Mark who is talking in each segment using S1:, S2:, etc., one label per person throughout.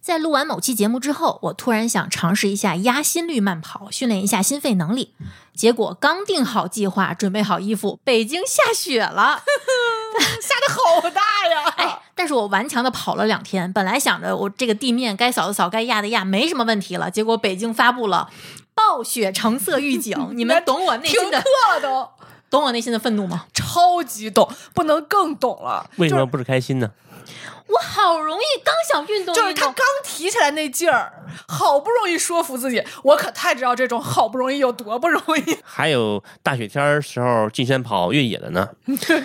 S1: 在录完某期节目之后，我突然想尝试一下压心率慢跑，训练一下心肺能力。结果刚定好计划，准备好衣服，北京下雪 了。
S2: 下的好大 呀！
S1: 哎，但是我顽强的跑了两天，本来想着我这个地面该扫的扫，该压的压，没什么问题了。结果北京发布了暴雪橙色预 警，你们懂我内
S2: 停
S1: 心
S2: 课
S1: 的
S2: 了都，
S1: 懂我内心的愤怒吗？
S2: 超级懂，不能更懂了。
S3: 为什
S2: 就是
S3: 么不是开心呢？
S1: 我好容易刚想运动
S2: 就是
S1: 运
S2: 他
S1: 动，
S2: 刚提起来那劲儿，好不容易说服自己，我可太知道这种好不容易有多不容易，
S3: 还有大雪天儿时候进山跑越野的呢。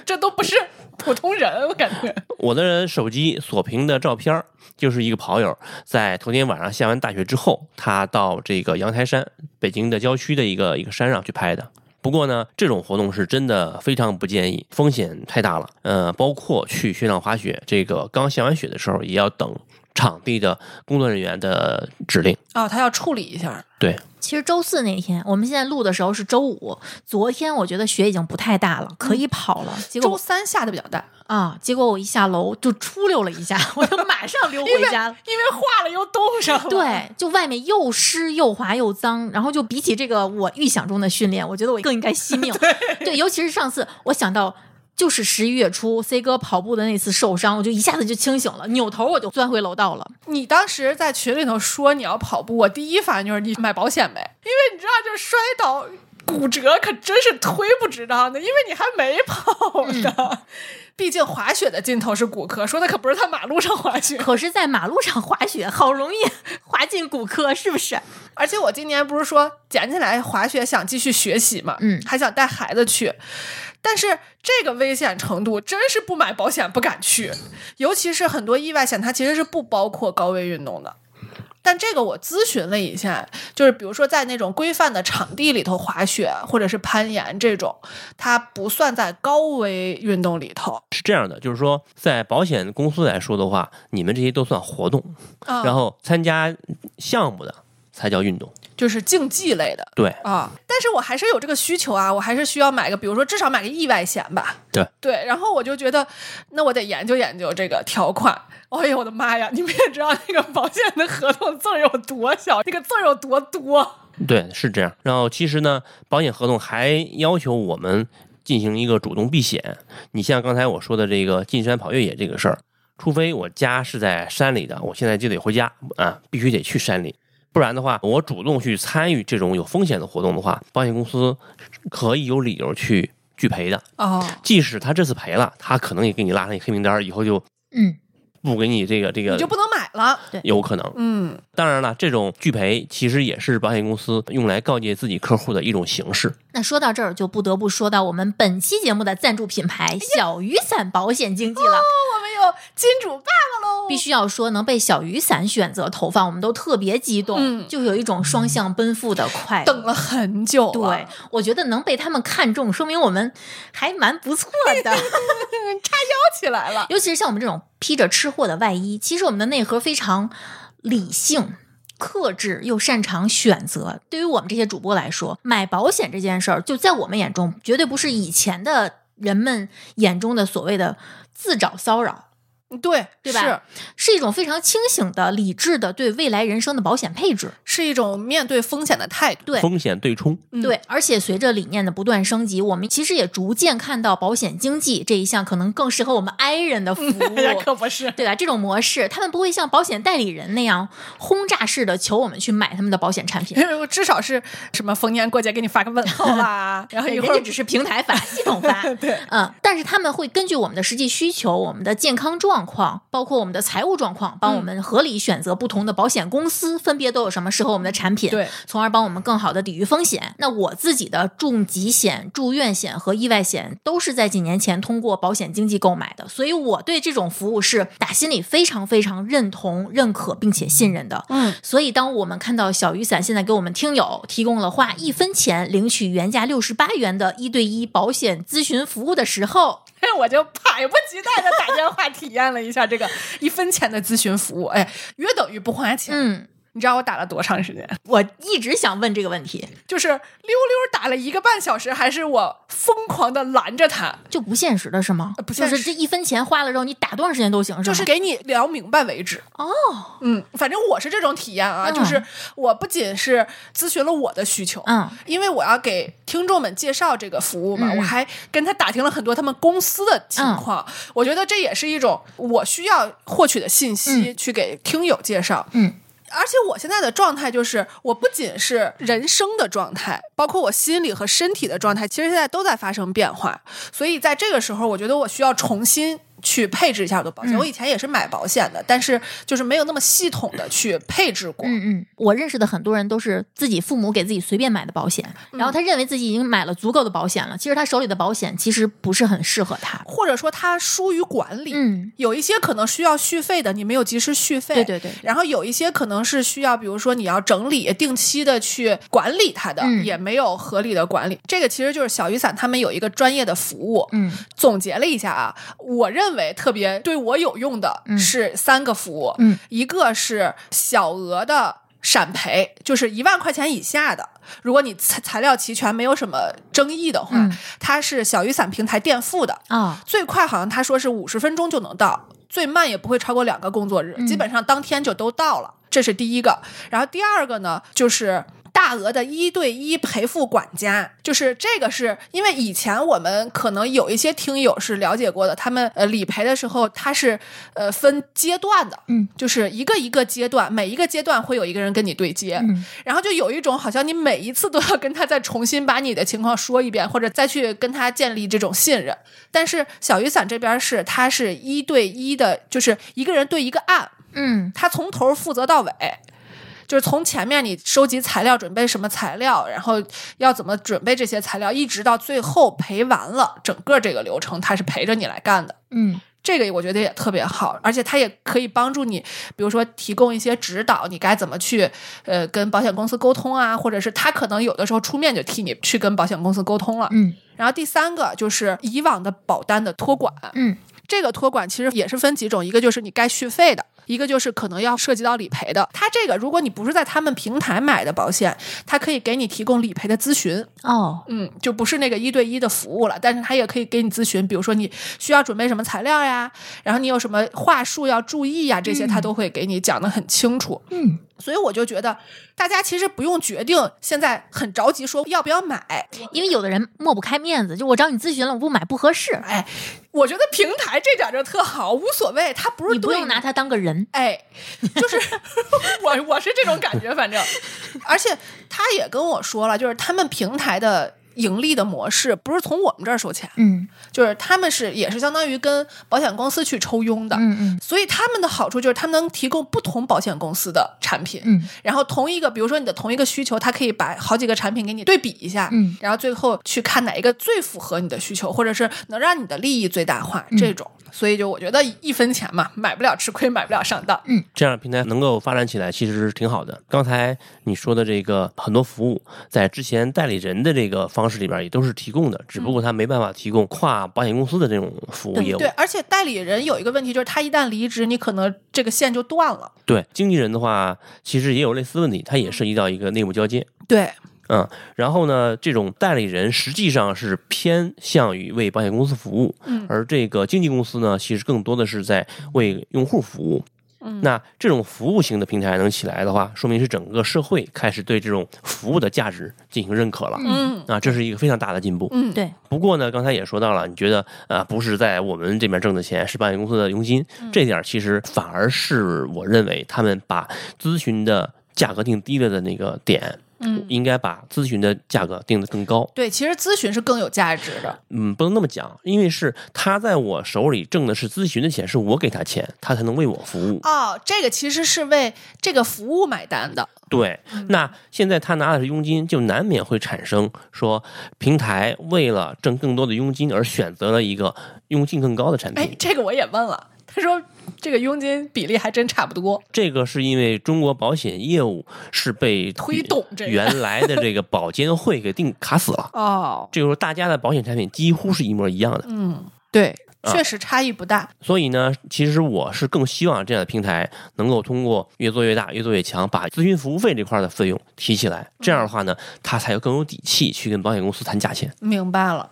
S2: 这都不是普通人，我感觉。
S3: 我的手机锁屏的照片儿就是一个跑友在头天晚上下完大雪之后，他到这个阳台山，北京的郊区的一个一个山上去拍的。不过呢，这种活动是真的非常不建议，风险太大了。呃，包括去雪场滑雪，这个刚下完雪的时候，也要等场地的工作人员的指令。
S2: 啊，他要处理一下，
S3: 对，
S1: 其实周四那天，我们现在录的时候是周五，昨天我觉得雪已经不太大了，可以跑了。结果
S2: 周
S1: 我
S2: 三下的比较大，
S1: 啊，结果我一下楼就出溜了一下，我就马上溜回家 了。
S2: 因为化了又冻上了。，
S1: 对，就外面又湿又滑又脏，然后就比起这个我预想中的训练，我觉得我更应该惜命。 对尤其是上次我想到。就是十一月初，C 哥跑步的那次受伤，我就一下子就清醒了，扭头我就钻回楼道了。
S2: 你当时在群里头说你要跑步，我第一反应就是你买保险没？因为你知道，就是摔倒。骨折可真是推不值当的，因为你还没跑呢。毕竟滑雪的尽头是骨科，说的可不是他马路上滑雪。
S1: 可是，在马路上滑雪，好容易滑进骨科，是不是？
S2: 而且我今年不是说捡起来滑雪想继续学习嘛，
S1: 嗯
S2: 还想带孩子去，但是这个危险程度真是不买保险不敢去，尤其是很多意外险，它其实是不包括高危运动的。但这个我咨询了一下，就是比如说在那种规范的场地里头滑雪或者是攀岩这种，它不算在高危运动里头。
S3: 是这样的，就是说，在保险公司来说的话，你们这些都算活动，
S2: 啊
S3: 然后参加项目的才叫运动。
S2: 就是竞技类的
S3: 对，
S2: 啊，但是我还是有这个需求啊，我还是需要买个，比如说至少买个意外险吧。
S3: 对
S2: 对，然后我就觉得，那我得研究研究这个条款。哎呦我的妈呀！你们也知道那个保险的合同字儿有多小，那个字儿有多多。
S3: 对，是这样。然后其实呢，保险合同还要求我们进行一个主动避险。你像刚才我说的这个进山跑越野这个事儿，除非我家是在山里的，我现在就得回家啊，必须得去山里。不然的话，我主动去参与这种有风险的活动的话，保险公司可以有理由去拒赔的。
S2: 哦，
S3: 即使他这次赔了，他可能也给你拉上一黑名单儿，以后就
S1: 嗯，
S3: 不给你这个这
S2: 你
S3: 个
S2: 就，不能买了。
S3: 有可能。
S2: 嗯，
S3: 当然了，这种拒赔其实也是保险公司用来告诫自己客户的一种形式。
S1: 那说到这儿，就不得不说到我们本期节目的赞助品牌小雨伞保险经纪了。
S2: 我们有金主爸爸喽。
S1: 必须要说，能被小雨伞选择投放，我们都特别激动，
S2: 嗯
S1: 就有一种双向奔赴的快
S2: 等
S1: 乐。
S2: 了很久
S1: 对
S2: 了，，
S1: 我觉得能被他们看中，说明我们还蛮不错 的。
S2: 对， 叉腰起来了。
S1: 尤其是像我们这种披着吃货的外衣，其实我们的内核非常理性、克制又擅长选择。对于我们这些主播来说，买保险这件事儿，就在我们眼中，绝对不是以前的人们眼中的所谓的自找骚扰，
S2: 对，
S1: 对吧
S2: 是
S1: 是一种非常清醒的、理智的对未来人生的保险配置。
S2: 是一种面对风险的态度。
S1: 对
S3: 风险对冲，
S2: 嗯
S1: 对，而且随着理念的不断升级，我们其实也逐渐看到保险经济这一项可能更适合我们 i 人的服 务。
S2: 不是。
S1: 对吧？啊这种模式，他们不会像保险代理人那样轰炸式的求我们去买他们的保险产品，
S2: 至少是什么逢年过节给你发个问候 啦，然后一
S1: 哎人
S2: 会儿
S1: 家只是平台发、系统发，
S2: 对，
S1: 嗯，但是他们会根据我们的实际需求、我们的健康状况，包括我们的财务状况，帮我们合理选择不同的保险公司，分别都有什么适合我们的产品，
S2: 对，
S1: 从而帮我们更好的抵御风险。那我自己的重疾险、住院险和意外险都是在几年前通过保险经纪购买的，所以我对这种服务是打心里非常非常认同、认可并且信任的。
S2: 嗯，
S1: 所以，当我们看到小雨伞现在给我们听友提供了花一分钱领取原价六十八元的一对一保险咨询服务的时候，
S2: 我就迫不及待的 打电话体验了一下这个一分钱的咨询服务，哎，约等于不花钱。
S1: 嗯，
S2: 你知道我打了多长时间？
S1: 我一直想问这个问题，
S2: 就是溜溜打了一个半小时，还是我疯狂的拦着他，
S1: 就不现实的是吗？
S2: 呃不
S1: 就
S2: 现
S1: 是
S2: 实
S1: 这一分钱花了之后，你打多长时间都行，是吗？
S2: 就是给你聊明白为止。
S1: 哦，
S2: 嗯，反正我是这种体验啊，
S1: 嗯
S2: 就是我不仅是咨询了我的需求，
S1: 嗯，
S2: 因为我要给听众们介绍这个服务嘛，
S1: 嗯嗯嗯
S2: 我还跟他打听了很多他们公司的情况。我觉得这也是一种我需要获取的信息，去给听友介绍。
S1: 嗯
S2: 而且我现在的状态就是，我不仅是人生的状态，包括我心理和身体的状态，其实现在都在发生变化。所以在这个时候，我觉得我需要重新去配置一下我的保险。
S1: 嗯
S2: 我以前也是买保险的，但是就是没有那么系统的去配置过。
S1: 嗯嗯，我认识的很多人都是自己父母给自己随便买的保险，
S2: 嗯
S1: 然后他认为自己已经买了足够的保险了，其实他手里的保险其实不是很适合他。
S2: 或者说它疏于管理。
S1: 嗯，
S2: 有一些可能需要续费的，你没有及时续费。
S1: 对对对
S2: 然后有一些可能是需要，比如说你要整理、定期的去管理它的，
S1: 嗯
S2: 也没有合理的管理。这个其实就是小雨伞他们有一个专业的服务。
S1: 嗯，
S2: 总结了一下啊，我认为特别对我有用的
S1: 嗯
S2: 是三个服务，
S1: 嗯
S2: 一个是小额的闪赔，就是一万块钱以下的，如果你材材料齐全，没有什么争议的话，
S1: 嗯
S2: 它是小雨伞平台垫付的，
S1: 哦，
S2: 最快好像他说是五十分钟就能到，最慢也不会超过两个工作日，
S1: 嗯
S2: 基本上当天就都到了。这是第一个，然后第二个呢，就是大额的一对一陪付管家，就是这个是因为以前我们可能有一些听友是了解过的，他们呃理赔的时候，他是呃分阶段的，
S1: 嗯，
S2: 就是一个一个阶段，每一个阶段会有一个人跟你对接，
S1: 嗯
S2: 然后就有一种好像你每一次都要跟他再重新把你的情况说一遍，或者再去跟他建立这种信任。但是小雨伞这边是，他是一对一的，就是一个人对一个案，
S1: 嗯
S2: 他从头负责到尾。就是从前面你收集材料、准备什么材料，然后要怎么准备这些材料，一直到最后赔完了，整个这个流程他是陪着你来干的。
S1: 嗯
S2: 这个我觉得也特别好，而且它也可以帮助你，比如说提供一些指导，你该怎么去呃跟保险公司沟通啊，或者是他可能有的时候出面就替你去跟保险公司沟通了。
S1: 嗯
S2: 然后第三个就是以往的保单的托管，
S1: 嗯
S2: 这个托管其实也是分几种，一个就是你该续费的，一个就是可能要涉及到理赔的。它这个如果你不是在他们平台买的保险，它可以给你提供理赔的咨询，
S1: 哦，
S2: 嗯，就不是那个一对一的服务了，但是他也可以给你咨询，比如说你需要准备什么材料呀，然后你有什么话术要注意呀，这些他
S1: 嗯
S2: 都会给你讲得很清楚。
S1: 嗯
S2: 所以我就觉得，大家其实不用决定现在很着急说要不要买，
S1: 因为有的人抹不开面子，就我找你咨询了，我不买不合适，
S2: 哎，我觉得平台这点儿就特好，无所谓，他不是
S1: 你不
S2: 对
S1: 用拿他当个人。
S2: 哎，就是 我我是这种感觉， 反正，而且他也跟我说了，就是他们平台的盈利的模式不是从我们这儿收钱，
S1: 嗯
S2: 就是他们是也是相当于跟保险公司去抽佣的，
S1: 嗯嗯
S2: 所以他们的好处就是他们能提供不同保险公司的产品，
S1: 嗯
S2: 然后同一个，比如说你的同一个需求，它可以把好几个产品给你对比一下，
S1: 嗯
S2: 然后最后去看哪一个最符合你的需求，或者是能让你的利益最大化、
S1: 嗯
S2: 这种。所以就我觉得一分钱嘛，买不了吃亏，买不了上当。
S3: 这样的平台能够发展起来，其实是挺好的。刚才你说的这个很多服务，在之前代理人的这个方式里边也都是提供的，只不过他没办法提供跨保险公司的这种服务业务
S2: 嗯对，。而且代理人有一个问题就是，他一旦离职，你可能这个线就断了。
S3: 对，经纪人的话，其实也有类似问题，它也涉及到一个内幕交接。
S2: 对，
S3: 嗯，然后呢，这种代理人实际上是偏向于为保险公司服务，
S2: 嗯
S3: 而这个经纪公司呢，其实更多的是在为用户服务。
S2: 嗯
S3: 那这种服务型的平台能起来的话，说明是整个社会开始对这种服务的价值进行认可了。
S2: 嗯
S3: 啊，这是一个非常大的进步。
S2: 嗯，
S1: 嗯，，对，
S3: 不过呢，刚才也说到了，你觉得啊，不是在我们这边挣的钱，是保险公司的佣金，
S2: 嗯
S3: 这点儿其实反而是我认为他们把咨询的价格定低了的那个点，
S2: 嗯，
S3: 应该把咨询的价格定得更高。
S2: 对，其实咨询是更有价值的。
S3: 嗯，不能那么讲，因为是他在我手里挣的是咨询的钱，是我给他钱，他才能为我服务。
S2: 哦，这个其实是为这个服务买单的。
S3: 对，
S2: 嗯
S3: 那现在他拿的是佣金，就难免会产生说平台为了挣更多的佣金而选择了一个佣金更高的产品。
S2: 哎，这个我也问了，他说这个佣金比例还真差不多。
S3: 这个是因为中国保险业务是被
S2: 推动这个。
S3: 原来的这个保监会给定卡死了
S2: 哦，
S3: 这个时候，大家的保险产品几乎是一模一样的，
S2: 嗯，对，确实差异不大。
S3: 所以呢，其实我是更希望这样的平台能够通过越做越大、越做越强，把咨询服务费这块的费用提起来。这样的话呢，他才更有底气去跟保险公司谈价钱。
S2: 明白了，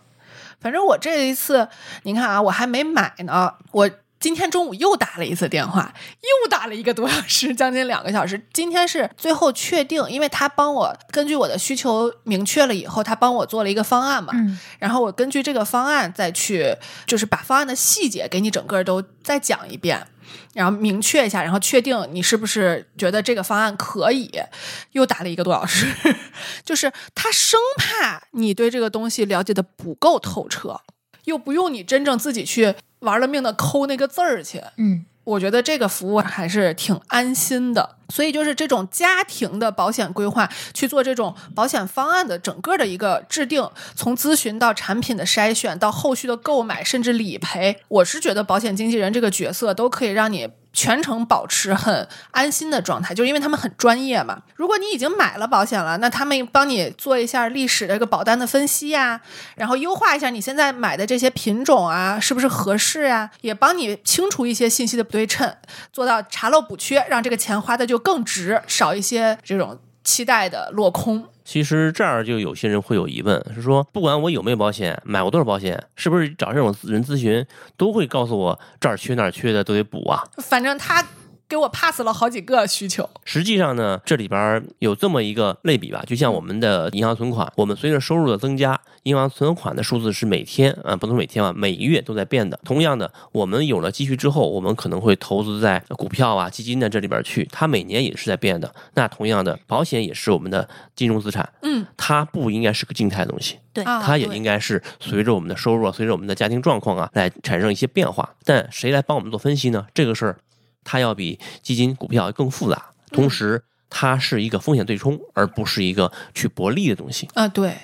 S2: 反正我这一次，你看啊，我还没买呢，我。今天中午又打了一次电话，又打了一个多小时，将近两个小时。今天是最后确定，因为他帮我根据我的需求明确了以后，他帮我做了一个方案嘛，
S1: 嗯
S2: 然后我根据这个方案再去，就是把方案的细节给你整个都再讲一遍，然后明确一下，然后确定你是不是觉得这个方案可以。又打了一个多小时， 就是他生怕你对这个东西了解的不够透彻，又不用你真正自己去玩了命的抠那个字儿去。
S1: 嗯，
S2: 我觉得这个服务还是挺安心的，所以就是这种家庭的保险规划去做这种保险方案的整个的一个制定，从咨询到产品的筛选，到后续的购买，甚至理赔，我是觉得保险经纪人这个角色都可以让你。全程保持很安心的状态，就是因为他们很专业嘛。如果你已经买了保险了，那他们帮你做一下历史的这个保单的分析呀、然后优化一下你现在买的这些品种啊，是不是合适啊？也帮你清除一些信息的不对称，做到查漏补缺，让这个钱花的就更值，少一些这种期待的落空。
S3: 其实这儿就有些人会有疑问，是说不管我有没有保险，买过多少保险，是不是找这种人咨询都会告诉我这儿缺那儿缺的都得补啊？
S2: 反正他给我 pass 了好几个需求，
S3: 实际上呢，这里边儿有这么一个类比吧，就像我们的银行存款，我们随着收入的增加，银行存款的数字是每天啊、呃不能每天吧，每月都在变的。同样的，我们有了积蓄之后，我们可能会投资在股票啊、基金的这里边儿去，它每年也是在变的。那同样的，保险也是我们的金融资产，
S2: 嗯，
S3: 它不应该是个静态的东西。
S1: 对，
S2: 啊，
S3: 它也
S2: 对
S3: 应该是随着我们的收入啊，随着我们的家庭状况啊，来产生一些变化。但谁来帮我们做分析呢？这个事儿，它要比基金、股票更复杂，
S2: 嗯
S3: 同时它是一个风险对冲，而不是一个去博利的东西。
S2: 啊，对，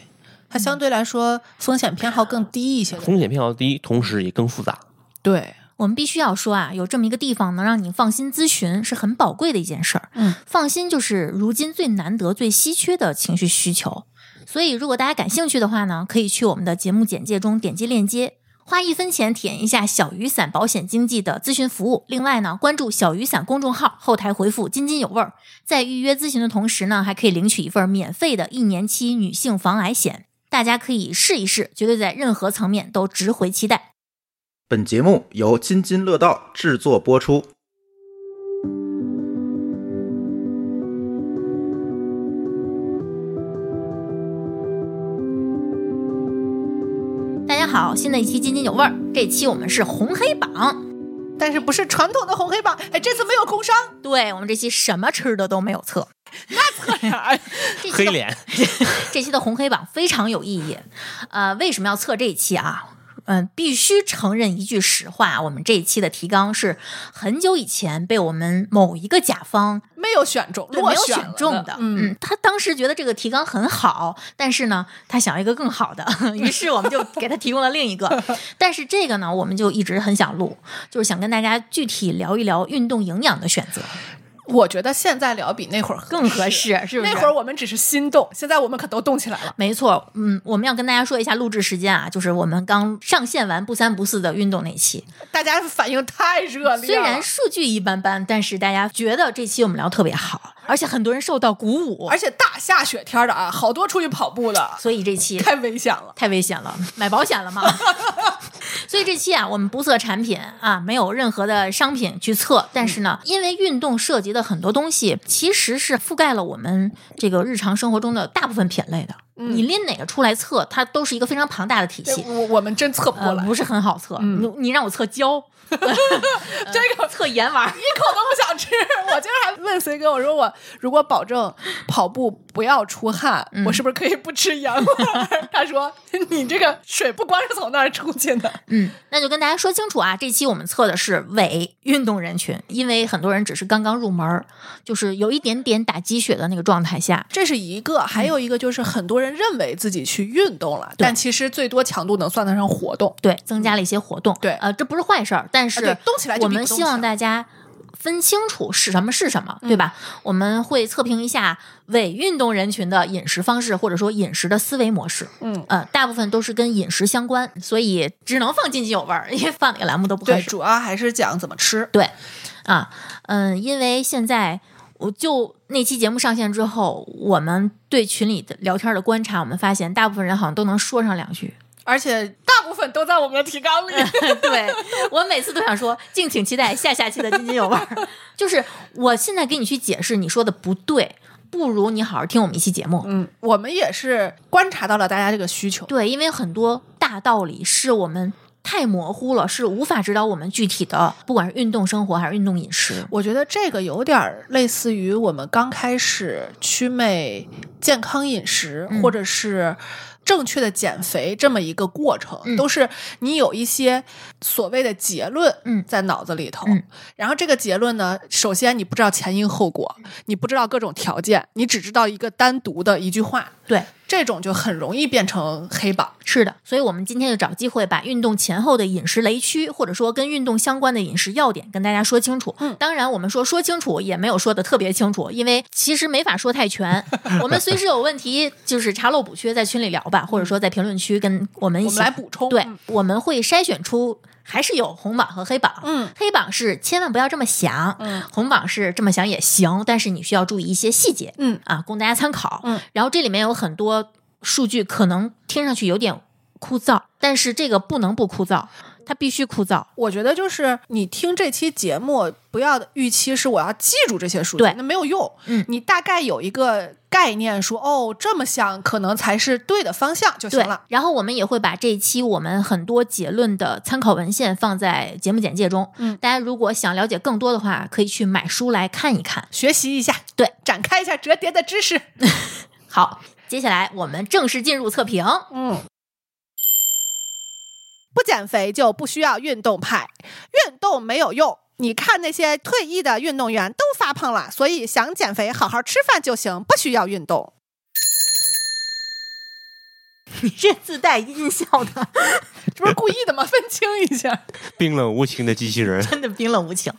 S2: 它
S3: 啊
S2: 相对来说风险偏好更低一些的。
S3: 风险偏好低，同时也更复杂。
S2: 对，
S1: 我们必须要说啊，有这么一个地方能让你放心咨询，是很宝贵的一件事儿。
S2: 嗯，
S1: 放心就是如今最难得、最稀缺的情绪需求。所以，如果大家感兴趣的话呢，可以去我们的节目简介中点击链接，花一分钱体验一下小雨伞保险经纪的咨询服务。另外呢，关注小雨伞公众号，后台回复“津津有味儿”，在预约咨询的同时呢，还可以领取一份免费的一年期女性防癌险，大家可以试一试，绝对在任何层面都值回期待。
S4: 本节目由津津乐道制作播出。
S1: 大家好，新的一期津津有味儿，这期我们是红黑榜。
S2: 但是不是传统的红黑榜？哎，这次没有工伤，
S1: 对我们这期什么吃的都没有测，
S2: 哎呀
S1: 这期的
S3: 黑。脸，
S1: 这期的红黑榜非常有意义。呃，为什么要测这一期啊？嗯、必须承认一句实话，我们这一期的提纲是很久以前被我们某一个甲方
S2: 没有选中，
S1: 对
S2: 落
S1: 没有
S2: 选
S1: 选
S2: 了
S1: 中
S2: 的
S1: 的，。
S2: 嗯，
S1: 他当时觉得这个提纲很好，但是呢，他想要一个更好的， 于是我们就给他提供了另一个。但是这个呢，我们就一直很想录，就是想跟大家具体聊一聊运动营养的选择
S2: 我觉得现在聊比那会儿
S1: 更合。适，是不是？
S2: 那会儿我们只是心动，现在我们可都动起来了。
S1: 没错，嗯，我们要跟大家说一下录制时间啊，就是我们刚上线完不三不四的运动那期，
S2: 大家反应太热烈了。
S1: 虽然数据一般般，但是大家觉得这期我们聊特别好，而且很多人受到鼓舞，
S2: 而且大下雪天的啊，好多出去跑步的，
S1: 所以这期
S2: 太危险了。
S1: 太危险 了，买保险了吗？ 所以这期啊，我们不测产品啊，没有任何的商品去测。但是
S2: 嗯
S1: 呢，因为运动涉及的很多东西，其实是覆盖了我们这个日常生活中的大部分品类的。
S2: 嗯
S1: 你拎哪个出来测，它都是一个非常庞大的体
S2: 这
S1: 系，
S2: 我我们真测不过
S1: 呃，
S2: 来，
S1: 不是很好测。
S2: 嗯
S1: 你你让我测胶，
S2: 这个
S1: 嗯测盐丸儿，
S2: 一口都不想吃。我今儿还问随哥，我 说我如果保证跑步不要出汗，
S1: 嗯
S2: 我是不是可以不吃盐味 儿？他说你这个水不光是从那儿出去的，
S1: 嗯，那就跟大家说清楚啊，这期我们测的是伪运动人群，因为很多人只是刚刚入门儿，就是有一点点打鸡血的那个状态下，
S2: 这是一个，还有一个就是很多人认为自己去运动了，
S1: 对
S2: 但其实最多强度能算得上活动。
S1: 对，增加了一些活动。
S2: 嗯对
S1: 呃，这不是坏事儿，但是
S2: 啊对动起来就
S1: 我
S2: 比
S1: 们
S2: 不动
S1: 希
S2: 强
S1: 望大家分清楚是什么是什么，对吧？
S2: 嗯
S1: 我们会测评一下伪运动人群的饮食方式，或者说饮食的思维模式。
S2: 嗯，
S1: 呃，大部分都是跟饮食相关，所以只能放津津有味儿，因为放哪个栏目都不合
S2: 对，
S1: 适。
S2: 主要还是讲怎么吃。
S1: 对，啊，嗯，因为现在我就那期节目上线之后，我们对群里的聊天的观察，我们发现大部分人好像都能说上两句。
S2: 而且大部分都在我们的提纲里。
S1: 对我每次都想说，敬请期待下下期的津津有味儿。 就是我现在给你去解释你说的不对，不如你好好听我们一期节目。
S2: 嗯， 我们也是观察到了大家这个需求。
S1: 对，因为很多大道理是我们太模糊了，是无法指导我们具体的，不管是运动生活还是运动饮食。
S2: 我觉得这个有点儿类似于我们刚开始祛魅健康饮食，
S1: 嗯
S2: 或者是正确的减肥这么一个过程，
S1: 嗯
S2: 都是你有一些所谓的结论
S1: 嗯
S2: 在脑子里头，
S1: 嗯
S2: 然后这个结论呢，首先你不知道前因后果，你不知道各种条件，你只知道一个单独的一句话，
S1: 对，
S2: 这种就很容易变成黑榜。
S1: 是的，所以我们今天就找机会把运动前后的饮食雷区，或者说跟运动相关的饮食要点跟大家说清楚。
S2: 嗯
S1: 当然我们说说清楚也没有说的特别清楚，因为其实没法说太 全。我们随时有问题就是查漏补缺，在群里聊吧，或者说在评论区跟我们一
S2: 我
S1: 起
S2: 们来补充，
S1: 对
S2: 嗯，
S1: 我们会筛选出还是有红榜和黑榜。
S2: 嗯，
S1: 黑榜是千万不要这么想，
S2: 嗯
S1: 红榜是这么想也行，但是你需要注意一些细节，
S2: 嗯
S1: 啊，供大家参考。
S2: 嗯，
S1: 然后这里面有很多数据，可能听上去有点枯燥，但是这个不能不枯燥，它必须枯燥。
S2: 我觉得就是你听这期节目，不要预期是我要记住这些数据
S1: 对，
S2: 那没有用。
S1: 嗯
S2: 你大概有一个概念说，哦，这么想可能才是对的方向就行
S1: 对
S2: 了。，
S1: 然后我们也会把这一期我们很多结论的参考文献放在节目简介中。
S2: 嗯
S1: 大家如果想了解更多的话，可以去买书来看一看。
S2: 学习一下，
S1: 对，
S2: 展开一下折叠的知识。
S1: 好，接下来我们正式进入测评。
S2: 嗯，不减肥就不需要运动派，运动没有用。你看那些退役的运动员都发胖了，所以想减肥，好好吃饭就行，不需要运动。
S1: 你 这自带音效的，
S2: 这不是故意的吗？ 分清一下。
S3: 冰冷无情的机器人，
S1: 真的冰冷无情。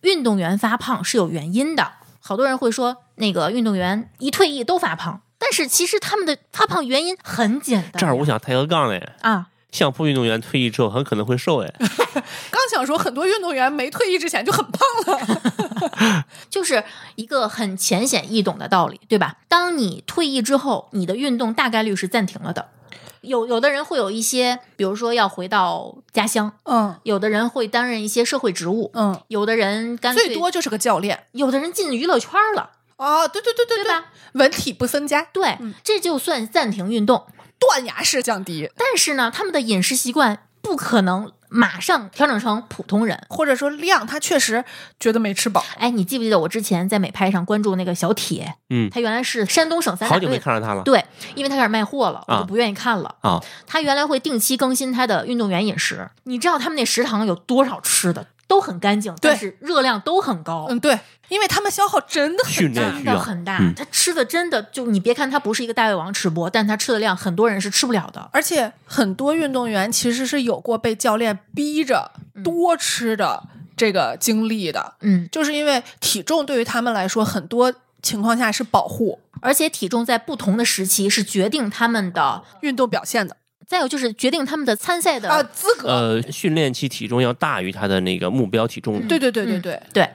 S1: 运动员发胖是有原因的，好多人会说那个运动员一退役都发胖，但是其实他们的发胖原因很简单。
S3: 这儿我想抬个杠哎，
S1: 啊，
S3: 相扑运动员退役之后很可能会瘦哎，
S2: 刚想说，很多运动员没退役之前就很胖了。
S1: 就是一个很浅显易懂的道理，对吧？当你退役之后，你的运动大概率是暂停了的。有有的人会有一些，比如说要回到家乡，
S2: 嗯
S1: 有的人会担任一些社会职务，
S2: 嗯，
S1: 有的人干脆
S2: 最多就是个教练。
S1: 有的人进娱乐圈了，
S2: 哦，对对对对
S1: 对吧？
S2: 文体不分家，
S1: 对，这就算暂停运动。
S2: 断崖式降低，
S1: 但是呢，他们的饮食习惯不可能马上调整成普通人。
S2: 或者说量，他确实觉得没吃饱。
S1: 哎，你记不记得我之前在美拍上关注那个小铁？
S3: 嗯
S1: 他原来是山东省三大
S3: 好久没
S1: 队。
S3: 看到他了
S1: 对，因为他开始卖货了，我
S3: 啊
S1: 就不愿意看了。
S3: 啊，
S1: 他原来会定期更新他的运动员饮食，你知道他们那食堂有多少吃的都很干净，
S2: 对
S1: 但是热量都很高，
S2: 嗯，对，因为他们消耗真的
S3: 训
S2: 很大。
S3: 练
S1: 真
S3: 需
S1: 的
S3: 要，
S1: 很大。
S3: 嗯
S1: 他吃的真的就你别看他不是一个大胃王吃播，但他吃的量很多人是吃不了的。
S2: 而且很多运动员其实是有过被教练逼着多吃的这个经历的，
S1: 嗯，
S2: 就是因为体重对于他们来说，很多情况下是保护
S1: 而且体重在不同的时期是决定他们的
S2: 运动表现的
S1: 再有就是决定他们的参赛的、
S2: 啊资格。
S3: 呃，训练期体重要大于他的那个目标体重的，
S2: 对对对对
S1: 嗯
S2: 对，
S1: 对，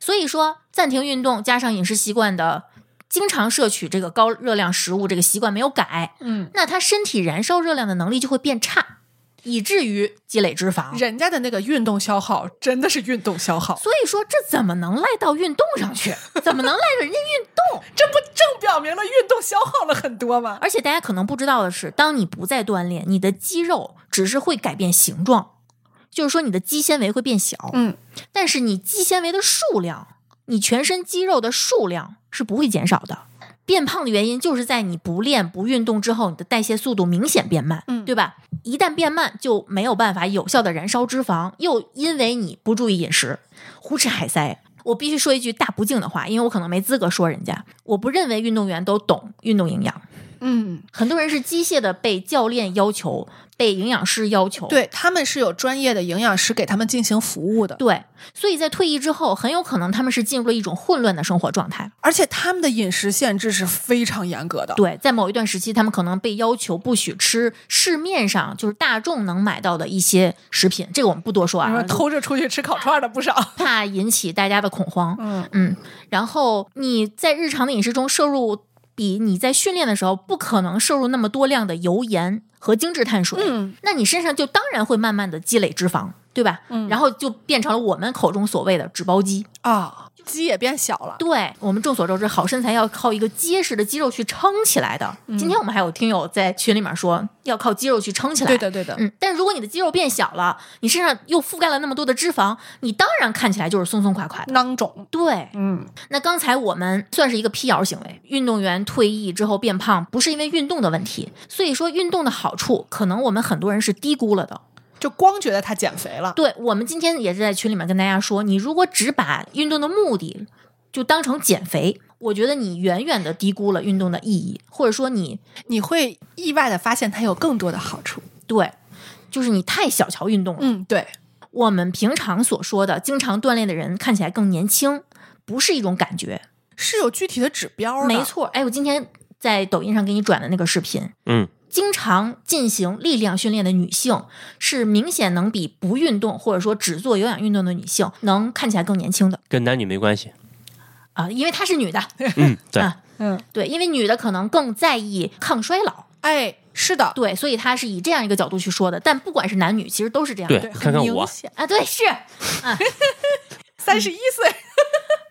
S1: 所以说暂停运动加上饮食习惯的经常摄取这个高热量食物这个习惯没有改，
S2: 嗯，
S1: 那他身体燃烧热量的能力就会变差，以至于积累脂肪。
S2: 人家的那个运动消耗真的是运动消耗，
S1: 所以说这怎么能赖到运动上去？怎么能赖着人家运 动？
S2: 这不正表明了运动消耗了很多吗？
S1: 而且大家可能不知道的是，当你不再锻炼，你的肌肉只是会改变形状，就是说你的肌纤维会变小。
S2: 嗯，
S1: 但是你肌纤维的数量，你全身肌肉的数量是不会减少的。变胖的原因就是在你不练不运动之后，你的代谢速度明显变慢，
S2: 嗯
S1: 对吧？一旦变慢，就没有办法有效的燃烧脂肪，又因为你不注意饮食，胡吃海塞。我必须说一句大不敬的话，因为我可能没资格说人家。我不认为运动员都懂运动营养，
S2: 嗯，
S1: 很多人是机械的被教练要求，被营养师要求。
S2: 对，他们是有专业的营养师给他们进行服务的，
S1: 对，所以在退役之后，很有可能他们是进入了一种混乱的生活状态。
S2: 而且他们的饮食限制是非常严格的。
S1: 对，在某一段时期，他们可能被要求不许吃市面上就是大众能买到的一些食品，这个我们不多说
S2: 你说
S1: 啊，
S2: 偷着出去吃烤串的不少。
S1: 怕引起大家的恐慌。
S2: 嗯，
S1: 嗯，然后你在日常的饮食中摄入比你在训练的时候不可能摄入那么多量的油盐和精致碳水，
S2: 嗯，
S1: 那你身上就当然会慢慢的积累脂肪，对吧？
S2: 嗯
S1: 然后就变成了我们口中所谓的脂包肌。
S2: 啊，鸡也变小了。
S1: 对我们众所周知，好身材要靠一个结实的肌肉去撑起来的。
S2: 嗯
S1: 今天我们还有听友在群里面说要靠肌肉去撑起来，
S2: 对的，对的。
S1: 嗯，但如果你的肌肉变小了，你身上又覆盖了那么多的脂肪，你当然看起来就是松松垮垮的。
S2: 囊肿，
S1: 对，
S2: 嗯，
S1: 那刚才我们算是一个辟谣行为，运动员退役之后变胖，不是因为运动的问题，所以说运动的好处，可能我们很多人是低估了的。
S2: 就光觉得他减肥了。
S1: 对我们今天也是在群里面跟大家说，你如果只把运动的目的就当成减肥，我觉得你远远的低估了运动的意义，或者说你
S2: 你会意外的发现它有更多的好处。
S1: 对，就是你太小瞧运动了。
S2: 嗯，对，
S1: 我们平常所说的经常锻炼的人看起来更年轻，不是一种感觉，
S2: 是有具体的指标的。
S1: 没，错，哎，我今天在抖音上给你转的那个视频，
S3: 嗯，
S1: 经常进行力量训练的女性，是明显能比不运动或者说只做有氧运动的女性，能看起来更年轻的
S3: 跟男女没关系。
S1: 啊、因为她是女的，
S3: 嗯，对，
S1: 啊
S2: 嗯，
S1: 对，因为女的可能更在意抗衰老，
S2: 哎，是的，
S1: 对，所以她是以这样一个角度去说的。但不管是男女，其实都是这样的。
S3: 对
S2: 对，
S3: 看看
S2: 很明
S3: 我
S2: 显，
S1: 啊，对，是
S2: 三十一岁，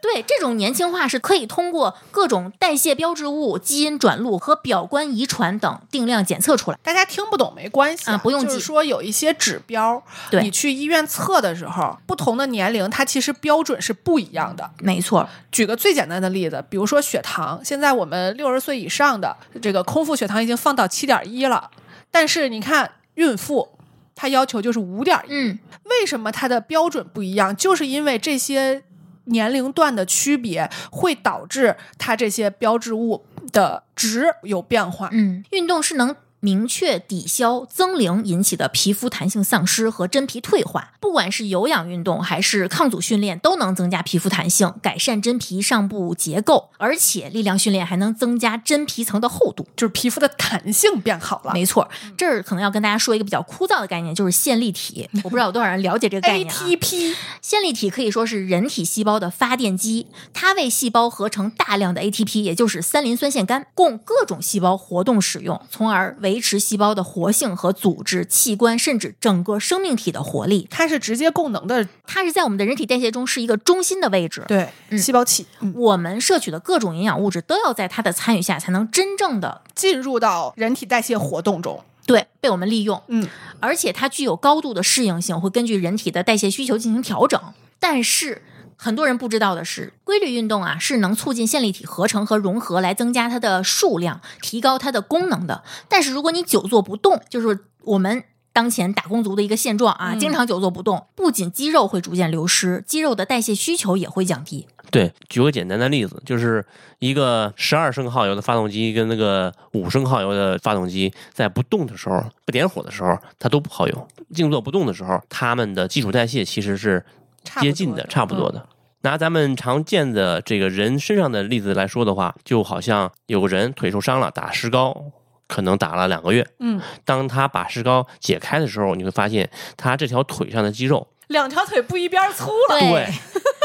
S1: 对这种年轻化是可以通过各种代谢标志物、基因转录和表观遗传等定量检测出来。
S2: 大家听不懂没关系
S1: 啊不用
S2: 就是
S1: 记
S2: 说有一些指标，
S1: 对
S2: 你去医院测的时候，不同的年龄它其实标准是不一样的。
S1: 没错，
S2: 举个最简单的例子，比如说血糖，现在我们六十岁以上的这个空腹血糖已经放到七点一了，但是你看孕妇，她要求就是五点一，
S1: 嗯，
S2: 为什么它的标准不一样？就是因为这些年龄段的区别会导致它这些标志物的值有变化。
S1: 嗯，运动是能明确抵消增龄引起的皮肤弹性丧失和真皮退化，不管是有氧运动还是抗阻训练，都能增加皮肤弹性，改善真皮上部结构，而且力量训练还能增加真皮层的厚度。
S2: 就是皮肤的弹性变好了
S1: 没错，这儿可能要跟大家说一个比较枯燥的概念，就是线粒体。我不知道有多少人了解这个概念、啊。
S2: ，ATP
S1: 线粒体可以说是人体细胞的发电机，它为细胞合成大量的 ATP，也就是三磷酸腺苷，供各种细胞活动使用，从而维持细胞的活性和组织、器官甚至整个生命体的活力。
S2: 它是直接供能的，
S1: 它是在我们的人体代谢中是一个中心的位置。
S2: 对，
S1: 嗯
S2: 细胞器、嗯
S1: 我们摄取的各种营养物质都要在它的参与下，才能真正的
S2: 进入到人体代谢活动中。
S1: 对被我们利用。
S2: 嗯，
S1: 而且它具有高度的适应性，会根据人体的代谢需求进行调整。但是很多人不知道的是，规律运动啊是能促进线粒体合成和融合，来增加它的数量，提高它的功能的。但是如果你久坐不动，就是我们。当前打工族的一个现状啊，
S2: 嗯
S1: 经常久坐不动，不仅肌肉会逐渐流失，肌肉的代谢需求也会降低。
S3: 对，举个简单的例子，就是一个十二升耗油的发动机跟那个五升耗油的发动机，在不动的时候、不点火的时候，它都不耗油；静坐不动的时候，它们的基础代谢其实是
S2: 差不多嗯
S3: 接近的，差不多的。拿咱们常见的这个人身上的例子来说的话，就好像有个人腿受伤了，打石膏，可能打了两个月。
S2: 嗯，
S3: 当他把石膏解开的时候，你会发现他这条腿上的肌肉，
S2: 两条腿不一边儿粗 了，
S1: 对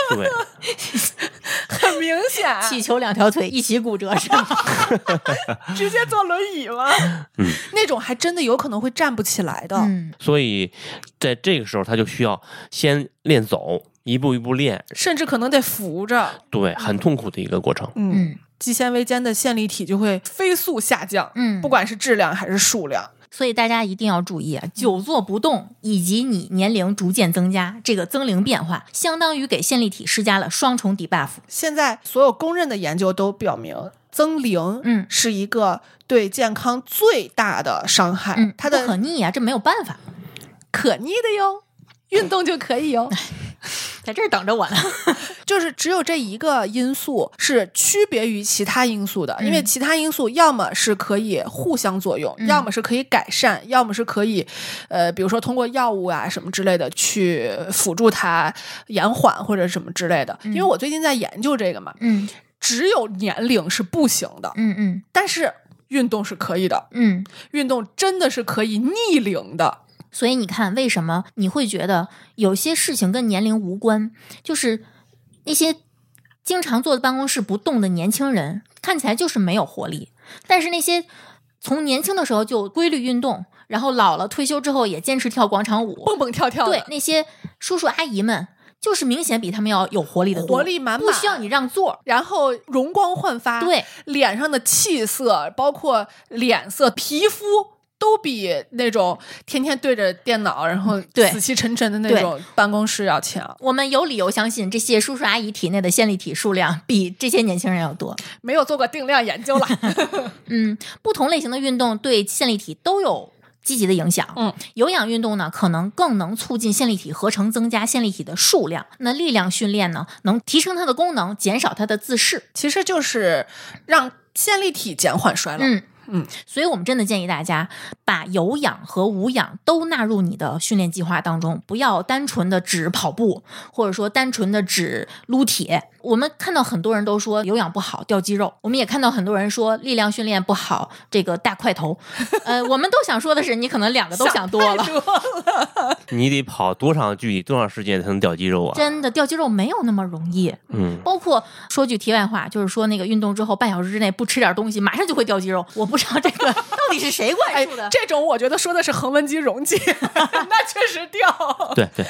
S3: 对，对，
S2: 很明显，
S1: 气球两条腿一起骨折是吗？
S2: 直接坐轮椅了。
S3: 嗯
S2: 那种还真的有可能会站不起来的。
S1: 嗯，
S3: 所以在这个时候，他就需要先练走，一步一步练，
S2: 甚至可能得扶着，
S3: 对，很痛苦的一个过程。
S2: 嗯，
S1: 嗯
S2: 肌纤维间的线粒体就会飞速下降，
S1: 嗯
S2: 不管是质量还是数量，
S1: 所以大家一定要注意啊，久坐不动以及你年龄逐渐增加，这个增龄变化，相当于给线粒体施加了双重 debuff。
S2: 现在所有公认的研究都表明，增龄，
S1: 嗯
S2: 是一个对健康最大的伤害，
S1: 嗯，
S2: 它
S1: 不
S2: 的
S1: 可逆啊，这没有办法。
S2: 可逆的哟，运动就可以哟。
S1: 在这儿等着我呢。
S2: 就是只有这一个因素是区别于其他因素的，
S1: 嗯
S2: 因为其他因素要么是可以互相作用，
S1: 嗯
S2: 要么是可以改善，要么是可以，呃，比如说通过药物啊什么之类的去辅助它延缓或者什么之类的。因为我最近在研究这个嘛，
S1: 嗯
S2: 只有年龄是不行的，
S1: 嗯嗯
S2: 但是运动是可以的，
S1: 嗯。
S2: 运动真的是可以逆龄的。
S1: 所以你看，为什么你会觉得有些事情跟年龄无关？就是那些经常坐在办公室不动的年轻人，看起来就是没有活力；但是那些从年轻的时候就规律运动，然后老了退休之后也坚持跳广场舞，
S2: 蹦蹦跳跳的，
S1: 对那些叔叔阿姨们，就是明显比他们要有活力的多，
S2: 活力满满啊
S1: 不需要你让座。
S2: 然后容光焕发，
S1: 对，
S2: 脸上的气色，包括脸色、皮肤，都比那种天天对着电脑，然后
S1: 对
S2: 死气沉沉的那种办公室要强。
S1: 我们有理由相信，这些叔叔阿姨体内的线粒体数量比这些年轻人要多。
S2: 没有做过定量研究了，
S1: 嗯，不同类型的运动对线粒体都有积极的影响。
S2: 嗯，
S1: 有氧运动呢，可能更能促进线粒体合成，增加线粒体的数量。那力量训练呢，能提升它的功能，减少它的自噬。
S2: 其实就是让线粒体减缓衰老。
S1: 嗯
S2: 嗯，
S1: 所以我们真的建议大家把有氧和无氧都纳入你的训练计划当中，不要单纯的只跑步，或者说单纯的只撸铁。我们看到很多人都说有氧不好掉肌肉，我们也看到很多人说力量训练不好这个大块头。呃，我们都想说的是，你可能两个都想多了，
S3: 你得跑多长距离、多长时间才能掉肌肉啊？
S1: 真的掉肌肉没有那么容易。
S3: 嗯，
S1: 包括说句题外话，就是说那个运动之后半小时之内不吃点东西，马上就会掉肌肉。我不知道这个 到底是谁灌
S2: 哎
S1: 输的。，
S2: 这种我觉得说的是横纹肌溶解， 那确实掉。
S3: 对对，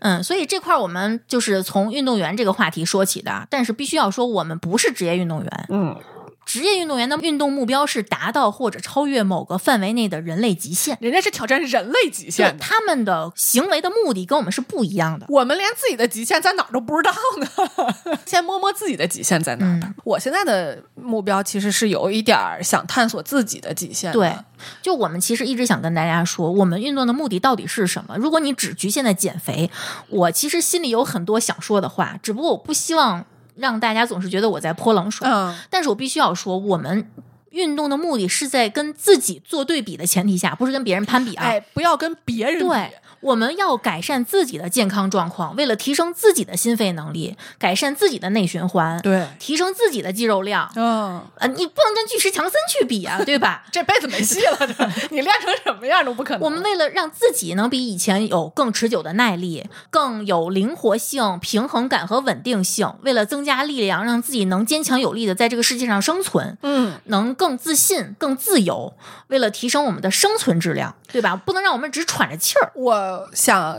S1: 嗯，所以这块儿我们就是从运动员这个话题说起的，但是必须要说，我们不是职业运动员。
S2: 嗯，
S1: 职业运动员的运动目标是达到或者超越某个范围内的人类极限，
S2: 人家是挑战人类极
S1: 就
S2: 限的，
S1: 他们的行为的目的跟我们是不一样的。
S2: 我们连自己的极限在哪儿都不知道 呢，嗯先摸摸自己的极限在哪儿吧。我现在的目标其实是有一点儿想探索自己的极限的，
S1: 对，就我们其实一直想跟大家说，我们运动的目的到底是什么？如果你只局限在减肥，我其实心里有很多想说的话，只不过我不希望让大家总是觉得我在泼冷水。
S2: 嗯，
S1: 但是我必须要说，我们运动的目的是在跟自己做对比的前提下，不是跟别人攀比啊。
S2: 哎，不要跟别人比
S1: 对，我们要改善自己的健康状况，为了提升自己的心肺能力，改善自己的内循环，
S2: 对，
S1: 提升自己的肌肉量。
S2: 嗯，
S1: 呃，你不能跟巨石强森去比啊，对 吧？
S2: 这辈子没戏了， 这你练成什么样都不可能。
S1: 我们为了让自己能比以前有更持久的耐力、更有灵活性、平衡感和稳定性，为了增加力量，让自己能坚强有力的在这个世界上生存，
S2: 嗯，
S1: 能更自信、更自由，为了提升我们的生存质量，对吧？不能让我们只喘着气儿。
S2: 我想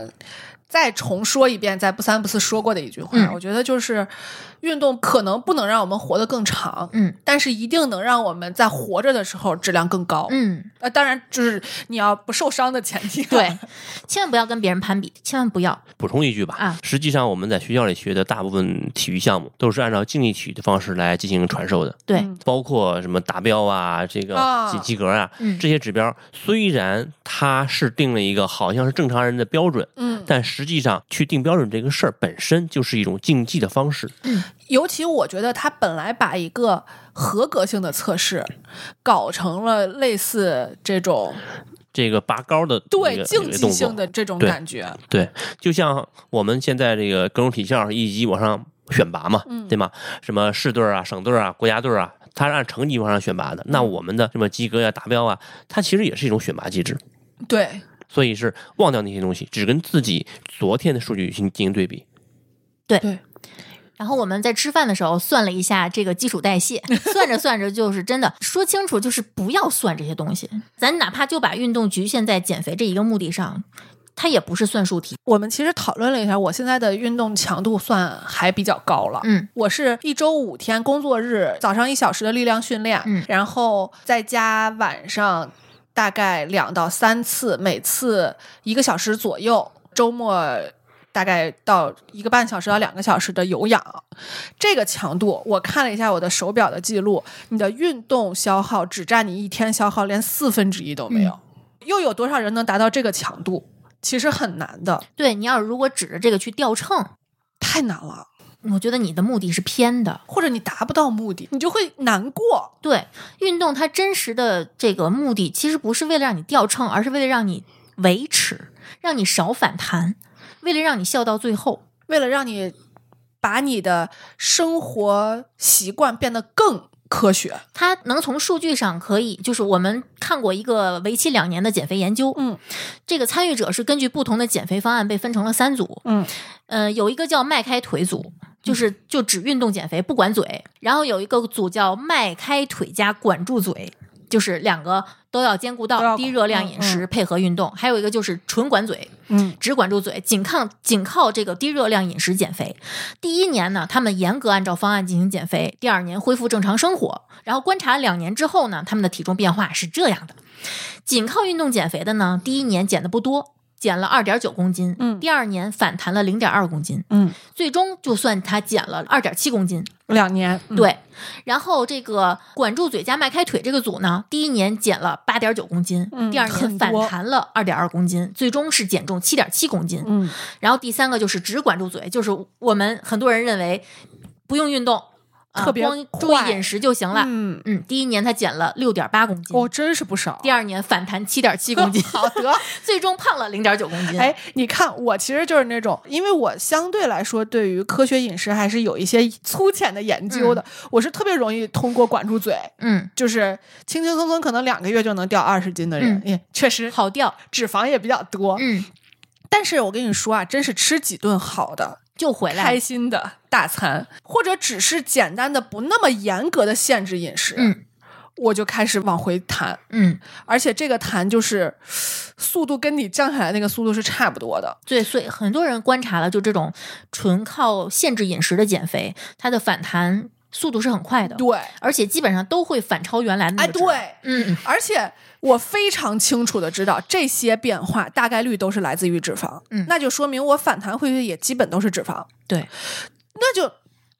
S2: 再重说一遍，在不三不四说过的一句话，
S1: 嗯
S2: 我觉得就是运动可能不能让我们活得更长，
S1: 嗯
S2: 但是一定能让我们在活着的时候质量更高。
S1: 嗯，
S2: 呃，当然就是你要不受伤的前提。啊
S1: 对， 千万不要跟别人攀比，千万不要。
S3: 补充一句吧，
S1: 啊
S3: 实际上我们在学校里学的大部分体育项目都是按照竞技体育的方式来进行传授的，
S1: 对，
S2: 嗯
S3: 包括什么达标啊、这个
S2: 啊
S3: 及及格啊、
S1: 嗯
S3: 这些指标，虽然它是定了一个好像是正常人的标准，
S2: 嗯，
S3: 但实际上去定标准这个事儿本身就是一种竞技的方式。
S2: 尤其我觉得他本来把一个合格性的测试搞成了类似这种
S3: 这个拔高的一
S2: 对
S3: 个
S2: 竞技性，
S3: 一个动作
S2: 的这种
S3: 对
S2: 感觉，
S3: 对，就像我们现在这个各种体校一级往上选拔嘛，
S2: 嗯
S3: 对吗？什么市队啊、省队啊、国家队啊，它是按成绩往上选拔的。
S2: 嗯
S3: 那我们的什么及格呀、达标啊，它其实也是一种选拔机制。
S2: 对，
S3: 所以是忘掉那些东西，只跟自己昨天的数据进进行对比。
S1: 然后我们在吃饭的时候算了一下这个基础代谢，算着算着就是真的说清楚，就是不要算这些东西。咱哪怕就把运动局限在减肥这一个目的上，它也不是算术题。
S2: 我们其实讨论了一下，我现在的运动强度算还比较高了。
S1: 嗯，
S2: 我是一周五天工作日，早上一小时的力量训练，
S1: 嗯
S2: 然后再加晚上大概两到三次，每次一个小时左右，周末。大概到一个半小时到两个小时的有氧，这个强度我看了一下我的手表的记录，你的运动消耗只占你一天消耗连四分之一都没有，又有多少人能达到这个强度？其实很难的。
S1: 对你要是如果指着这个去掉秤，
S2: 太难了，
S1: 我觉得你的目的是偏的。
S2: 或者你达不到目的，你就会难过。
S1: 对，运动它真实的这个目的其实不是为了让你掉秤，而是为了让你维持，让你少反弹，为了让你笑到最后。
S2: 为了让你把你的生活习惯变得更科学，
S1: 它能从数据上可以，就是我们看过一个为期两年的减肥研究，
S2: 嗯
S1: 这个参与者是根据不同的减肥方案被分成了三组，
S2: 嗯
S1: 呃，有一个叫迈开腿组，就是就只运动减肥不管嘴；然后有一个组叫迈开腿加管住嘴，就是两个都要兼顾
S2: 都要
S1: 到低热量
S2: 嗯
S1: 饮食配合运动；还有一个就是纯管嘴，
S2: 嗯，
S1: 只管住嘴，仅靠仅靠这个低热量饮食减肥。第一年呢，他们严格按照方案进行减肥；第二年恢复正常生活，然后观察两年之后呢，他们的体重变化是这样的：仅靠运动减肥的呢，第一年减的不多。减了二点九公斤，
S2: 嗯
S1: 第二年反弹了零点二公斤，
S2: 嗯，
S1: 最终就算他减了二点七公斤，
S2: 两年，嗯，
S1: 对。然后这个管住嘴加迈开腿这个组呢，第一年减了八点九公斤，
S2: 嗯
S1: 第二
S2: 很
S1: 年
S2: 多
S1: 反弹了二点二公斤，最终是减重七点七公斤，
S2: 嗯
S1: 然后第三个就是只管住嘴，就是我们很多人认为不用运动，啊
S2: 特别
S1: 光注意
S2: 快
S1: 饮食就行了。
S2: 嗯，
S1: 嗯，第一年他减了六点八公斤，
S2: 哦，真是不少。，
S1: 第二年反弹七点七公斤
S2: 好得，
S1: 最终胖了零点九公斤。
S2: 哎，你看，我其实就是那种，因为我相对来说对于科学饮食还是有一些粗浅的研究的，我是特别容易通过管住嘴，
S1: 嗯，
S2: 就是轻轻松松可能两个月就能掉二十斤的人，也确实
S1: 跑调，
S2: 脂肪也比较多。
S1: 嗯，
S2: 但是我跟你说啊，真是吃几顿好的、
S1: 就回来
S2: 开
S1: 了。
S2: 心的大餐，或者只是简单的不那么严格的限制饮食，
S1: 嗯
S2: 我就开始往回弹，
S1: 嗯，
S2: 而且这个弹就是速度跟你降下来那个速度是差不多的。
S1: 对，所以很多人观察了，就这种纯靠限制饮食的减肥，它的反弹速度是很快的，
S2: 对，
S1: 而且基本上都会反超原来的那
S2: 哎，
S1: 个值。
S2: 对，
S1: 嗯，
S2: 而且我非常清楚的知道，这些变化大概率都是来自于脂肪，
S1: 嗯
S2: 那就说明我反弹回去也基本都是脂肪，
S1: 对，
S2: 那就。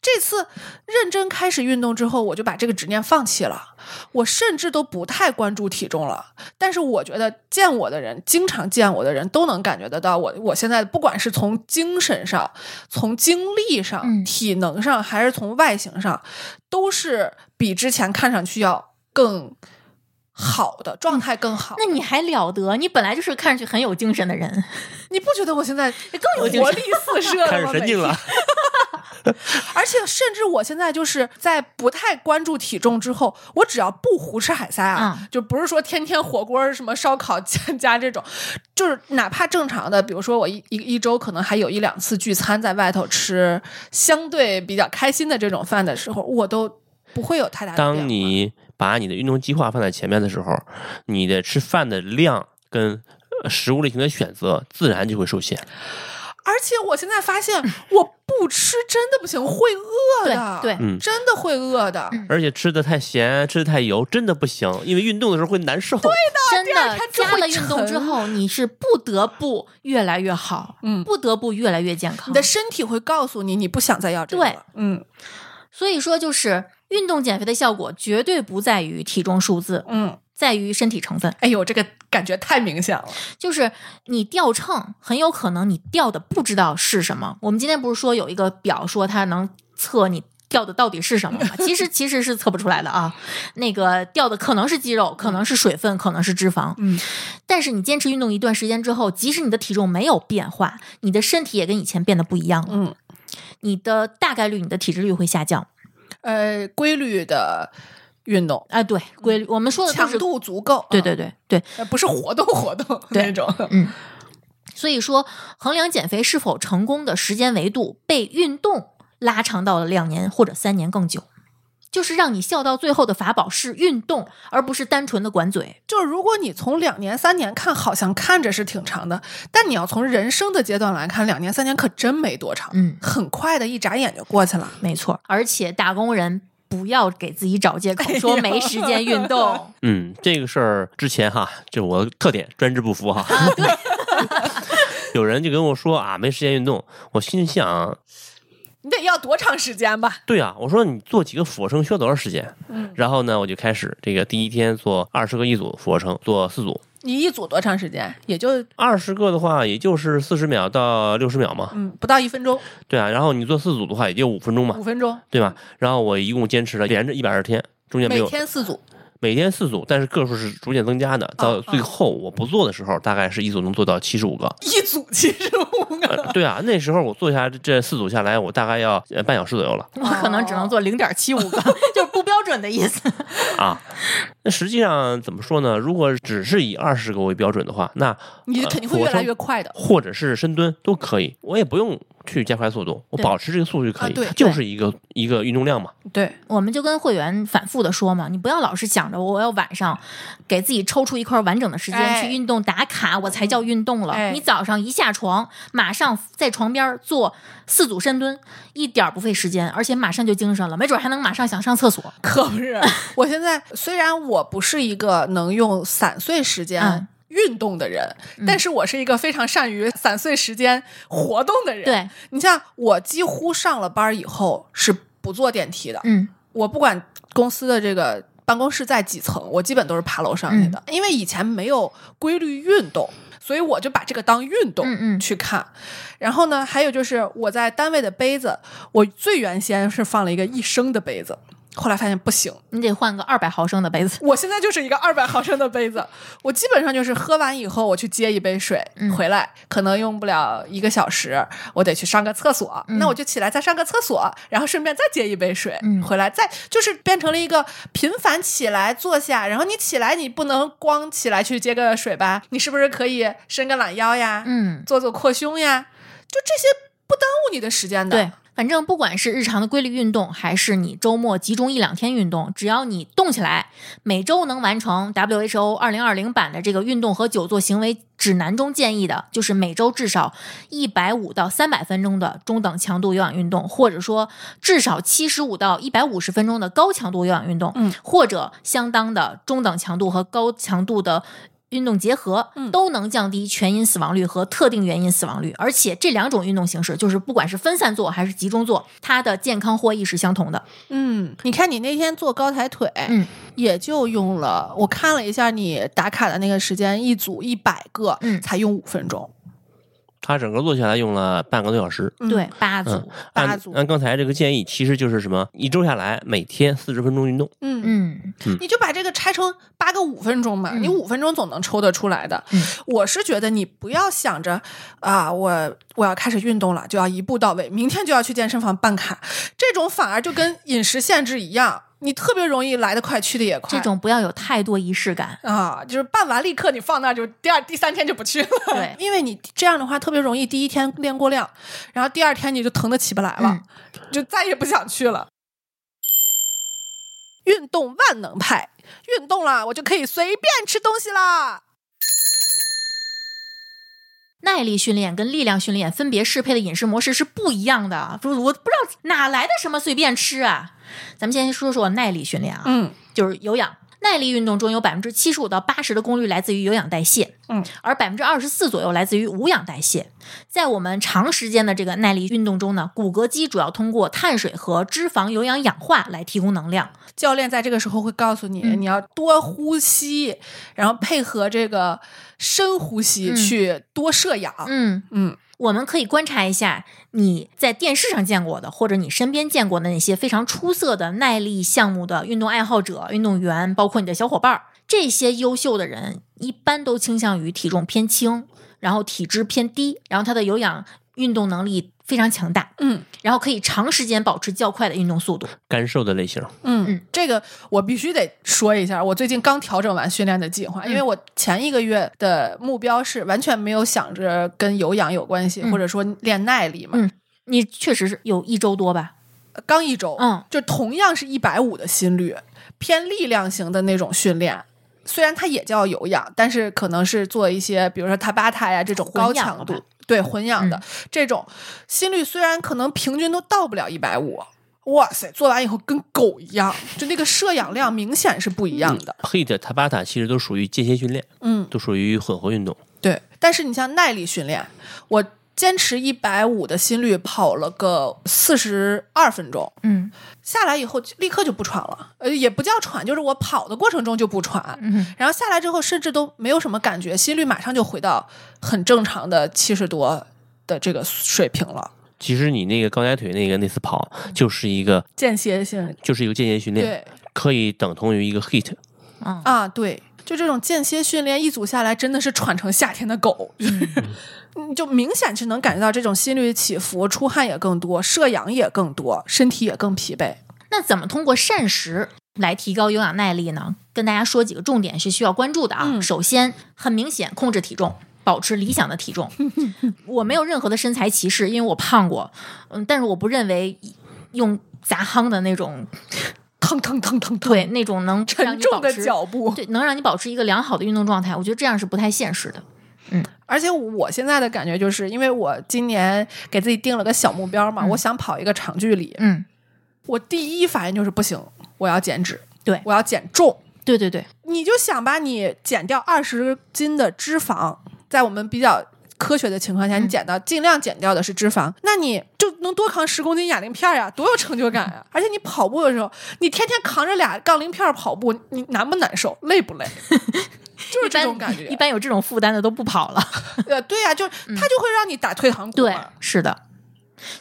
S2: 这次认真开始运动之后，我就把这个执念放弃了，我甚至都不太关注体重了。但是我觉得见我的人，经常见我的人都能感觉得到我，我现在不管是从精神上、从精力上、
S1: 嗯
S2: 体能上，还是从外形上，都是比之前看上去要更好的状态更好。
S1: 那你还了得？你本来就是看上去很有精神的人。
S2: 你不觉得我现在
S1: 更有精神
S2: 活力四射了吗？
S3: 开始神经
S2: 每
S3: 了啊
S2: 天。。而且甚至我现在就是在不太关注体重之后，我只要不胡吃海塞啊，
S1: 嗯
S2: 就不是说天天火锅儿什么烧烤加 加这种，就是哪怕正常的，比如说我一一一周可能还有一两次聚餐在外头吃相对比较开心的这种饭的时候，我都不会有太大的变化。
S3: 当你把你的运动计划放在前面的时候，你的吃饭的量跟呃食物类型的选择自然就会受限。
S2: 而且我现在发现，我不吃真的不行，会饿
S1: 对
S2: 的，
S1: 对嗯
S3: 嗯
S2: 真的会饿的。
S3: 而且吃的太咸、吃的太油真的不行，因为运动的时候会难受。
S1: 真
S2: 第二
S1: 的
S2: 天就
S1: 加
S2: 会
S1: 了运动之
S2: 沉
S1: 后，你是不得不越来越好，
S2: 嗯
S1: 不得不越来越健康。
S2: 你的身体会告诉你，你不想再要这个
S1: 对
S2: 了。嗯
S1: 所以说，就是运动减肥的效果绝对不在于体重数字，
S2: 嗯，
S1: 在于身体成分。
S2: 哎呦，这个感觉太明显了。
S1: 就是你掉秤，很有可能你掉的不知道是什么。我们今天不是说有一个表说它能测你掉的到底是什么吗？其实其实是测不出来的啊。那个掉的可能是肌肉，可能是水分，可能是脂肪。
S2: 嗯，
S1: 但是你坚持运动一段时间之后，即使你的体重没有变化，你的身体也跟以前变得不一样了。
S2: 嗯，
S1: 你的大概率你的体脂率会下降。
S2: 呃，规律的运动，
S1: 啊，对，规律，我们说的都
S2: 嗯强
S1: 是。
S2: 度足够。
S1: 对对对对，
S2: 啊，呃不是活动活动
S1: 对
S2: 那种。
S1: 嗯，所以说，衡量减肥是否成功的时间维度被运动拉长到了两年或者三年更久，就是让你笑到最后的法宝是运动，而不是单纯的管嘴。
S2: 就是如果你从两年三年看，好像看着是挺长的，但你要从人生的阶段来看，两年三年可真没多长。
S1: 嗯，
S2: 很快的一眨眼就过去了。
S1: 没错，而且打工人不要给自己找借口
S2: 哎呦
S1: 说没时间运动。
S3: 嗯，这个事儿之前哈，这我特点专制不服哈。
S2: 啊
S3: 有人就跟我说啊，没时间运动，我心里想，
S2: 你得要多长时间吧？
S3: 对啊，我说你做几个俯卧撑需要多少时间？
S2: 嗯
S3: 然后呢，我就开始这个第一天做二十个一组俯卧撑，做四组，
S2: 你一组多长时间？也就
S3: 二十个的话，也就是四十秒到六十秒嘛，
S2: 嗯不到一分钟，
S3: 对啊。然后你做四组的话，也就五分钟嘛
S2: 五，分钟，
S3: 对吧？然后我一共坚持了连着一百二十天，中间没
S2: 每
S3: 有
S2: 天四组。
S3: 每天四组，但是个数是逐渐增加的。到
S2: 哦
S3: 最后我不做的时候，大概是一组能做到七十五个。
S2: 一组七十五 个，
S3: 呃对啊，那时候我做下这四组下来，我大概要呃半小时左右了
S1: 我可能只能做零点七五 个，就是不标准的意思。
S3: 啊。那实际上怎么说呢？如果只是以二十个为标准的话，那
S2: 你
S3: 呃
S2: 肯定会
S3: 俯
S2: 越
S3: 卧撑
S2: 来越快的。
S3: 或者是深蹲都可以，我也不用去加快速度，我
S1: 对
S3: 保持这个速度就可
S2: 啊
S3: 以，
S2: 对
S3: 它就是一个一个运动量嘛。
S2: 对，
S1: 我们就跟会员反复的说嘛，你不要老是想着我要晚上给自己抽出一块完整的时间
S2: 哎
S1: 去运动打卡，我才叫运动了。
S2: 哎
S1: 你早上一下床，马上在床边做四组深蹲，一点儿不费时间，而且马上就精神了，没准还能马上想上厕所。
S2: 可 不是。我现在虽然我不是一个能用散碎时
S1: 嗯
S2: 间运动的人，但是我是一个非常善于散碎时间活动的人。
S1: 对，
S2: 你像我几乎上了班以后是不坐电梯的，
S1: 嗯
S2: 我不管公司的这个办公室在几层，我基本都是爬楼上去的，
S1: 嗯
S2: 因为以前没有规律运动，所以我就把这个当运动
S1: 嗯嗯
S2: 去看。然后呢，还有就是我在单位的杯子，我最原先是放了一个一升的杯子。后来发现不行，
S1: 你得换个二百毫升的杯子。
S2: 我现在就是一个二百毫升的杯子，我基本上就是喝完以后，我去接一杯水、
S1: 嗯
S2: 回来，可能用不了一个小时，我得去上个厕所，
S1: 嗯
S2: 那我就起来再上个厕所，然后顺便再接一杯水、
S1: 嗯
S2: 回来，再就是变成了一个频繁起来坐下，然后你起来你不能光起来去接个水吧，你是不是可以伸个懒腰呀，
S1: 嗯，
S2: 做做扩胸呀，就这些不耽误你的时间的。
S1: 对。反正不管是日常的规律运动，还是你周末集中一两天运动，只要你动起来，每周能完成 WHO 二零二零版的这个运动和久坐行为指南中建议的，就是每周至少一百五到三百分钟的中等强度有氧运动，或者说至少七十五到一百五十分钟的高强度有氧运动，
S2: 嗯
S1: 或者相当的中等强度和高强度的。运动结合
S2: 嗯
S1: 都能降低全因死亡率和特定原因死亡率，而且这两种运动形式，就是不管是分散做还是集中做，它的健康获益是相同的。
S2: 嗯，你看你那天做高抬腿，
S1: 嗯，
S2: 也就用了，我看了一下你打卡的那个时间，一组一百个，
S1: 嗯
S2: 才用五分钟，
S3: 它整个做下来用了半个多小时。
S2: 嗯
S1: 对，，八组，
S3: 嗯
S2: 八
S3: 按
S2: 组
S3: 按刚才这个建议，其实就是什么？一周下来每天四十分钟运动，
S2: 嗯。
S1: 嗯
S2: 你就把这个拆成八个五分钟嘛，
S1: 嗯
S2: 你五分钟总能抽得出来的。
S1: 嗯
S2: 我是觉得你不要想着啊，我我要开始运动了，就要一步到位，明天就要去健身房办卡，这种反而就跟饮食限制一样，你特别容易来得快，去得也快。
S1: 这种不要有太多仪式 感。
S2: 啊，就是办完立刻你放那儿，就第二、第三天就不去了。
S1: 对
S2: 因为你这样的话特别容易，第一天练过量，然后第二天你就疼得起不来了，就再也不想去了。运动万能派，运动了我就可以随便吃东西啦。
S1: 耐力训练跟力量训练分别适配的饮食模式是不一样的，不是我不知道哪来的什么随便吃啊。咱们先说说耐力训练啊，
S2: 嗯
S1: 就是有氧。耐力运动中有百分之七十五到八十的功率来自于有氧代谢，
S2: 嗯，
S1: 而百分之二十四左右来自于无氧代谢。在我们长时间的这个耐力运动中呢，骨骼肌主要通过碳水和脂肪有氧氧化来提供能量。
S2: 教练在这个时候会告诉你，
S1: 嗯
S2: 你要多呼吸，然后配合这个深呼吸
S1: 嗯
S2: 去多摄氧。
S1: 嗯，
S2: 嗯
S1: 我们可以观察一下你在电视上见过的，或者你身边见过的那些非常出色的耐力项目的运动爱好者、运动员，包括你的小伙伴儿。这些优秀的人一般都倾向于体重偏轻，然后体脂偏低，然后他的有氧运动能力非常强大，
S2: 嗯
S1: 然后可以长时间保持较快的运动速度。
S3: 干瘦的类型。
S2: 嗯
S1: 嗯，
S2: 这个我必须得说一下，我最近刚调整完训练的计
S1: 嗯
S2: 划，因为我前一个月的目标是完全没有想着跟有氧有关系，
S1: 嗯
S2: 或者说练耐力嘛。
S1: 嗯你确实是有一周多吧？
S2: 刚一周，
S1: 嗯，
S2: 就同样是一百五的心率，偏力量型的那种训练。虽然它也叫有氧，但是可能是做一些，比如说塔巴塔呀这种
S1: 混
S2: 高
S1: 氧
S2: 强
S1: 吧
S2: 度，对混氧的、
S1: 嗯
S2: 这种心率，虽然可能平均都到不了一百五，哇塞，做完以后跟狗一样，就那个摄氧量明显是不一样的。
S3: HIT、Tabata 其实都属于间歇训练，
S2: 嗯，
S3: 都属于混合运动。
S2: 对，但是你像耐力训练，我坚持一百五的心率跑了个四十二分钟，
S1: 嗯
S2: 下来以后就立刻就不喘了，呃，也不叫喘，就是我跑的过程中就不喘，
S1: 嗯
S2: 然后下来之后甚至都没有什么感觉，心率马上就回到很正常的七十多的这个水平了，
S3: 其实你那个高抬腿那个那次跑，就是一个
S2: 间歇性
S3: 就是一个间歇训练，
S2: 对
S3: 可以等同于一个 hit。
S1: 嗯
S2: 啊，对，就这种间歇训练一组下来，真的是喘成夏天的狗，嗯 就明显是能感觉到这种心率起伏，出汗也更多，摄氧也更多，身体也更疲惫。
S1: 那怎么通过膳食来提高有氧耐力呢？跟大家说几个重点是需要关注的啊。
S2: 嗯
S1: 首先，很明显控制体重。保持理想的体 重，我没有任何的身材歧视，因为我胖过，嗯，但是我不认为用砸夯的那种，
S2: 腾腾腾腾腾，
S1: 对，那种能让
S2: 沉
S1: 你
S2: 重
S1: 保
S2: 的
S1: 持
S2: 脚步。
S1: 对，能让你保持一个良好的运动状态，我觉得这样是不太现实的。
S2: 而且我现在的感觉就是，因为我今年给自己定了个小目标嘛，
S1: 嗯
S2: 我想跑一个长距离，
S1: 嗯，
S2: 我第一反应就是不行，我要减脂，
S1: 对
S2: 我要减重。
S1: 对对对，
S2: 你就想吧，你减掉二十斤的脂肪，在我们比较科学的情况下，
S1: 嗯
S2: 你减到尽量减掉的是脂肪，那你就能多扛十公斤哑铃片儿呀，多有成就感呀！而且你跑步的时候，你天天扛着俩杠铃片儿跑步，你难不难受？累不累？ 就是
S1: 一
S2: 这
S1: 般
S2: 种感觉
S1: 一，般有这种负担的都不跑了。
S2: 呃，对呀、就它就会让你打退堂鼓
S1: 嗯对
S2: 嘛。，
S1: 是的。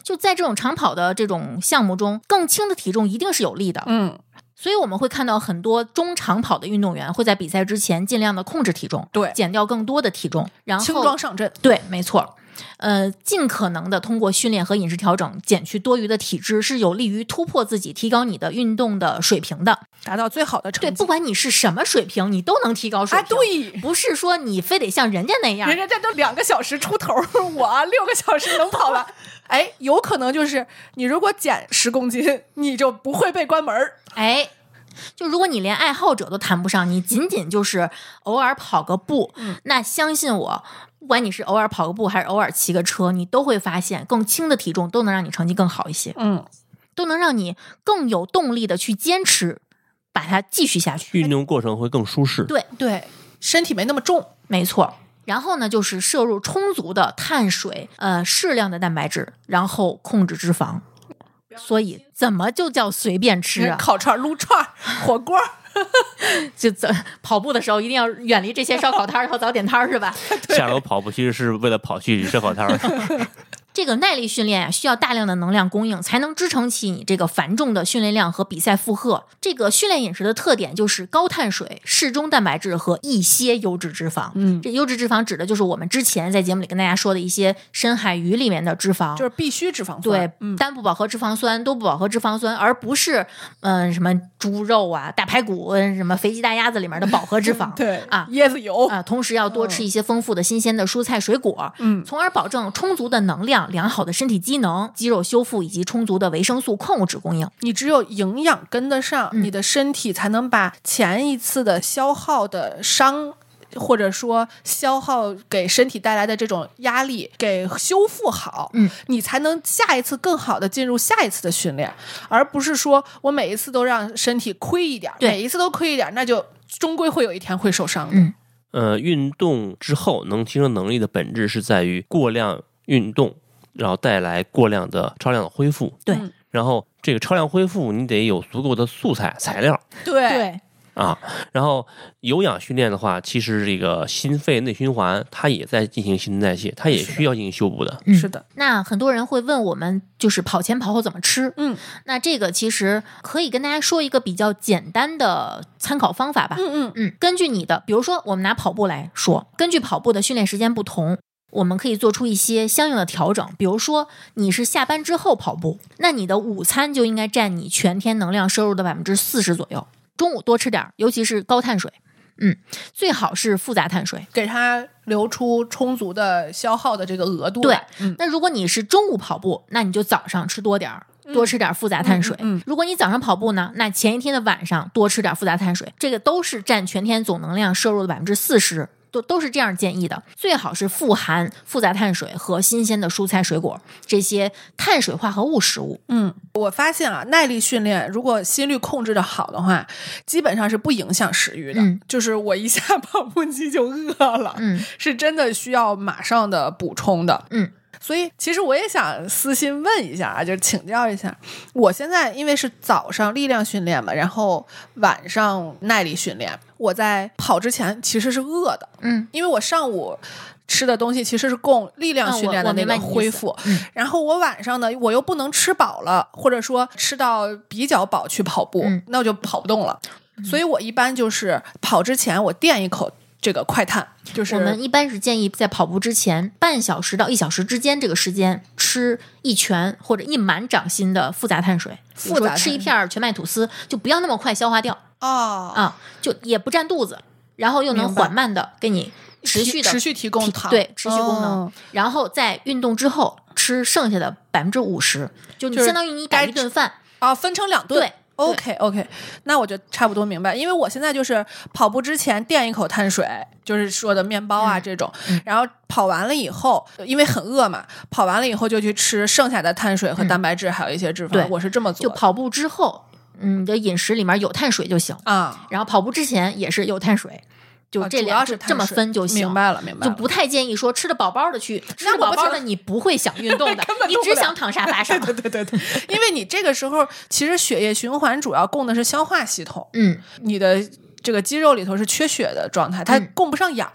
S1: 就在这种长跑的这种项目中，更轻的体重一定是有利的。
S2: 嗯，
S1: 所以我们会看到很多中长跑的运动员会在比赛之前尽量的控制体重，
S2: 对
S1: 减掉更多的体重，然后
S2: 轻装上阵，
S1: 对，没错，呃，尽可能的通过训练和饮食调整减去多余的体脂，是有利于突破自己、提高你的运动的水平的。
S2: 达到最好的成绩。
S1: 对，不管你是什么水平，你都能提高水
S2: 啊，
S1: 平。，
S2: 对。
S1: 不是说你非得像人家那样
S2: 人，家这都两个小时出头，我啊六个小时能跑完。哎，有可能就是你如果减十公斤，你就不会被关门儿。
S1: 哎，就如果你连爱好者都谈不上，你仅仅就是偶尔跑个步，那相信我，不管你是偶尔跑个步还是偶尔骑个车，你都会发现更轻的体重都能让你成绩更好一些，
S2: 嗯，
S1: 都能让你更有动力的去坚持，把它继续下去。
S3: 运动过程会更舒适。
S1: 对，
S2: 对，身体没那么重。
S1: 没错。然后呢，就是摄入充足的碳水，呃，适量的蛋白质，然后控制脂肪。所以，怎么就叫随便吃啊？
S2: 烤串、撸串、火锅，
S1: 就走跑步的时候一定要远离这些烧烤摊儿和早点摊儿，是吧？
S3: 下楼跑步其实是为了跑去烧烤摊儿。
S1: 这个耐力训练啊，需要大量的能量供应，才能支撑起你这个繁重的训练量和比赛负荷。这个训练饮食的特点就是高碳水、适中蛋白质和一些优质脂肪。
S2: 嗯，
S1: 这优质脂肪指的就是我们之前在节目里跟大家说的一些深海鱼里面的脂肪，
S2: 就是必须脂肪酸。
S1: 对，
S2: 嗯，。
S1: 单不饱和脂肪酸、多不饱和脂肪酸，而不是嗯、呃什么猪肉啊、大排骨、什么肥鸡、大鸭子里面的饱和脂肪
S2: 对
S1: 啊
S2: 椰子油，
S1: 啊，同时要多吃一些丰富的新鲜的蔬菜水果，
S2: 嗯
S1: 从而保证充足的能量、良好的身体机能、肌肉修复以及充足的维生素矿物质供应。
S2: 你只有营养跟得上，
S1: 嗯
S2: 你的身体才能把前一次的消耗的伤。或者说消耗给身体带来的这种压力给修复好，
S1: 嗯，
S2: 你才能下一次更好的进入下一次的训练，而不是说我每一次都让身体亏一点儿，
S1: 对
S2: 每一次都亏一点儿，那就终归会有一天会受伤的。
S1: 嗯
S3: 呃，运动之后能提升能力的本质是在于过量运动，然后带来过量的超量的恢复。
S1: 对
S2: 嗯
S3: 然后这个超量恢复，你得有足够的素材材料
S2: 对，
S3: 啊。然后有氧训练的话，其实这个心肺内循环它也在进行新陈代谢，它也需要进行修补的。
S1: 嗯
S2: 是的，
S1: 那很多人会问我们，就是跑前跑后怎么吃？
S2: 嗯
S1: 那这个其实可以跟大家说一个比较简单的参考方法吧。
S2: 嗯嗯，
S1: 嗯，根据你的，比如说我们拿跑步来说，根据跑步的训练时间不同，我们可以做出一些相应的调整。比如说你是下班之后跑步，那你的午餐就应该占你全天能量摄入的百分之四十左右，中午多吃点儿，尤其是高碳水，嗯，最好是复杂碳水。
S2: 给它留出充足的消耗的这个额度
S1: 对
S2: 来。嗯
S1: 那如果你是中午跑步，那你就早上吃多点儿。多吃点儿复杂碳水。
S2: 嗯嗯嗯嗯
S1: 如果你早上跑步呢，那前一天的晚上多吃点儿复杂碳水，这个都是占全天总能量摄入的百分之四十，都都是这样建议的。最好是富含复杂碳水和新鲜的蔬菜水果这些碳水化合物食物。
S2: 嗯，我发现啊，耐力训练如果心率控制的好的话，基本上是不影响食欲的。
S1: 嗯
S2: 就是我一 下跑步机就饿了，
S1: 嗯
S2: 是真的需要马上的补充的。
S1: 嗯，
S2: 所以其实我也想私信问一下啊，就是请教一下，我现在因为是早上力量训练嘛，然后晚上耐力训练，我在跑之前其实是饿的，
S1: 嗯，
S2: 因为我上午。吃的东西其实是供力量训练的那个恢复，
S1: 嗯我我明白你意思嗯
S2: 然后我晚上呢，我又不能吃饱了，或者说吃到比较饱去跑步，
S1: 嗯
S2: 那我就跑不动了。所以我一般就是跑之前我垫一口这个快碳，就是
S1: 我们一般是建议在跑步之前半小时到一小时之间这个时间吃一拳或者一满掌心的复杂碳水，比如
S2: 复杂
S1: 说
S2: 碳水
S1: 吃一片全麦吐司，就不要那么快消化掉
S2: 哦
S1: 啊，就也不占肚子，然后又能
S2: 明白
S1: 缓慢的给你持续的
S2: 持续提供糖，
S1: 对持续功能，
S2: 哦
S1: 然后在运动之后吃剩下的百分之五十，就你
S2: 就是
S1: 相当于你
S2: 该
S1: 打一顿饭，
S2: 啊，分成两顿。
S1: 对
S2: OK OK，那我就差不多明白，因为我现在就是跑步之前垫一口碳水，就是说的面包啊
S1: 嗯
S2: 这种，
S1: 嗯
S2: 然后跑完了以后，因为很饿嘛，跑完了以后就去吃剩下的碳水和蛋白质，还有一些脂肪，
S1: 嗯对
S2: 我是这么做
S1: 就
S2: 的
S1: 跑步之后，嗯，你的饮食里面有碳水就行，
S2: 啊，
S1: 然后跑步之前也是有碳水，就
S2: 啊
S1: 这
S2: 主
S1: 两、
S2: 要
S1: 就是
S2: 碳
S1: 这么
S2: 水
S1: 分就行。
S2: 明白了明白
S1: 就
S2: 了，
S1: 不太建议说吃的饱饱的去，吃的
S2: 我
S1: 饱
S2: 不
S1: 饱的
S2: 行
S1: 你不会想运动的
S2: 根本，
S1: 你
S2: 动不
S1: 只
S2: 了
S1: 想躺沙发上。
S2: 对对对对，因为你这个时候其实血液循环主要供的是消化系统，
S1: 嗯，
S2: 你的这个肌肉里头是缺血的状态，它
S1: 嗯
S2: 供不上氧。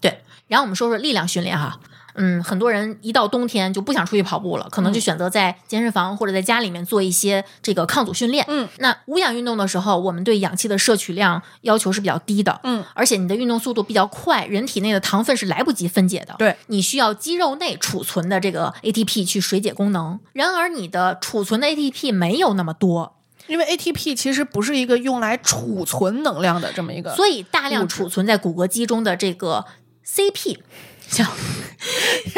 S1: 对。然后我们说说力量训练哈，嗯，很多人一到冬天就不想出去跑步了，可
S2: 嗯
S1: 能就选择在健身房或者在家里面做一些这个抗阻训练。
S2: 嗯，
S1: 那无氧运动的时候，我们对氧气的摄取量要求是比较低的。
S2: 嗯，
S1: 而且你的运动速度比较快，人体内的糖分是来不及分解的。
S2: 对，
S1: 你需要肌肉内储存的这个 ATP 去水解功能。然而，你的储存的 ATP 没有那么多，
S2: 因为 ATP 其实不是一个用来储存能量的这么一个，
S1: 所以大
S2: 物
S1: 量
S2: 质
S1: 储存在骨骼肌中的这个 CP，叫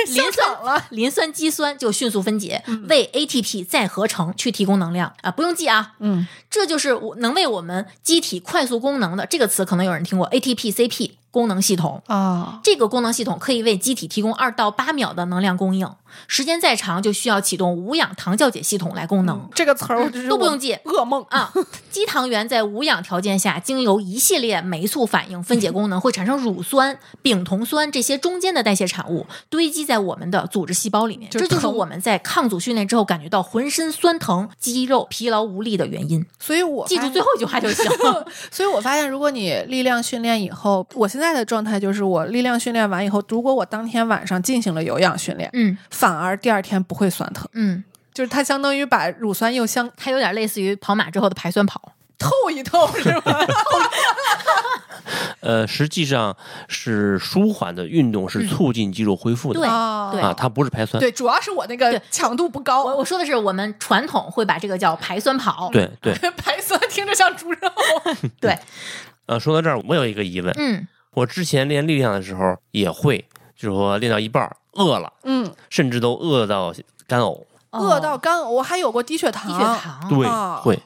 S1: 磷酸
S2: 了。嗯
S1: 磷酸肌酸就迅速分解，为 ATP 再合成去提供能量啊，不用记啊，
S2: 嗯，
S1: 这就是我能为我们机体快速功能的这个词，可能有人听过 ATP CP 功能系统。
S2: 啊、
S1: 这个功能系统可以为机体提供二到八秒的能量供应，时间再长就需要启动无氧糖酵解系统来功能。
S2: 这个词儿我真
S1: 嗯
S2: 是
S1: 都不
S2: 我
S1: 用记
S2: 噩梦
S1: 啊，肌糖原在无氧条件下，经由一系列酶促反应分解功能，会产生乳酸、丙酮酸这些中间的代谢产物，堆积在我们的组织细胞里面。
S2: 就
S1: 这就是
S2: 疼
S1: 我们在抗阻训练之后感觉到浑身酸疼、肌肉疲劳无力的原因。
S2: 所以我
S1: 记
S2: 发
S1: 住
S2: 现
S1: 最后一句话就行。
S2: 所以我发现，如果你力量训练以后，我现在的状态就是，我力量训练完以后，如果我当天晚上进行了有氧训练，
S1: 嗯
S2: 反而第二天不会酸疼，
S1: 嗯，
S2: 就是它相当于把乳酸又相
S1: 它有点类似于跑马之后的排酸跑。
S2: 透一透，是 吧？
S3: 呃，实际上是舒缓的运动是促进肌肉恢复
S1: 嗯
S3: 的，
S1: 对
S2: 哦
S1: 对
S3: 啊，它不是排酸，
S2: 对，主要是我那个
S1: 对
S2: 强度不高，
S1: 我我说的是我们传统会把这个叫排酸跑。
S3: 对对。
S2: 排酸听着像猪肉，
S1: 对，
S3: 呃，说到这儿，我有一个疑问，
S1: 嗯
S3: 我之前练力量的时候也会，就是说练到一半儿饿了，
S2: 嗯，
S3: 甚至都饿到干呕，
S2: 饿到
S1: 哦
S2: 干呕，我还有过低血糖，
S1: 低血糖。
S3: 对，
S2: 啊
S3: 会，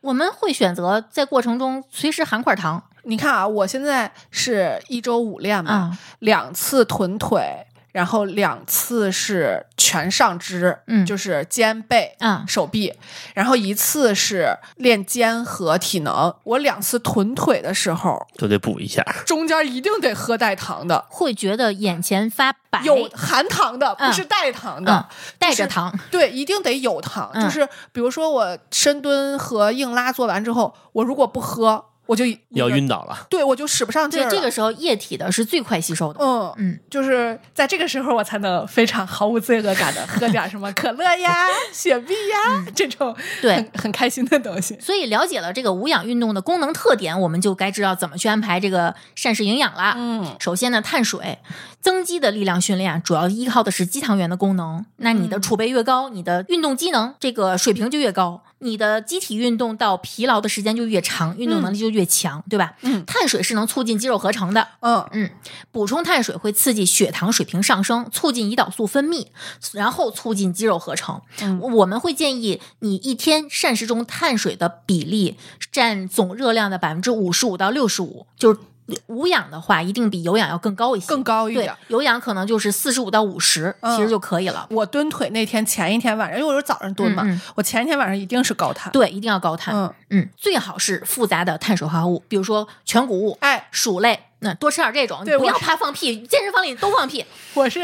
S1: 我们会选择在过程中随时含块糖
S2: 你看啊，我现在是一周五练嘛，
S1: 啊，
S2: 两次臀腿，然后两次是全上肢，
S1: 嗯
S2: 就是肩背。
S1: 啊，
S2: 手臂，然后一次是练肩和体能。我两次臀腿的时候，
S3: 就得补一下。
S2: 中间一定得喝带糖的，
S1: 会觉得眼前发白，
S2: 有含糖的，
S1: 哎嗯
S2: 不是带糖的。
S1: 嗯，带
S2: 就是
S1: 着糖，
S2: 对，一定得有糖。
S1: 嗯
S2: 就是比如说我深蹲和硬拉做完之后，我如果不喝，我就
S3: 要，晕倒了，
S2: 对我就使不上劲儿
S1: 对，
S2: 了。
S1: 这个时候液体的是最快吸收的。
S2: 嗯，
S1: 嗯，
S2: 就是在这个时候，我才能非常毫无罪恶感的喝点什么可乐 呀、雪碧呀、这种
S1: 嗯对
S2: 很很开心的东西。
S1: 所以了解了这个无氧运动的功能特点，我们就该知道怎么去安排这个膳食营养啦。
S2: 嗯，
S1: 首先呢，碳水增肌的力量训练啊主要依靠的是肌糖原的功能。那你的储备越高，你的运动机能这个水平就越高，你的机体运动到疲劳的时间就越长，运动能力就越强，对吧？
S2: 嗯
S1: 碳水是能促进肌肉合成的，
S2: 嗯，
S1: 补充碳水会刺激血糖水平上升，促进胰岛素分泌，然后促进肌肉合成。
S2: 嗯
S1: 我们会建议你一天膳食中碳水的比例占总热量的百分之五十五到六十五，就是无氧的话，一定比有氧要更高一些。
S2: 更高一
S1: 对
S2: 点。，
S1: 有氧可能就是四十五到五十、
S2: 嗯
S1: 其实就可以了。
S2: 我蹲腿那天前一天晚上，因为我是早上蹲嘛，
S1: 嗯嗯
S2: 我前一天晚上一定是高碳。
S1: 对，一定要高碳。
S2: 嗯，
S1: 嗯，最好是复杂的碳水化合物，比如说全谷物、
S2: 哎，
S1: 鼠类，那多吃点这种，
S2: 对
S1: 不要
S2: 我是
S1: 怕放屁，健身房里都放屁。
S2: 我是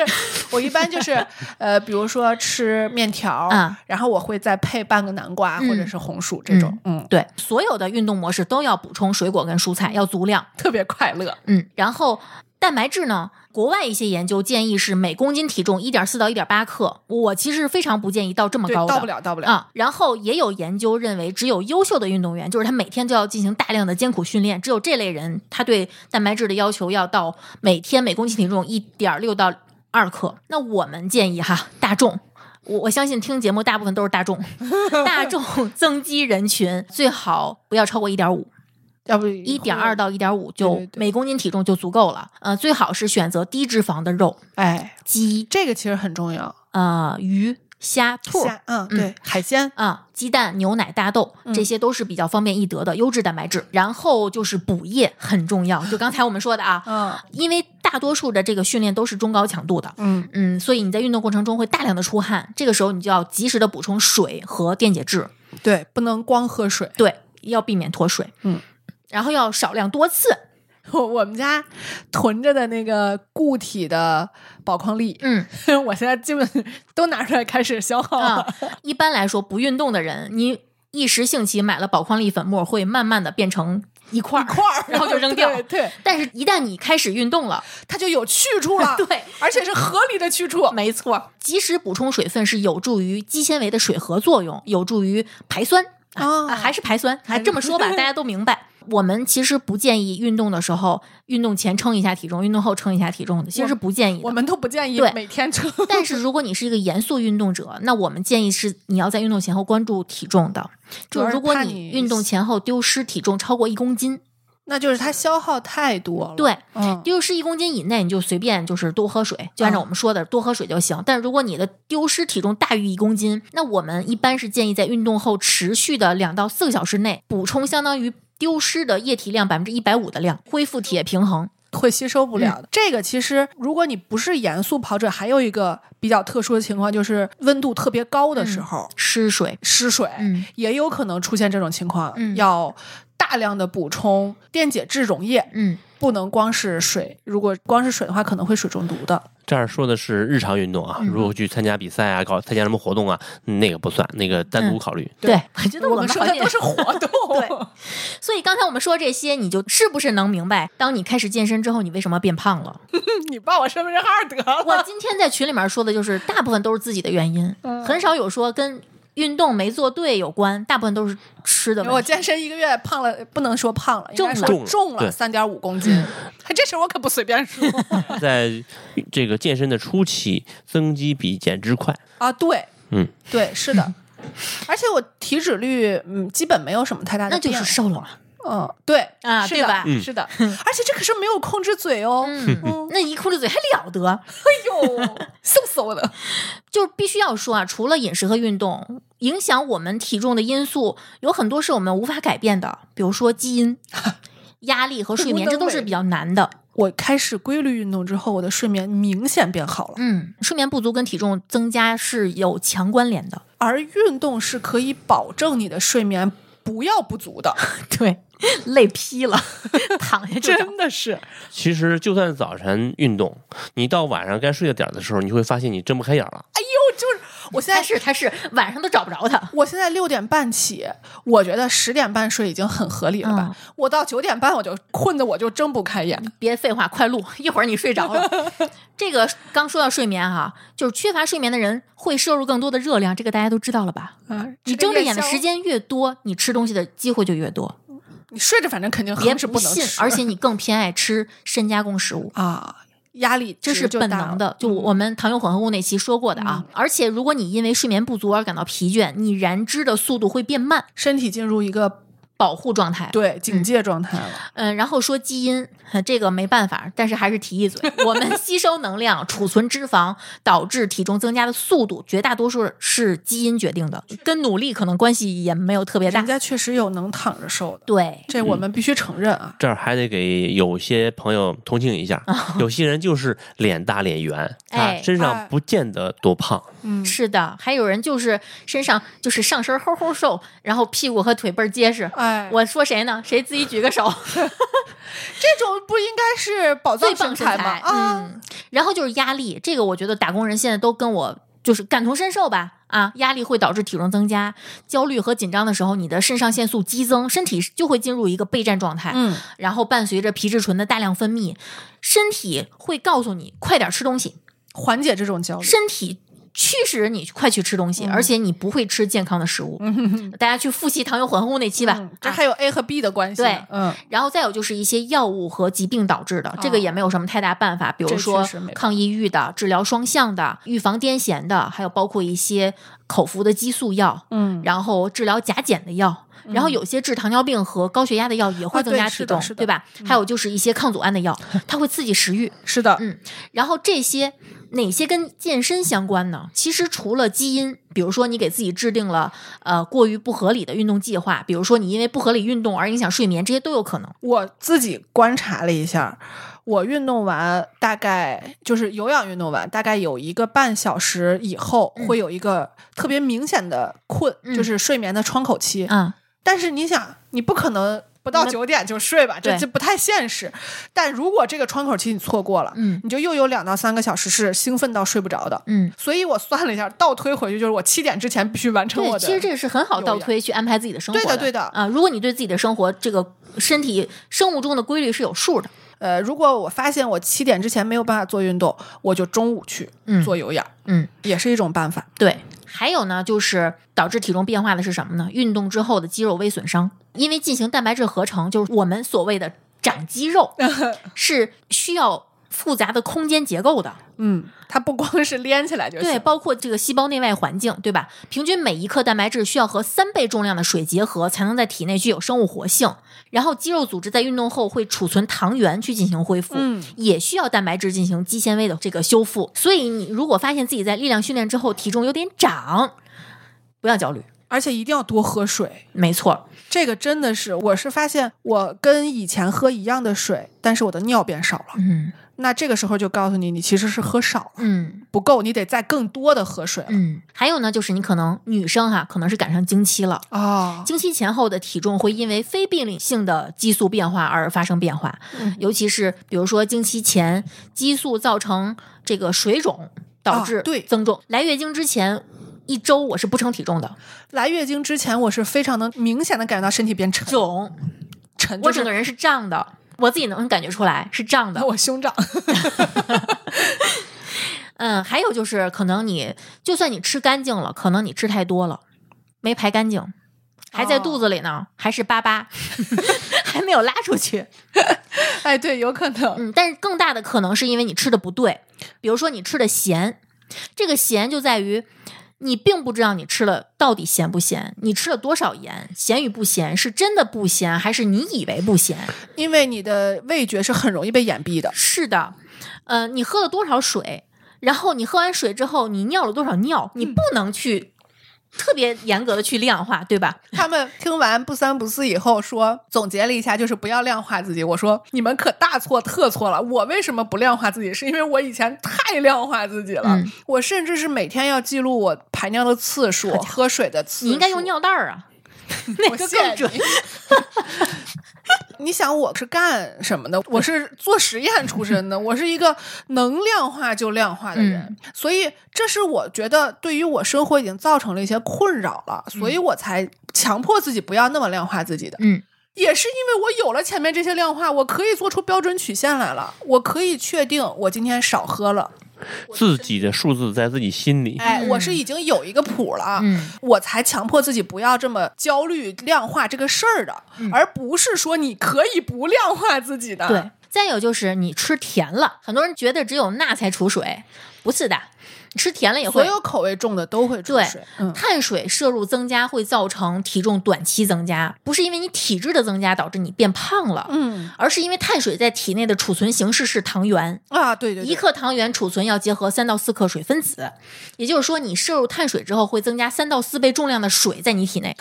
S2: 我一般就是呃，比如说吃面条，
S1: 啊
S2: 然后我会再配半个南瓜
S1: 嗯
S2: 或者是红薯这种，嗯，
S1: 对，所有的运动模式都要补充水果跟蔬菜，要足量。
S2: 特别快乐。
S1: 嗯，然后蛋白质呢，国外一些研究建议是每公斤体重一点四到一点八克，我其实非常不建议到这么
S2: 对，
S1: 高的，
S2: 到不了，到不了。
S1: 啊、然后也有研究认为，只有优秀的运动员，就是他每天都要进行大量的艰苦训练，只有这类人，他对蛋白质的要求要到每天每公斤体重一点六到二克。那我们建议哈，大众。我我相信听节目大部分都是大众， 大众增肌人群最好不要超过一点五，
S2: 要不
S1: 一
S2: 一
S1: 点二，到一点五
S2: 对
S1: 就
S2: 对对
S1: 每公斤体重就足够了。呃，最好是选择低脂肪的肉，
S2: 哎，
S1: 鸡、
S2: 这个其实很重要。
S1: 呃鱼、虾、兔、
S2: 虾，嗯，
S1: 嗯
S2: 对，海鲜，
S1: 啊、鸡蛋、牛奶、大豆，这些都是比较方便易得的优质蛋白质。然后就是补液很重要，就刚才我们说的啊，
S2: 嗯
S1: 因为大多数的这个训练都是中高强度的，
S2: 嗯，
S1: 嗯，所以你在运动过程中会大量的出汗，这个时候你就要及时的补充水和电解质，
S2: 对，不能光喝水。
S1: 对，要避免脱水，
S2: 嗯，
S1: 然后要少量多次，
S2: 我我们家囤着的那个固体的宝矿力，
S1: 嗯
S2: 我现在基本都拿出来开始消耗了。
S1: 啊，一般来说不运动的人，你一时兴起买了宝矿力粉末，会慢慢的变成一块儿，
S2: 块儿，
S1: 然后就扔掉
S2: 对，对，
S1: 但是一旦你开始运动了，，
S2: 它就有去处了
S1: 对，
S2: 而且是合理的去处。
S1: 没错，及时补充水分是有助于肌纤维的水合作用，有助于排酸。
S2: 哦
S1: 啊，还是排酸，还
S2: 是
S1: 这么说吧，大家都明白。我们其实不建议运动的时候，运动前称一下体重，运动后称一下体重的，其实是不建议
S2: 我
S1: 的。
S2: 们都不建议
S1: 对
S2: 每天称，
S1: 但是如果你是一个严肃运动者，那我们建议是你要在运动前后关注体重的。
S2: 主要
S1: 就是如果
S2: 怕
S1: 你
S2: 你
S1: 运动前后丢失体重超过一公斤，
S2: 那就是它消耗太多了。，
S1: 对，
S2: 嗯，
S1: 丢失一公斤以内，你就随便就是多喝水，就按照我们说的、多喝水就行。但如果你的丢失体重大于一公斤，那我们一般是建议在运动后持续的两到四个小时内补充相当于丢失的液体量百分之一百五的量，恢复铁平衡。
S2: 会吸收不了的。嗯这个其实，如果你不是严肃跑者，还有一个比较特殊的情况，就是温度特别高的时候，
S1: 吃水，
S2: 嗯失水、
S1: 嗯
S2: 也有可能出现这种情况，
S1: 嗯
S2: 要大量的补充电解质溶液，
S1: 嗯，
S2: 不能光是水。如果光是水的话，可能会水中毒的。
S3: 这儿说的是日常运动啊，
S1: 嗯
S3: 如果去参加比赛啊，搞参加什么活动啊，那个不算，那个单
S1: 嗯
S3: 独考虑。
S1: 对，我觉得
S2: 我
S1: 们
S2: 说
S1: 好
S2: 的
S1: 像
S2: 都是活
S1: 对
S2: 动，
S1: 所以刚才我们说这些，你就是不是能明白，当你开始健身之后，你为什么变胖了？
S2: 你报我身份证号得了。
S1: 我今天在群里面说的就是，大部分都是自己的原因，
S2: 嗯
S1: 很少有说跟运动没做对有关，大部分都是吃的
S2: 我
S1: 问题。
S2: 健身一个月胖了，不能说胖了，应该
S1: 重了嗯
S2: 说重
S3: 对
S2: 了三点五公 斤。哎这事儿我可不随便说
S3: 在这个健身的初期，增肌比减脂快。
S2: 啊！对，
S3: 嗯，
S2: 对，是的。而且我体脂率，嗯，基本没有什么太大
S1: 那
S2: 的
S1: 就
S2: 变化。
S1: 是瘦了嘛。
S2: 嗯，对
S1: 啊
S2: 是
S1: 对
S2: 的
S1: 吧
S3: 嗯
S2: 是的，而且这可是没有控制嘴哦，
S1: 嗯，那一哭着嘴还了得？
S2: 哎呦，嗖嗖的，
S1: 就是必须要说啊，除了饮食和运动，影响我们体重的因素有很多是我们无法改变的，比如说基 因、压力和睡眠，
S2: 无能为
S1: 这都是比较难的。
S2: 我开始规律运动之后，我的睡眠明显变好了，
S1: 嗯，睡眠不足跟体重增加是有强关联的。
S2: 而运动是可以保证你的睡眠不要不 足的，
S1: 对，累劈了， 躺下就着。
S2: 真的是
S3: 其实就算早晨运动，你到晚上该睡的点儿的时候，你会发现你睁不开眼儿了。
S2: 又就是我现
S1: 他
S2: 在
S1: 是他是晚上都找不着他。
S2: 我现在六点半起，我觉得十点半睡已经很合理了吧？
S1: 嗯
S2: 我到九点半我就困的我就睁不开眼，
S1: 别废话，快录！一会儿你睡着 了。这个刚说到睡眠哈、就是缺乏睡眠的人会摄入更多的热量，这个大家都知道了吧？
S2: 啊，
S1: 嗯你睁着眼的时，间越多，你吃东西的机会就越多。
S2: 你睡着反正肯定
S1: 别
S2: 横是能
S1: 信
S2: 吃，，
S1: 而且你更偏爱吃深加工食物。
S2: 啊，压力
S1: 这
S2: 值
S1: 是
S2: 就
S1: 本
S2: 大
S1: 能
S2: 了嗯
S1: 的，就我们糖油混合物那期说过的啊。而且，如果你因为睡眠不足而感到疲倦，你燃脂的速度会变慢，
S2: 身体进入一个
S1: 保护状态。
S2: 对警戒状态了。
S1: 嗯，然后说基因，呃这个没办法，但是还是提一嘴，我们吸收能量、储存脂肪，导致体重增加的速度，绝大多数是基因决定的，跟努力可能关系也没有特别大
S2: 人。家确实有能躺着瘦的，
S1: 对，
S2: 这我们必须承认啊。
S3: 这儿还得给有些朋友同情一下，有些人就是脸大脸圆，
S1: 哦哎
S3: 啊，身上
S2: 哎
S3: 不见得多胖。
S2: 嗯，
S1: 是的，还有人就是身上就是上身齁齁瘦，然后屁股和腿倍儿结实，
S2: 哎，
S1: 我说谁呢？谁自己举个手？
S2: 这种不应该是宝
S1: 最
S2: 藏
S1: 棒身
S2: 材吗？啊，
S1: 嗯，然后就是压力，这个我觉得打工人现在都跟我就是感同身受吧。啊，压力会导致体重增加，焦虑和紧张的时候，你的肾上腺素激增，身体就会进入一个备战状态，
S2: 嗯，
S1: 然后伴随着皮质醇的大量分泌，身体会告诉你快点吃东西，
S2: 缓解这种焦虑。
S1: 身体驱使你快去吃东
S2: 嗯
S1: 西，而且你不会吃健康的食物。大家去复习糖油混合物那期吧。
S2: 嗯这
S1: 啊
S2: 还有 A 和 B 的关系呢。
S1: 对
S2: 嗯，
S1: 然后再有就是一些药物和疾病导致的，这个也没有什么太大办法，比如
S2: 哦这
S1: 说
S2: 确实没办法
S1: 抗抑郁的、治疗双向的、预防癫痫的，还有包括一些口服的激素药，
S2: 嗯，
S1: 然后治疗甲减的药，然后有些治糖尿病和高血压的药也会
S2: 啊
S1: 增加
S2: 对
S1: 体
S2: 是的
S1: 重，
S2: 是的嗯
S1: 对吧？还有就是一些抗组胺的 药，它会刺激食欲。
S2: 是的，
S1: 嗯然后这些哪些跟健身相关呢？其实除了基因，比如说你给自己制定了呃过于不合理的运动计划，比如说你因为不合理运动而影响睡眠，这些都有可能。
S2: 我自己观察了一下，我运动完大概就是有氧运动完，大概有一个半小时以后
S1: 嗯
S2: 会有一个特别明显的困，
S1: 嗯
S2: 就是睡眠的窗口期。
S1: 嗯，
S2: 但是你想，你不可能不到
S1: 那
S2: 九点就睡吧，这
S1: 对
S2: 这不太现实。但如果这个窗口期你错过了，
S1: 嗯
S2: 你就又有两到三个小时是兴奋到睡不着的。
S1: 嗯，
S2: 所以我算了一下，倒推回去就是我七点之前必须完成我
S1: 对，
S2: 的。
S1: 其实这是很好倒推去安排自己的生活
S2: 对的对的
S1: 啊，如果你对自己的生活这个身体生物钟的规律是有数的，
S2: 呃，如果我发现我七点之前没有办法做运动，我就中午去
S1: 嗯
S2: 做有氧，
S1: 嗯，
S2: 也是一种办法。
S1: 对。还有呢，就是导致体重变化的是什么呢？运动之后的肌肉微损伤，因为进行蛋白质合成，就是我们所谓的长肌 肉，是需要复杂的空间结构的。
S2: 嗯，它不光是连起来就
S1: 对，
S2: 行。
S1: 包括这个细胞内外环境，对吧？平均每一克蛋白质需要和三倍重量的水结合，才能在体内具有生物活性。然后肌肉组织在运动后会储存糖原去进行恢复，
S2: 嗯
S1: 也需要蛋白质进行肌纤维的这个修复。所以你如果发现自己在力量训练之后体重有点涨，不要焦虑，
S2: 而且一定要多喝水，
S1: 没错，
S2: 这个真的是，我是发现我跟以前喝一样的水，但是我的尿变少了。
S1: 嗯
S2: 那这个时候就告诉你，你其实是喝少了，
S1: 嗯。
S2: 不够，你得再更多的喝水了。
S1: 嗯，还有呢，就是你可能女生哈、可能是赶上经期了，
S2: 哦，
S1: 经期前后的体重会因为非病理性的激素变化而发生变化，
S2: 嗯
S1: 尤其是比如说经期前激素造成这个水肿，导致
S2: 啊对
S1: 增重。来月经之前一周我是不称体重的，
S2: 来月经之前，我是非常能明显的感觉到身体变沉
S1: 肿，
S2: 沉，
S1: 我
S2: 就
S1: 整
S2: 是
S1: 个人是胀的，我自己能感觉出来是胀的。
S2: 我胸胀。
S1: 嗯，还有就是可能你就算你吃干净了，可能你吃太多了，没排干净。还在
S2: 哦
S1: 肚子里呢，还是粑粑， 还没有拉出去。
S2: 哎，对，有可能。
S1: 嗯，但是更大的可能是因为你吃的不对，比如说你吃的咸，这个咸就在于你并不知道你吃了到底咸不咸，你吃了多少盐，咸与不咸是真的不咸，还是你以为不咸？
S2: 因为你的味觉是很容易被掩 蔽的。
S1: 是的，呃，你喝了多少水，然后你喝完水之后你尿了多少尿，你不能去。特别严格的去量化，对吧？
S2: 他们听完不三不四以后说，总结了一下，就是不要量化自己。我说你们可大错特错了。我为什么不量化自己？是因为我以前太量化自己了。
S1: 嗯
S2: 我甚至是每天要记录我排尿的次数、喝水的次数。
S1: 你应该用，尿袋儿啊，
S2: 我
S1: 那个
S2: 谢
S1: 更准。
S2: 你。你想我是干什么的？我是做实验出身 的，我是一个能量化就量化的人，所以这是我觉得对于我生活已经造成了一些困扰了，所以我才强迫自己不要那么量化自己的。
S1: 嗯，
S2: 也是因为我有了前面这些量化，我可以做出标准曲线来了，我可以确定我今天少喝了，
S3: 自己的数字在自己心里。
S2: 哎，
S1: 嗯
S2: 我是已经有一个谱了，
S1: 嗯
S2: 我才强迫自己不要这么焦虑量化这个事儿的，而不是说你可以不量化自己的。
S1: 嗯对，再有就是你吃甜了，很多人觉得只有钠才储水，不是的，吃甜了也
S2: 所
S1: 会。
S2: 有口味重的都会出
S1: 对
S2: 水。嗯，
S1: 碳水摄入增加会造成体重短期增加，不是因为你体质的增加导致你变胖了，
S2: 嗯
S1: 而是因为碳水在体内的储存形式是糖原，
S2: 啊，对对对，
S1: 一克糖原储存要结合三到四克水分子，也就是说，你摄入碳水之后会增加三到四倍重量的水在你体 内。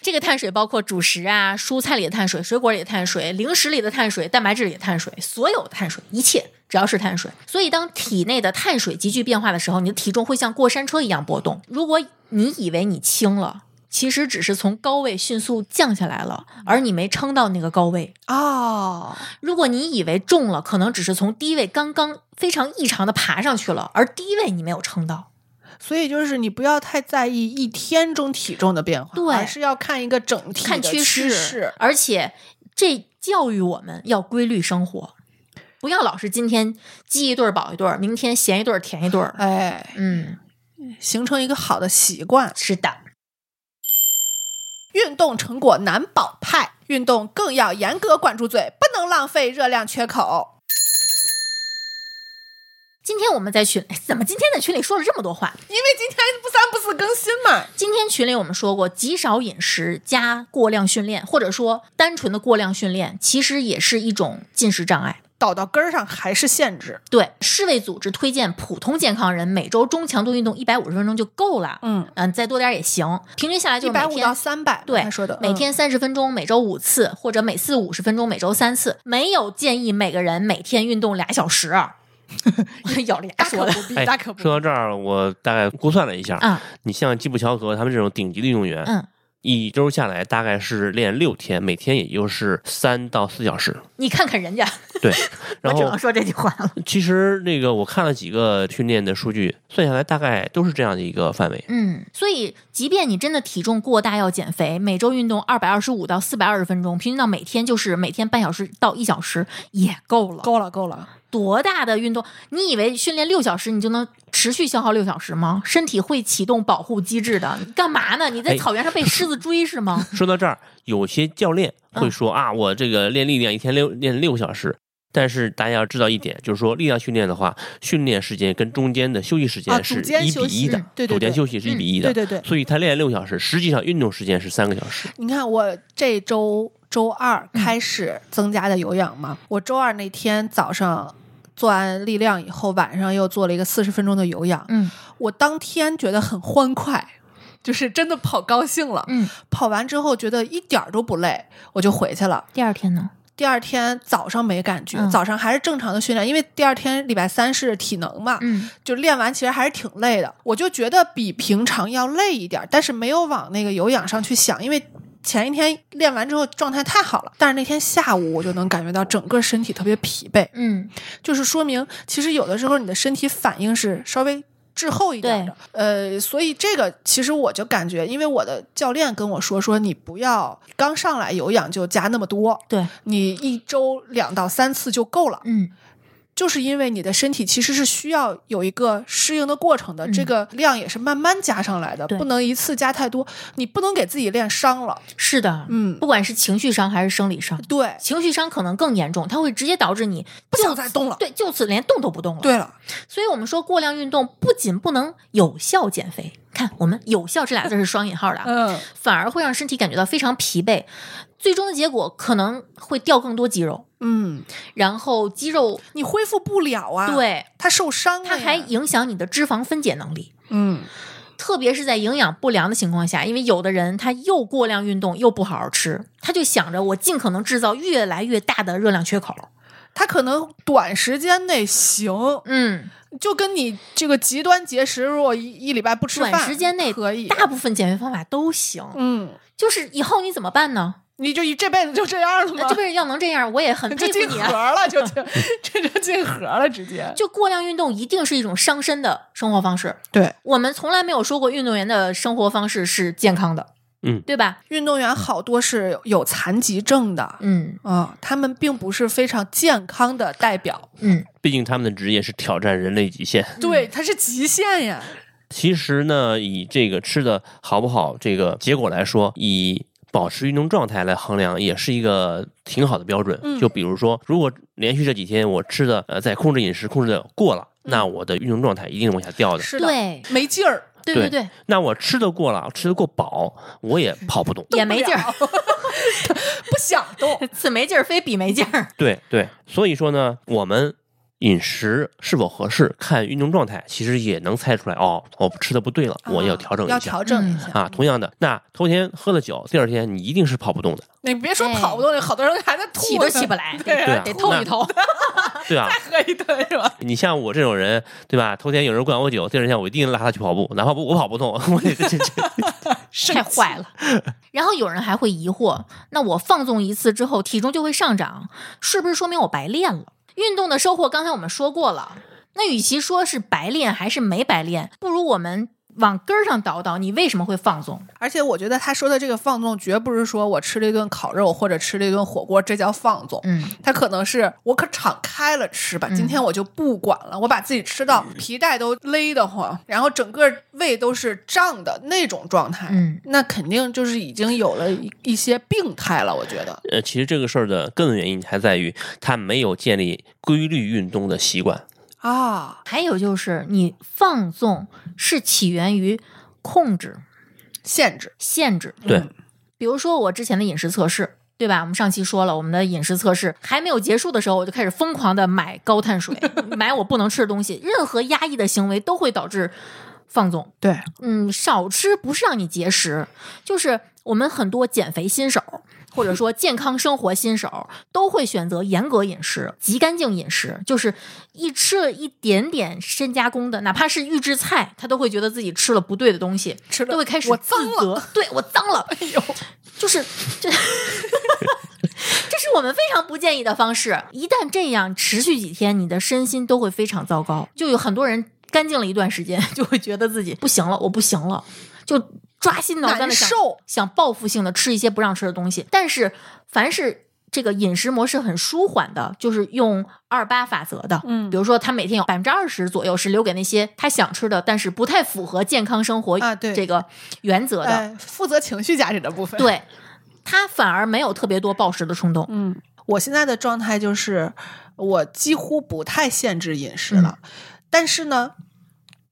S1: 这个碳水包括主食啊、蔬菜里的碳水、水果里的碳水、零食里的碳水、蛋白质里的碳水，所有的碳水，一切只要是碳水。所以，当体内的碳水急剧变化的时候，你的体重会像过山车一样波动。如果你以为你轻了，其实只是从高位迅速降下来了，而你没撑到那个高位。
S2: 哦，
S1: 如果你以为中了，可能只是从低位刚刚非常异常的爬上去了，而低位你没有撑到。
S2: 所以就是你不要太在意一天中体重的变化，
S1: 对
S2: 而是要看一个整体的
S1: 看趋
S2: 势。
S1: 势，而且这教育我们要规律生活，不要老是今天饥一顿儿饱一顿儿，明天咸一顿儿甜一顿儿。
S2: 哎，
S1: 嗯，
S2: 形成一个好的习惯。
S1: 是的，
S2: 运动成果难保派，运动更要严格管住嘴，不能浪费热量缺口。
S1: 今天我们在群，哎怎么今天在群里说了这么多话？
S2: 因为今天不三不四更新嘛，
S1: 今天群里我们说过，极少饮食加过量训练，或者说单纯的过量训练，其实也是一种进食障碍。
S2: 倒到根儿上还是限制。
S1: 对，世卫组织推荐普通健康人每周中强度运动一百五十分钟就够了，
S2: 嗯，
S1: 嗯，再多点儿也行，平均下来就
S2: 一
S1: 是每
S2: 百五
S1: 天
S2: 到三百，
S1: 对
S2: 他说的，
S1: 每
S2: 嗯
S1: 天三十分钟，每周五次，或者每次五十分钟，每周三次。没有建议每个人每天运动俩小时啊， 咬着牙
S2: 大
S1: 说
S2: 可
S1: 的
S2: 不必，
S3: 哎
S2: 大可不
S3: 说
S2: 必。
S3: 到这儿，我大概估算了一下，
S1: 啊，
S3: 你像基普乔格他们这种顶级的运动员，
S1: 嗯，
S3: 一周下来大概是练六天，每天也就是三到四小时。
S1: 你看看人家，
S3: 对，
S1: 我
S3: 然
S1: 只
S3: 后
S1: 能说这句话 了。
S3: 其实那个我看了几个训练的数据，算下来大概都是这样的一个范围。
S1: 嗯，所以即便你真的体重过大要减肥，每周运动二百二十五到四百二十分钟，平均到每天就是每天半小时到一小时也够了。
S2: 够了，够了，
S1: 多大的运动？你以为训练六小时你就能持续消耗六小时吗？身体会启动保护机制的。你干嘛呢？你在
S3: 哎
S1: 草原上被狮子追是 吗？
S2: 嗯
S3: 说到这儿，有些教练会说、啊，我这个练力量一天六练六个小时。但是大家要知道一点，就是说力量训练的话，训练时间跟中间的休息时
S2: 啊
S3: 间
S2: 组
S3: 是
S2: 间
S3: 一
S2: 休
S3: 比
S2: 息
S3: 一的
S2: 嗯，对对
S3: 组间
S2: 对
S3: 休息是一
S1: 嗯
S3: 比一的，
S2: 对对对。
S3: 所以他练六小时，实际上运动时间是三个小时。
S2: 你看我这周周二
S1: 嗯
S2: 开始增加的有氧嘛，我周二那天早上做完力量以后，晚上又做了一个四十分钟的有氧，
S1: 嗯
S2: 我当天觉得很欢快，就是真的跑高兴了。
S1: 嗯，
S2: 跑完之后觉得一点儿都不累，我就回去了。
S1: 第二天呢？
S2: 第二天早上没感觉，
S1: 嗯
S2: 早上还是正常的训练，因为第二天礼拜三是体能嘛，
S1: 嗯
S2: 就练完其实还是挺累的。我就觉得比平常要累一点，但是没有往那个有氧上去想，因为。前一天练完之后状态太好了，但是那天下午我就能感觉到整个身体特别疲惫，
S1: 嗯，
S2: 就是说明其实有的时候你的身体反应是稍微滞后一点的。呃，所以这个其实我就感觉，因为我的教练跟我说说，你不要刚上来有氧就加那么多，
S1: 对，
S2: 你一周两到三次就够了。
S1: 嗯
S2: 就是因为你的身体其实是需要有一个适应的过程的，
S1: 嗯
S2: 这个量也是慢慢加上来的，
S1: 对
S2: 不能一次加太多，你不能给自己练伤了。
S1: 是的，
S2: 嗯，
S1: 不管是情绪伤还是生理伤，
S2: 对，
S1: 情绪伤可能更严重，它会直接导致你
S2: 不
S1: 就
S2: 想再动了。
S1: 对，就此连动都不动了。，
S2: 对了，
S1: 所以我们说过量运动不仅不能有效减肥，看我们“有效”这俩字是双引号的啊，
S2: 嗯，
S1: 反而会让身体感觉到非常疲惫，最终的结果可能会掉更多肌肉，
S2: 嗯，
S1: 然后肌肉
S2: 你恢复不了啊，，
S1: 对
S2: 他受伤了呀，
S1: 它还影响你的脂肪分解能力。
S2: 嗯，
S1: 特别是在营养不良的情况下，因为有的人他又过量运动又不好好吃，他就想着我尽可能制造越来越大的热量缺口。
S2: 它可能短时间内行，
S1: 嗯，
S2: 就跟你这个极端节食，如果一一礼拜不吃饭，
S1: 短时间内
S2: 可以，
S1: 大部分减肥方法都行，
S2: 嗯，
S1: 就是以后你怎么办呢？
S2: 你就一这辈子就这样了
S1: 那
S2: 吗
S1: 这？辈子要能这样，我也很
S2: 啊 就
S1: 佩
S2: 进
S1: 服你
S2: 盒
S1: 啊！
S2: 了，就进， 这就进盒了，直接。
S1: 就过量运动一定是一种伤身的生活方式。
S2: 对，
S1: 我们从来没有说过运动员的生活方式是健康的，
S3: 嗯
S1: 对吧？
S2: 运动员好多是有残疾症的，
S1: 嗯
S2: 啊，他们并不是非常健康的代表，
S1: 嗯，
S3: 毕竟他们的职业是挑战人类极限。
S2: 对，他是极限呀，
S3: 其实呢，以这个吃的好不好这个结果来说，以保持运动状态来衡量，也是一个挺好的标准。
S2: 嗯
S3: 就比如说，如果连续这几天我吃的呃在控制饮食控制的过了，那我的运动状态一定往下掉的。
S2: 嗯是的，
S1: 对
S2: 没劲儿，
S1: 对
S3: 对
S1: 对，
S3: 那我吃的过了，吃的过饱，我也 跑不动。
S1: 也没劲
S2: 动
S1: 儿，
S2: 不了，不想 动，
S1: 此没劲儿非彼没劲儿。
S3: 对对，所以说呢，我们饮食是否合适，看运动状态，其实也能猜出来。哦，我吃的不对了，我要调整一
S2: 啊要
S3: 下。
S2: 调整一
S1: 嗯
S2: 下
S3: 啊，同样的，那头天喝了酒，第二天你一定是跑不动的。
S2: 你别说跑不动，好多人还在吐呢，
S1: 起都起不来
S2: 对
S3: 对啊
S1: 得透一透。
S3: 对吧？
S2: 再喝一顿是吧？
S3: 你像我这种人，对吧？头天有人灌我酒，第二天我一定拉他去跑步，哪怕不我跑不动， 我得这这这
S1: 太坏了。然后有人还会疑惑，那我放纵一次之后体重就会上涨，是不是说明我白练了？运动的收获刚才我们说过了，那与其说是白练还是没白练，不如我们往根儿上倒倒，你为什么会放纵？
S2: 而且我觉得他说的这个放纵，绝不是说我吃了一顿烤肉或者吃了一顿火锅，这叫放纵。
S1: 嗯，
S2: 他可能是我可敞开了吃吧，今天我就不管了，我把自己吃
S1: 嗯
S2: 到皮带都勒得慌，然后整个胃都是胀的那种状态，
S1: 嗯，
S2: 那肯定就是已经有了一一些病态了。我觉得，
S3: 呃，其实这个事儿的根本原因还在于他没有建立规律运动的习惯。
S2: 啊，
S1: 还有就是你放纵是起源于控制、
S2: 限制，
S1: 限制，
S3: 对，
S2: 嗯
S1: 比如说我之前的饮食测试。对吧？我们上期说了，我们的饮食测试还没有结束的时候，我就开始疯狂的买高碳水， 买我不能吃的东西。任何压抑的行为都会导致放纵。
S2: 对，
S1: 嗯，少吃不是让你节食，就是我们很多减肥新手或者说健康生活新手都会选择严格饮食、极干净饮食，就是一吃了一点点深加工的，哪怕是预制菜，他都会觉得自己吃了不对的东西，
S2: 吃了
S1: 都会开始
S2: 我
S1: 自
S2: 脏了
S1: 责，对我脏了，
S2: 哎呦，
S1: 就是这。这是我们非常不建议的方式。一旦这样持续几天，你的身心都会非常糟糕。就有很多人干净了一段时间，就会觉得自己不行了，我不行了，就抓心挠肝
S2: 难
S1: 的想
S2: 受，
S1: 想报复性的吃一些不让吃的东西。但是，凡是这个饮食模式很舒缓的，就是用二八法则的，
S2: 嗯
S1: 比如说他每天有百分之二十左右是留给那些他想吃的，但是不太符合健康生活
S2: 啊对
S1: 这个原则的，
S2: 哎，负责情绪价值的部分，，
S1: 对他反而没有特别多暴食的冲动。
S2: 嗯，我现在的状态就是我几乎不太限制饮食
S1: 嗯
S2: 了，但是呢，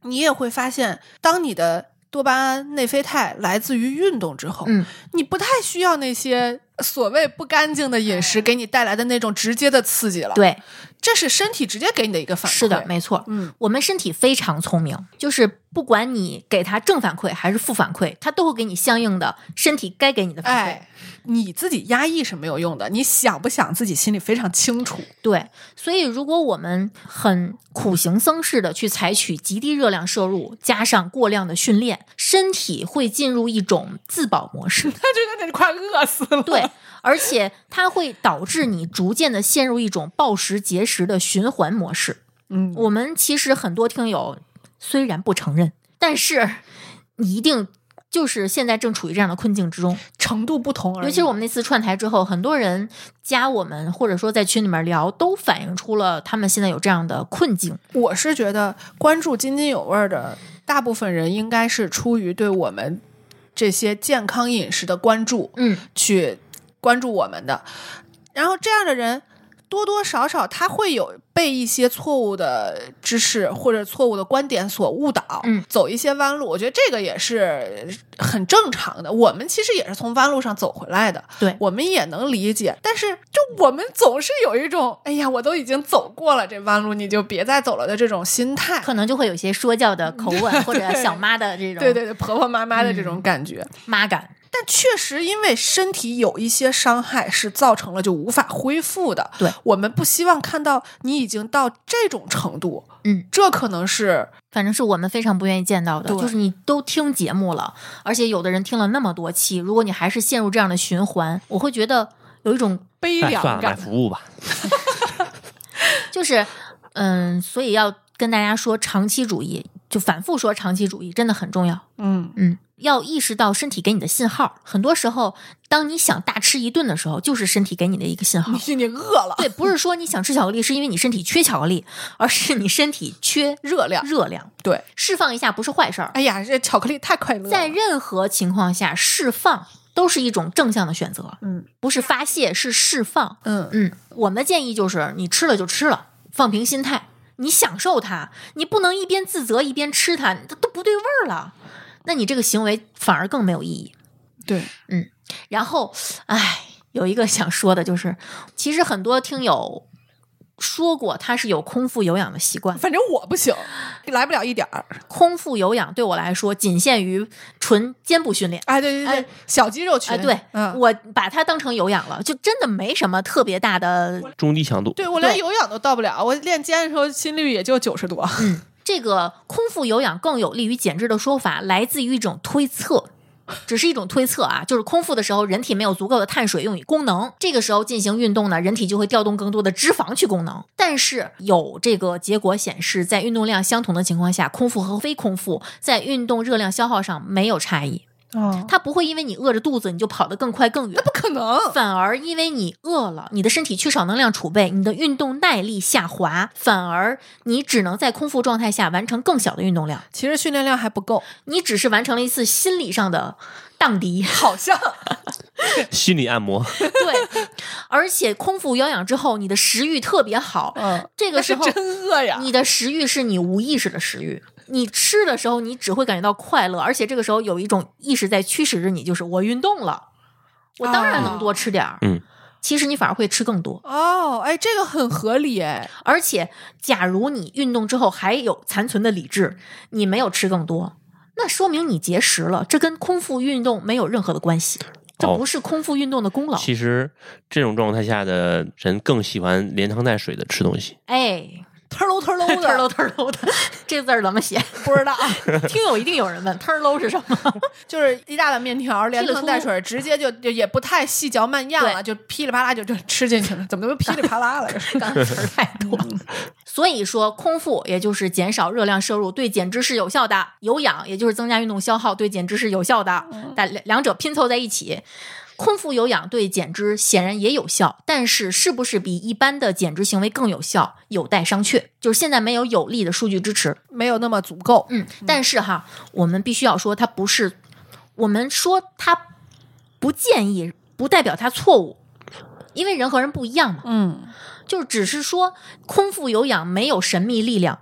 S2: 你也会发现，当你的多巴胺、内啡肽来自于运动之后，
S1: 嗯，
S2: 你不太需要那些所谓不干净的饮食给你带来的那种直接的刺激了。，
S1: 对，
S2: 这是身体直接给你的一个反馈。
S1: 是的，没错。
S2: 嗯，
S1: 我们身体非常聪明，就是不管你给它正反馈还是负反馈，它都会给你相应的身体该给你的反馈。
S2: 哎，你自己压抑是没有用的，你想不想自己心里非常清楚。
S1: 对，所以如果我们很苦行僧似的去采取极低热量摄入，加上过量的训练，身体会进入一种自保模式。
S2: 他觉得你快饿死 了。
S1: 对，而且它会导致你逐渐的陷入一种暴食节食的循环模式。
S2: 嗯，
S1: 我们其实很多听友虽然不承认，但是你一定就是现在正处于这样的困境之中。
S2: 程度不同而已。
S1: 尤其是我们那次串台之后，很多人加我们，或者说在群里面聊，都反映出了他们现在有这样的困境。
S2: 我是觉得关注津津有味儿的大部分人，应该是出于对我们这些健康饮食的关注
S1: 嗯，
S2: 去关注我们的。然后这样的人多多少少他会有被一些错误的知识或者错误的观点所误导，
S1: 嗯
S2: 走一些弯路。我觉得这个也是很正常的。我们其实也是从弯路上走回来的，
S1: 对
S2: 我们也能理解。但是就我们总是有一种，哎呀，我都已经走过了这弯路，你就别再走了的这种心态。
S1: 可能就会有一些说教的口 吻，或者小妈的这种
S2: 对对对，婆婆妈妈的这
S1: 嗯
S2: 种感觉，
S1: 妈感。
S2: 但确实因为身体有一些伤害是造成了就无法恢复的。
S1: 对，
S2: 我们不希望看到你已经到这种程度。
S1: 嗯，
S2: 这可能是
S1: 反正是我们非常不愿意见到的，
S2: 对
S1: 就是你都听节目了，而且有的人听了那么多期，如果你还是陷入这样的循环，我会觉得有一种
S2: 悲
S3: 哎，算
S2: 凉
S3: 了，买
S2: 感。
S3: 服务吧。
S1: 就是，嗯，所以要跟大家说，长期主义就反复说长期主义真的很重要。
S2: 嗯，
S1: 嗯，要意识到身体给你的信号，很多时候，当你想大吃一顿的时候，就是身体给你的一个信号。
S2: 你你饿了，
S1: 对，不是说你想吃巧克力是因为你身体缺巧克力，而是你身体缺
S2: 热量。
S1: 热量，
S2: 对，
S1: 释放一下不是坏事儿。
S2: 哎呀，这巧克力太快乐了。
S1: 在任何情况下，释放都是一种正向的选择，
S2: 嗯
S1: 不是发泄，是释放。
S2: 嗯，
S1: 嗯，我们的建议就是你吃了就吃了，放平心态，你享受它，你不能一边自责一边吃它，它都不对味儿了，那你这个行为反而更没有意义。
S2: 对，
S1: 然后，唉，有一个想说的就是，其实很多听友说过他是有空腹有氧的习惯。
S2: 反正我不行，来不了一点儿。
S1: 空腹有氧对我来说仅限于纯肩部训练。
S2: 哎，对对对，
S1: 哎
S2: 小肌肉群，
S1: 哎，对，
S2: 嗯，
S1: 我把它当成有氧了，就真的没什么特别大的
S3: 中低强度。
S2: 对我连
S1: 对
S2: 有氧都到不了，我练肩的时候心率也就九十多。
S1: 嗯，这个空腹有氧更有利于减脂的说法，来自于一种推测。只是一种推测啊，就是空腹的时候，人体没有足够的碳水用于功能，这个时候进行运动呢，人体就会调动更多的脂肪去功能。但是有这个结果显示，在运动量相同的情况下，空腹和非空腹在运动热量消耗上没有差异，
S2: 哦，
S1: 它不会因为你饿着肚子你就跑得更快更远
S2: 那，不可能。
S1: 反而因为你饿了，你的身体缺少能量储备，你的运动耐力下滑，反而你只能在空腹状态下完成更小的运动量，
S2: 其实训练量还不够，
S1: 你只是完成了一次心理上的荡涤。
S2: 好像
S3: 心理按摩，
S1: 对，而且空腹有氧之后，你的食欲特别好，
S2: 嗯，
S1: 这个时候
S2: 那是真啊饿呀。
S1: 你的食欲是你无意识的食欲。你吃的时候，你只会感觉到快乐，而且这个时候有一种意识在驱使着你，就是我运动了，我当然能多吃点儿。
S3: 嗯，
S1: 其实你反而会吃更多。
S2: 哦，哎，这个很合理哎。
S1: 而且，假如你运动之后还有残存的理智，你没有吃更多，那说明你节食了，这跟空腹运动没有任何的关系，这
S3: 哦
S1: 不是空腹运动的功劳。
S3: 其实这种状态下的人更喜欢连汤带水的吃东西。
S1: 哎，
S2: 特喽 特喽
S1: 特
S2: 的，
S1: 喽特喽的， 这字儿怎么写？
S2: 不 知道，
S1: 听友一定有人问，特喽是什么？
S2: 就是一大碗面条，连汤带水，直接就就也不太细嚼慢咽了，就噼里啪啦就就吃进去了，怎么都噼里啪啦了？
S1: 刚 才词儿太多。所以说，空腹也就是减少热量摄入，对减脂是有效的；有氧也就是增加运动消耗，对减脂是有效的。但两两者拼凑在一起，空腹有氧对减脂显然也有效，但是是不是比一般的减脂行为更有效，有待商榷。就是现在没有有力的数据支持。
S2: 没有那么足够。
S1: 嗯，但是哈，我们必须要说，它不是我们说它不建议，不代表它错误，因为人和人不一样嘛。
S2: 嗯，
S1: 就只是说空腹有氧没有神秘力量。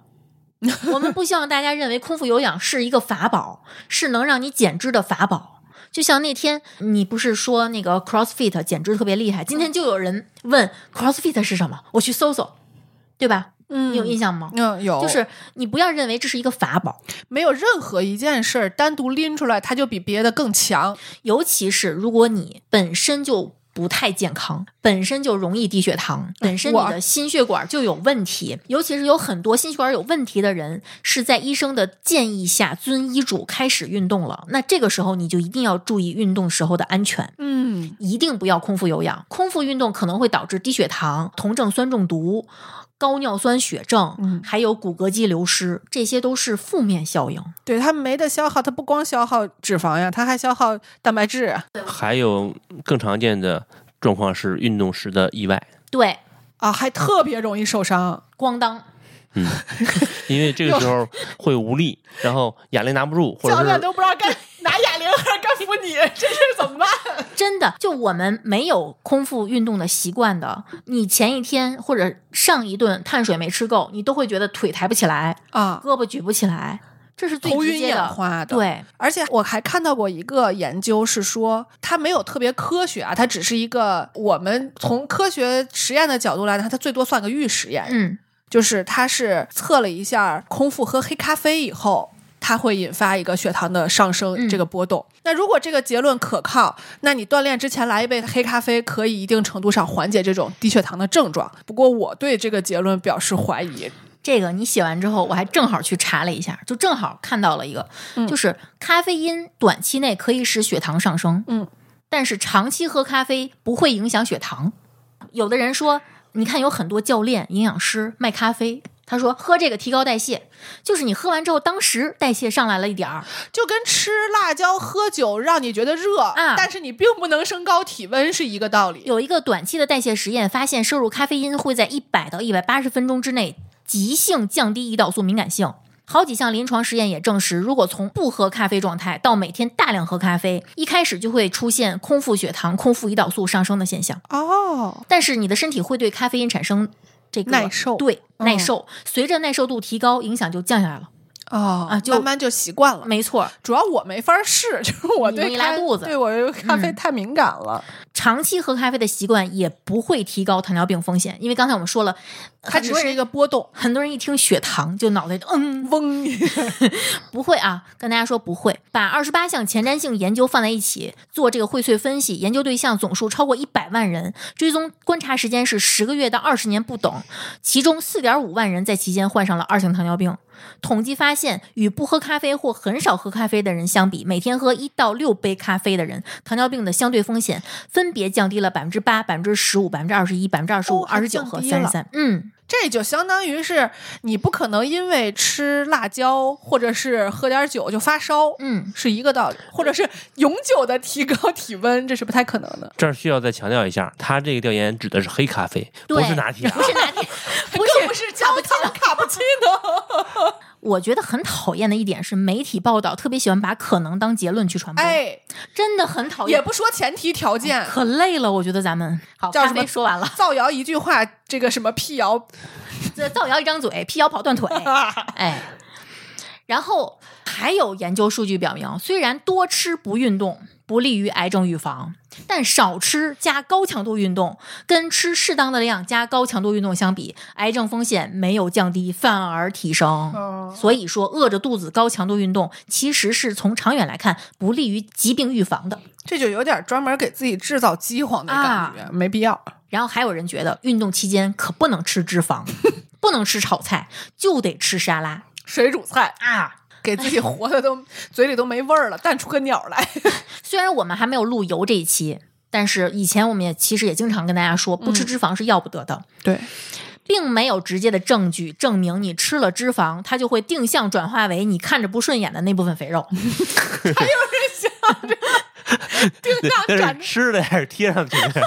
S1: 我们不希望大家认为空腹有氧是一个法宝，是能让你减脂的法宝。就像那天你不是说那个 CrossFit 减脂特别厉害，今天就有人问 CrossFit 是什么，我去搜搜，对吧？
S2: 嗯
S1: 你有印象吗？
S2: 嗯，有，
S1: 就是你不要认为这是一个法宝，
S2: 没有任何一件事儿单独拎出来，它就比别的更强。
S1: 尤其是如果你本身就不太健康，本身就容易低血糖，本身你
S2: 哎我
S1: 的心血管就有问题，尤其是有很多心血管有问题的人是在医生的建议下遵医嘱开始运动了，那这个时候你就一定要注意运动时候的安全。
S2: 嗯，
S1: 一定不要空腹有氧，空腹运动可能会导致低血糖、酮症酸中毒、高尿酸血症，
S2: 嗯
S1: 还有骨骼肌流失，这些都是负面效应。
S2: 对，它没得消耗，它不光消耗脂肪呀，它还消耗蛋白质啊
S3: 还有更常见的状况是运动时的意外，
S1: 对，
S2: 啊，还特别容易受伤。
S1: 咣当，
S3: 因为这个时候会无力，然后哑铃拿不住，或者
S2: 教练
S3: 是
S2: 都不知道该拿哑铃还是该扶你，这事儿怎么办？
S1: 真的，就我们没有空腹运动的习惯的，你前一天或者上一顿碳水没吃够，你都会觉得腿抬不起来，
S2: 啊，
S1: 胳膊举不起来，这是最
S2: 头
S1: 直
S2: 晕
S1: 接
S2: 眼
S1: 的。
S2: 花的。
S1: 对，
S2: 而且我还看到过一个研究，是说它没有特别科学啊，它只是一个我们从科学实验的角度来呢，它最多算个预实验。
S1: 嗯，
S2: 就是它是测了一下空腹喝黑咖啡以后。它会引发一个血糖的上升，
S1: 嗯
S2: 这个波动。那如果这个结论可靠，那你锻炼之前来一杯黑咖啡，可以一定程度上缓解这种低血糖的症状。不过我对这个结论表示怀疑。
S1: 这个你写完之后，我还正好去查了一下，就正好看到了一个，就是咖啡因短期内可以使血糖上升，
S2: 嗯，
S1: 但是长期喝咖啡不会影响血糖。有的人说，你看有很多教练、营养师卖咖啡。他说：“喝这个提高代谢，就是你喝完之后，当时代谢上来了一点儿，
S2: 就跟吃辣椒、喝酒让你觉得热，
S1: 啊
S2: 但是你并不能升高体温是一个道理。
S1: 有一个短期的代谢实验发现，摄入咖啡因会在一百到一百八十分钟之内急性降低胰岛素敏感性。好几项临床实验也证实，如果从不喝咖啡状态到每天大量喝咖啡，一开始就会出现空腹血糖、空腹胰岛素上升的现象。
S2: 哦，
S1: 但是你的身体会对咖啡因产生这个
S2: 耐受
S1: 对
S2: 嗯
S1: 耐受，随着耐受度提高，影响就降下来了。
S2: 哦，
S1: 啊就
S2: 慢慢就习惯了。
S1: 没错，
S2: 主要我没法试，就是我
S1: 你
S2: 对
S1: 容易
S2: 咖
S1: 拉肚子
S2: 对我对咖啡
S1: 嗯
S2: 太敏感了。
S1: 长期喝咖啡的习惯也不会提高糖尿病风险，因为刚才我们说了，
S2: 它
S1: 很
S2: 只
S1: 多
S2: 是
S1: 人
S2: 一个波动，
S1: 很多人一听血糖就脑袋嗯
S2: 嗡。
S1: 不会啊，跟大家说不会。把二十八项前瞻性研究放在一起做这个荟萃分析，研究对象总数超过一百万人，追踪观察时间是十个月到二十年不等，其中四点五万人在期间患上了二型糖尿病。统计发现，与不喝咖啡或很少喝咖啡的人相比，每天喝一到六杯咖啡的人，糖尿病的相对风险分别降低了百分之八、百分之十五、百分之二十一、百分之二十五、
S2: 哦
S1: 二
S2: 还
S1: 十九
S2: 降
S1: 和
S2: 低
S1: 三
S2: 了
S1: 十三。嗯，
S2: 这就相当于是你不可能因为吃辣椒或者是喝点酒就发烧，
S1: 嗯，
S2: 是一个道理，或者是永久的提高体温，这是不太可能的。
S3: 这儿需要再强调一下，他这个调研指的是黑咖啡，不
S1: 对
S3: 是 拿铁啊
S1: 不。是拿铁，不是
S2: 更不是加不糖卡布奇诺，
S1: 我觉得很讨厌的一点是，媒体报道特别喜欢把可能当结论去传播，
S2: 哎，
S1: 真的很讨
S2: 也
S1: 厌。
S2: 不说前提条件，
S1: 可累了，我觉得咱们好，
S2: 叫
S1: 咖
S2: 什么
S1: 啡说完了，
S2: 造谣一句话，这个什么辟谣，
S1: 这造谣一张嘴，辟谣跑断腿，哎。然后还有研究数据表明，虽然多吃不运动不利于癌症预防，但少吃加高强度运动跟吃适当的量加高强度运动相比，癌症风险没有降低，反而提升。所以说，饿着肚子高强度运动其实是从长远来看不利于疾病预防的。
S2: 这就有点专门给自己制造饥荒的感觉，没必要。
S1: 然后还有人觉得运动期间可不能吃脂肪，不能吃炒菜，就得吃沙拉
S2: 水煮菜
S1: 啊。
S2: 给自己活的都嘴里都没味儿了，淡出个鸟来。
S1: 虽然我们还没有录油这一期，但是以前我们也其实也经常跟大家说，不
S2: 嗯
S1: 吃脂肪是要不得的，
S2: 对，
S1: 并没有直接的证据证明你吃了脂肪，它就会定向转化为你看着不顺眼的那部分肥 肉。
S3: 对
S2: 那
S3: 但
S2: 长
S3: 是吃的还是贴上去 的。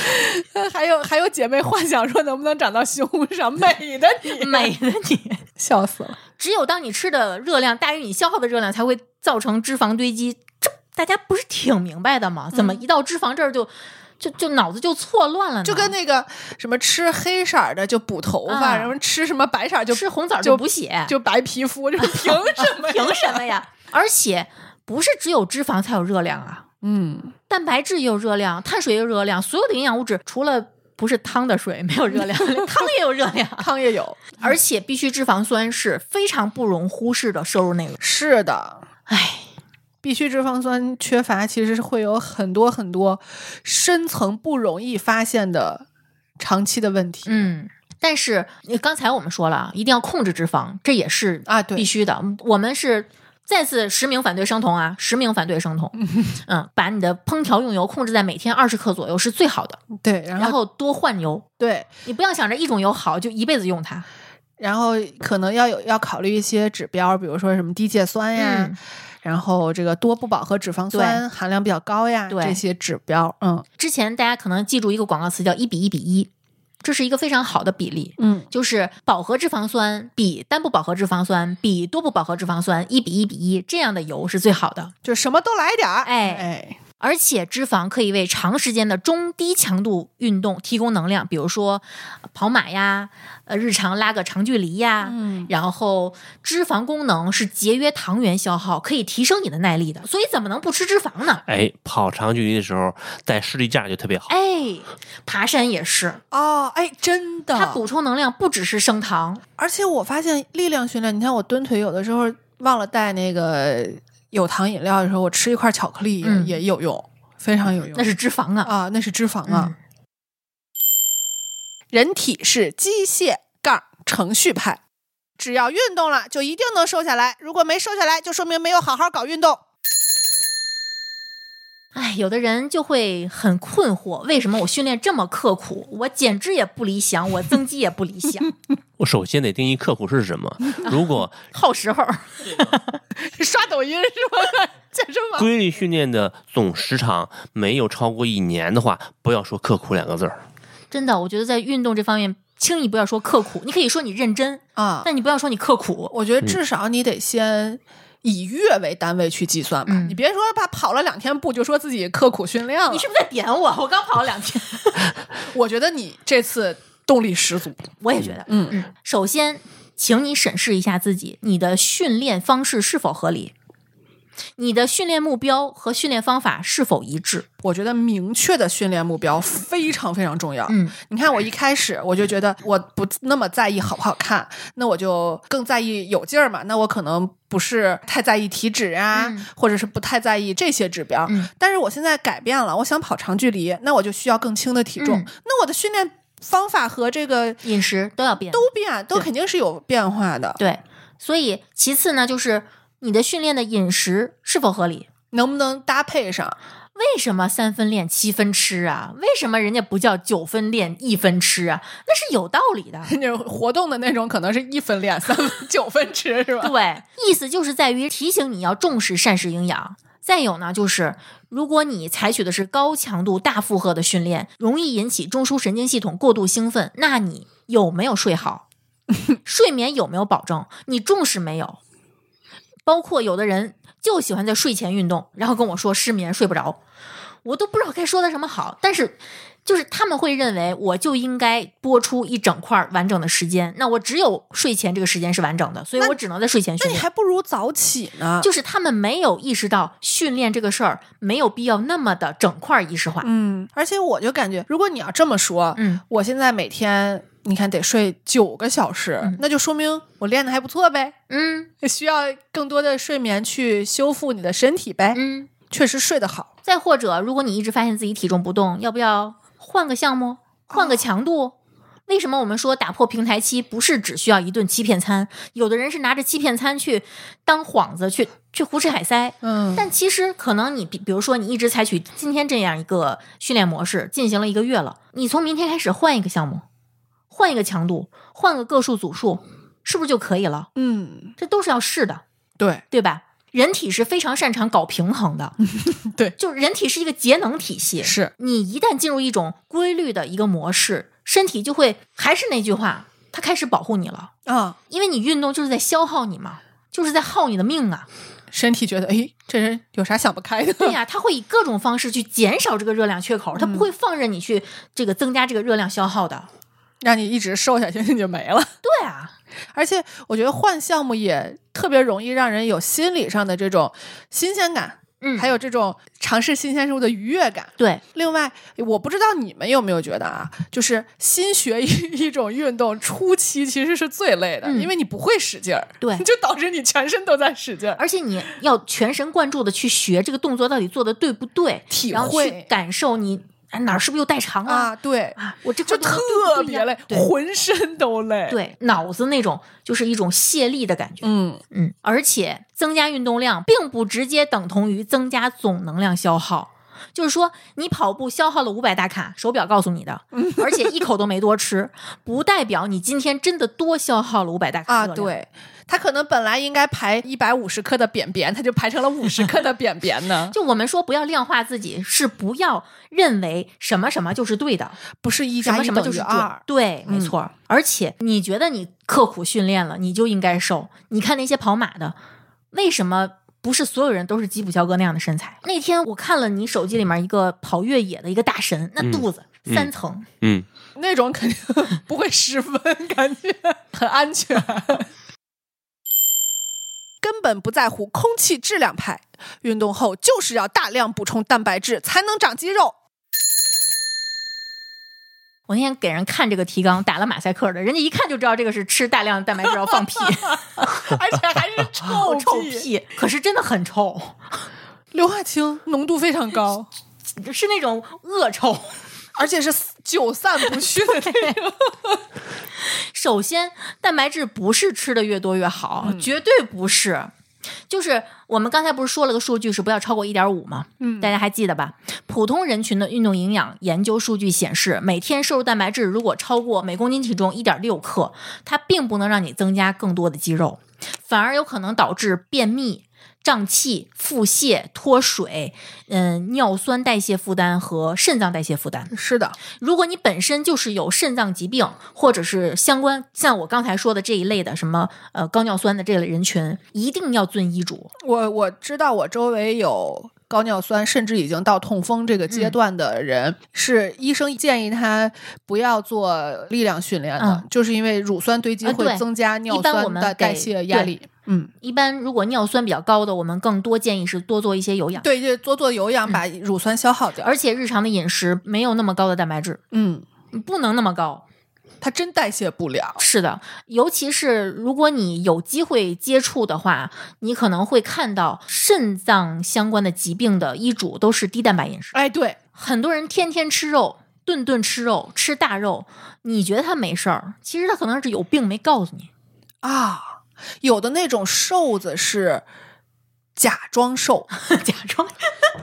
S2: 还有还有姐妹幻想说能不能长到胸上，美的 你，
S1: 美的你，
S2: 笑死了。
S1: 只有当你吃的热量大于你消耗的热量，才会造成脂肪堆积。这大家不是挺明白的吗？怎么一到脂肪这儿就就就脑子就错乱了呢？
S2: 嗯就跟那个什么吃黑色儿的就补头发，
S1: 啊
S2: 然后吃什么白色儿就
S1: 吃红枣
S2: 就
S1: 就补血，
S2: 就白皮 肤，这凭什么？
S1: 凭什么？ 呀？而且不是只有脂肪才有热量啊。
S2: 嗯，
S1: 蛋白质也有热量，碳水也有热量，所有的营养物质除了不是汤的水没有热量，汤也有热量，
S2: 汤也有。
S1: 而且必需脂肪酸是非常不容忽视的摄入内容。
S2: 是的，
S1: 唉，
S2: 必需脂肪酸缺乏其实是会有很多很多深层不容易发现的长期的问题。
S1: 嗯。但是呃刚才我们说了啊，一定要控制脂肪，这也是
S2: 啊对
S1: 必须的。我们是再次实名反对生酮啊，实名反对生 酮。嗯，把你的烹调用油控制在每天二十克左右是最好的，
S2: 对，然后
S1: 然后多换油。
S2: 对，
S1: 你不要想着一种油好就一辈子用它，
S2: 然后可能要有要考虑一些指标，比如说什么低芥酸呀。
S1: 嗯
S2: 然后这个多不饱和脂肪酸含量比较高呀，
S1: 对
S2: 这些指标，嗯
S1: 之前大家可能记住一个广告词叫一比一比一，这是一个非常好的比例，
S2: 嗯，
S1: 就是饱和脂肪酸比单不饱和脂肪酸比多不饱和脂肪酸一比一比一，这样的油是最好的。
S2: 就什么都来点儿，
S1: 哎
S2: 哎，
S1: 而且脂肪可以为长时间的中低强度运动提供能量，比如说呃跑马呀，呃，日常拉个长距离呀。
S2: 嗯，
S1: 然后脂肪功能是节约糖原消耗，可以提升你的耐力的，所以怎么能不吃脂肪呢？
S3: 哎，跑长距离的时候带视力架就特别好。
S1: 哎，爬山也是，
S2: 哦，哎，真的，
S1: 它补充能量不只是升糖，
S2: 而且我发现力量训练，你看我蹲腿有的时候忘了带那个有糖饮料的时候，我吃一块巧克力也,、
S1: 嗯
S2: 也有用，非常有用。
S1: 那是脂肪啊。
S2: 啊，那是脂肪啊。
S1: 嗯
S2: 人体是机械杠程序派，只要运动了就一定能瘦下来，如果没瘦下来，就说明没有好好搞运动。
S1: 哎，有的人就会很困惑，为什么我训练这么刻苦，我减脂也不理想，我增肌也不理 想，
S3: 我首先得定义刻苦是什么。如果
S1: 耗时候。
S2: 刷抖音是吧？健身房
S3: 规律训练的总时长没有超过一年的话，不要说刻苦两个字儿。
S1: 真的，我觉得在运动这方面，轻易不要说刻苦，你可以说你认真，
S2: 啊，
S1: 但你不要说你刻苦。
S2: 我觉得至少你得先。以月为单位去计算吧，
S1: 嗯
S2: 你别说怕跑了两天步就说自己刻苦训练了。
S1: 你是不是在点我？我刚跑了两天，
S2: 我觉得你这次动力十足。
S1: 我也觉得。
S2: 嗯
S1: 嗯，首先，请你审视一下自己，你的训练方式是否合理。你的训练目标和训练方法是否一致？
S2: 我觉得明确的训练目标非常非常重要。
S1: 嗯，
S2: 你看我一开始我就觉得我不那么在意好不好看，那我就更在意有劲儿嘛。那我可能不是太在意体脂啊，
S1: 嗯
S2: 或者是不太在意这些指标。
S1: 嗯
S2: 但是我现在改变了，我想跑长距离，那我就需要更轻的体重。
S1: 嗯
S2: 那我的训练方法和这个
S1: 饮食都要变。
S2: 都变，都
S1: 对
S2: 肯定是有变化的。
S1: 对，所以其次呢，就是你的训练的饮食是否合理？
S2: 能不能搭配上？
S1: 为什么三分练七分吃啊？为什么人家不叫九分练一分吃啊？那是有道理的。
S2: 那种活动的那种，可能是一分练三分九分吃，是吧？
S1: 对，意思就是在于提醒你要重视膳食营养。再有呢，就是如果你采取的是高强度、大负荷的训练，容易引起中枢神经系统过度兴奋，那你有没有睡好？ 睡眠有没有保证？你重视没有？包括有的人就喜欢在睡前运动，然后跟我说失眠睡不着，我都不知道该说他什么好。但是，就是他们会认为我就应该播出一整块完整的时间，那我只有睡前这个时间是完整的，所以
S2: 那
S1: 我只能在睡前训
S2: 那你
S1: 练。
S2: 还不如早起呢。
S1: 就是他们没有意识到训练这个事儿没有必要那么的整块仪式化。
S2: 嗯，而且我就感觉，如果你要这么说，
S1: 嗯，
S2: 我现在每天你看得睡九个小时，
S1: 嗯
S2: 那就说明我练的还不错呗，
S1: 嗯
S2: 需要更多的睡眠去修复你的身体呗。
S1: 嗯。
S2: 确实睡得好，
S1: 再或者，如果你一直发现自己体重不动，要不要换个项目，换个强度？为什么我们说打破平台期不是只需要一顿欺骗餐？有的人是拿着欺骗餐去当幌子去去胡吃海塞。
S2: 嗯，
S1: 但其实可能你比比如说你一直采取今天这样一个训练模式，进行了一个月了，你从明天开始换一个项目，换一个强度，换个个数组数，是不是就可以了？
S2: 嗯，
S1: 这都是要试的，
S2: 对
S1: 对吧？人体是非常擅长搞平衡的，
S2: 对
S1: 就是人体是一个节能体系，
S2: 是，
S1: 你一旦进入一种规律的一个模式，身体就会还是那句话，它开始保护你了，
S2: 啊，
S1: 因为你运动就是在消耗你嘛，就是在耗你的命啊。
S2: 身体觉得，哎，这人有啥想不开的？
S1: 对呀、它会以各种方式去减少这个热量缺口，它
S2: 嗯
S1: 不会放任你去这个增加这个热量消耗的。
S2: 让你一直瘦下去你就没了。
S1: 对啊，
S2: 而且我觉得换项目也特别容易让人有心理上的这种新鲜感，
S1: 嗯，
S2: 还有这种尝试新鲜事物的愉悦感。
S1: 对，
S2: 另外，我不知道你们有没有觉得啊，就是新学一 一种运动初期其实是最累的，
S1: 嗯
S2: 因为你不会使劲儿，
S1: 对
S2: 就导致你全身都在使劲儿。
S1: 而且你要全神贯注的去学这个动作到底做的对不对，
S2: 体
S1: 然后去
S2: 会
S1: 感受你哎哪儿是不是又代偿了
S2: 啊，对，
S1: 啊我这
S2: 就
S1: 块动作对不
S2: 特
S1: 一
S2: 别
S1: 样
S2: 累，
S1: 对
S2: 浑身都累。，
S1: 对，脑子那种就是一种泄力的感觉。
S2: 嗯，
S1: 嗯，而且增加运动量并不直接等同于增加总能量消耗。就是说，你跑步消耗了五百大卡，手表告诉你的，
S2: 嗯
S1: 而且一口都没多吃，不代表你今天真的多消耗了五百大卡
S2: 啊，
S1: 热量。。
S2: 对，他可能本来应该排一百五十克的扁扁，他就排成了五十克的扁扁呢
S1: 就我们说不要量化自己，是不要认为什么什么就是对的，
S2: 不是一
S1: 什
S2: 加
S1: 么
S2: 一
S1: 什么
S2: 等
S1: 就
S2: 于
S1: 是
S2: 二，
S1: 对，对没
S2: 嗯
S1: 错。而且你觉得你刻苦训练了，你就应该瘦。你看那些跑马的，为什么不是所有人都是吉普乔格那样的身材？那天我看了你手机里面一个跑越野的一个大神，那
S3: 嗯
S1: 肚子、
S3: 嗯
S1: 三层，
S3: 嗯，
S2: 那种肯定不会失分，感觉很安全。根本不在乎空气质量派，运动后就是要大量补充蛋白质才能长肌肉。
S1: 我那天给人看这个提纲，打了马赛克的，人家一看就知道这个是吃大量蛋白质要放屁，
S2: 而且还是 臭
S1: 臭。屁，可是真的很臭，
S2: 硫化氢浓度非常高，
S1: 是那种恶臭。
S2: 而且是久散不去的 那种。
S1: 首先，蛋白质不是吃的越多越好，绝对不是。就是我们刚才不是说了个数据是不要超过一点五吗？
S2: 嗯
S1: 大家还记得吧？普通人群的运动营养研究数据显示，每天摄入蛋白质如果超过每公斤体重一点六克，它并不能让你增加更多的肌肉，反而有可能导致便秘。胀气、腹泻、脱水，嗯，尿酸代谢负担和肾脏代谢负担。
S2: 是的，
S1: 如果你本身就是有肾脏疾病，或者是相关像我刚才说的这一类的什么呃高尿酸的这类人群，一定要遵医嘱。
S2: 我我知道我周围有高尿酸，甚至已经到痛风这个
S1: 嗯
S2: 阶段的人，是医生建议他不要做力量训练的，
S1: 嗯
S2: 就是因为乳酸堆积
S1: 啊对
S2: 会增加尿
S1: 一般我
S2: 酸
S1: 们
S2: 的
S1: 给
S2: 代谢压力。嗯，
S1: 一般如果尿酸比较高的，我们更多建议是多做一些有氧，
S2: 对，就多做
S1: 嗯
S2: 有氧，把乳酸消耗掉。
S1: 而且日常的饮食没有那么高的蛋白质，
S2: 嗯，
S1: 不能那么高。
S2: 它真代谢不了。
S1: 是的，尤其是如果你有机会接触的话，你可能会看到肾脏相关的疾病的医嘱都是低蛋白饮食。
S2: 哎，对，
S1: 很多人天天吃肉，顿顿吃肉，吃大肉，你觉得他没事儿，其实他可能是有病没告诉你。
S2: 啊，有的那种瘦子是假 装瘦，
S1: 假装，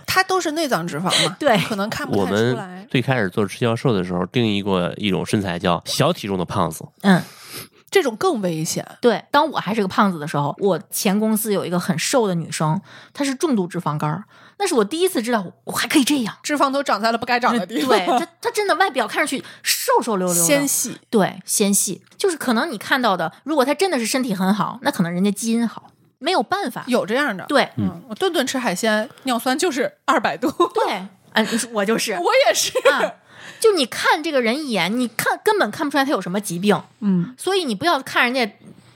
S2: 它都是内脏脂肪嘛
S1: 对
S2: 可能看不
S3: 我
S2: 太出
S3: 们
S2: 来。
S3: 最开始做吃教授的时候，定义过一种身材叫小体重的胖子，
S1: 嗯，
S2: 这种更危险。
S1: 对。当我还是个胖子的时候，我前公司有一个很瘦的女生，她是重度脂肪肝儿，那是我第一次知道我还可以这样。
S2: 脂肪都长在了不该长的地
S1: 对她
S2: 方，，
S1: 她真的外表看上去瘦瘦溜溜的，
S2: 纤细。
S1: 对，纤细就是可能你看到的，如果他真的是身体很好，那可能人家基因好，没有办法。
S2: 有这样的，
S1: 对
S2: 嗯，我顿顿吃海鲜，尿酸就是二百度， 我
S1: 对，嗯，我就是
S2: 也是，
S1: 啊， 就你看这个人一眼，你看根本看不出来他有什么疾病，
S2: 嗯，
S1: 所以你不要看人家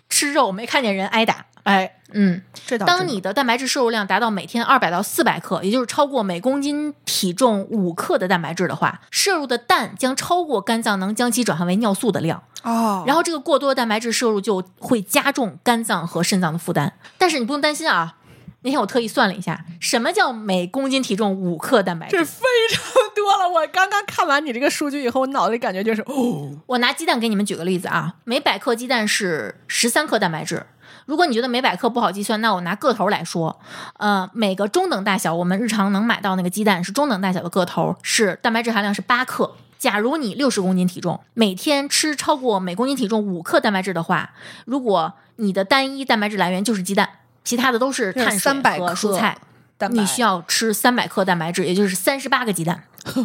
S1: 吃肉，没看见人挨打。
S2: 哎，
S1: 嗯，
S2: 这倒
S1: 当
S2: 真
S1: 你的蛋白质摄入量达到每天二百到四百克，也就是超过每公斤体重五克的蛋白质的话，摄入的氮将超过肝脏能将其转化为尿素的量。
S2: 哦，
S1: 然后这个过多的蛋白质摄入就会加重肝脏和肾脏的负担。但是你不用担心啊，那天我特意算了一下，什么叫每公斤体重五克蛋白
S2: 这
S1: 质？
S2: 非常多了。我刚刚看完你这个数据以后，我脑子里感觉就是哦，
S1: 我拿鸡蛋给你们举个例子啊，每百克鸡蛋是十三克蛋白质。如果你觉得每百克不好计算，那我拿个头来说，呃，每个中等大小，我们日常能买到那个鸡蛋是中等大小的个头，是蛋白质含量是八克。假如你六十公斤体重，每天吃超过每公斤体重五克蛋白质的话，如果你的单一蛋白质来源就是鸡蛋，其他的都是碳水
S2: 300
S1: 和
S2: 克
S1: 蔬菜，
S2: 蛋白
S1: 你需要吃三百克蛋白质，也就是三十八个鸡蛋，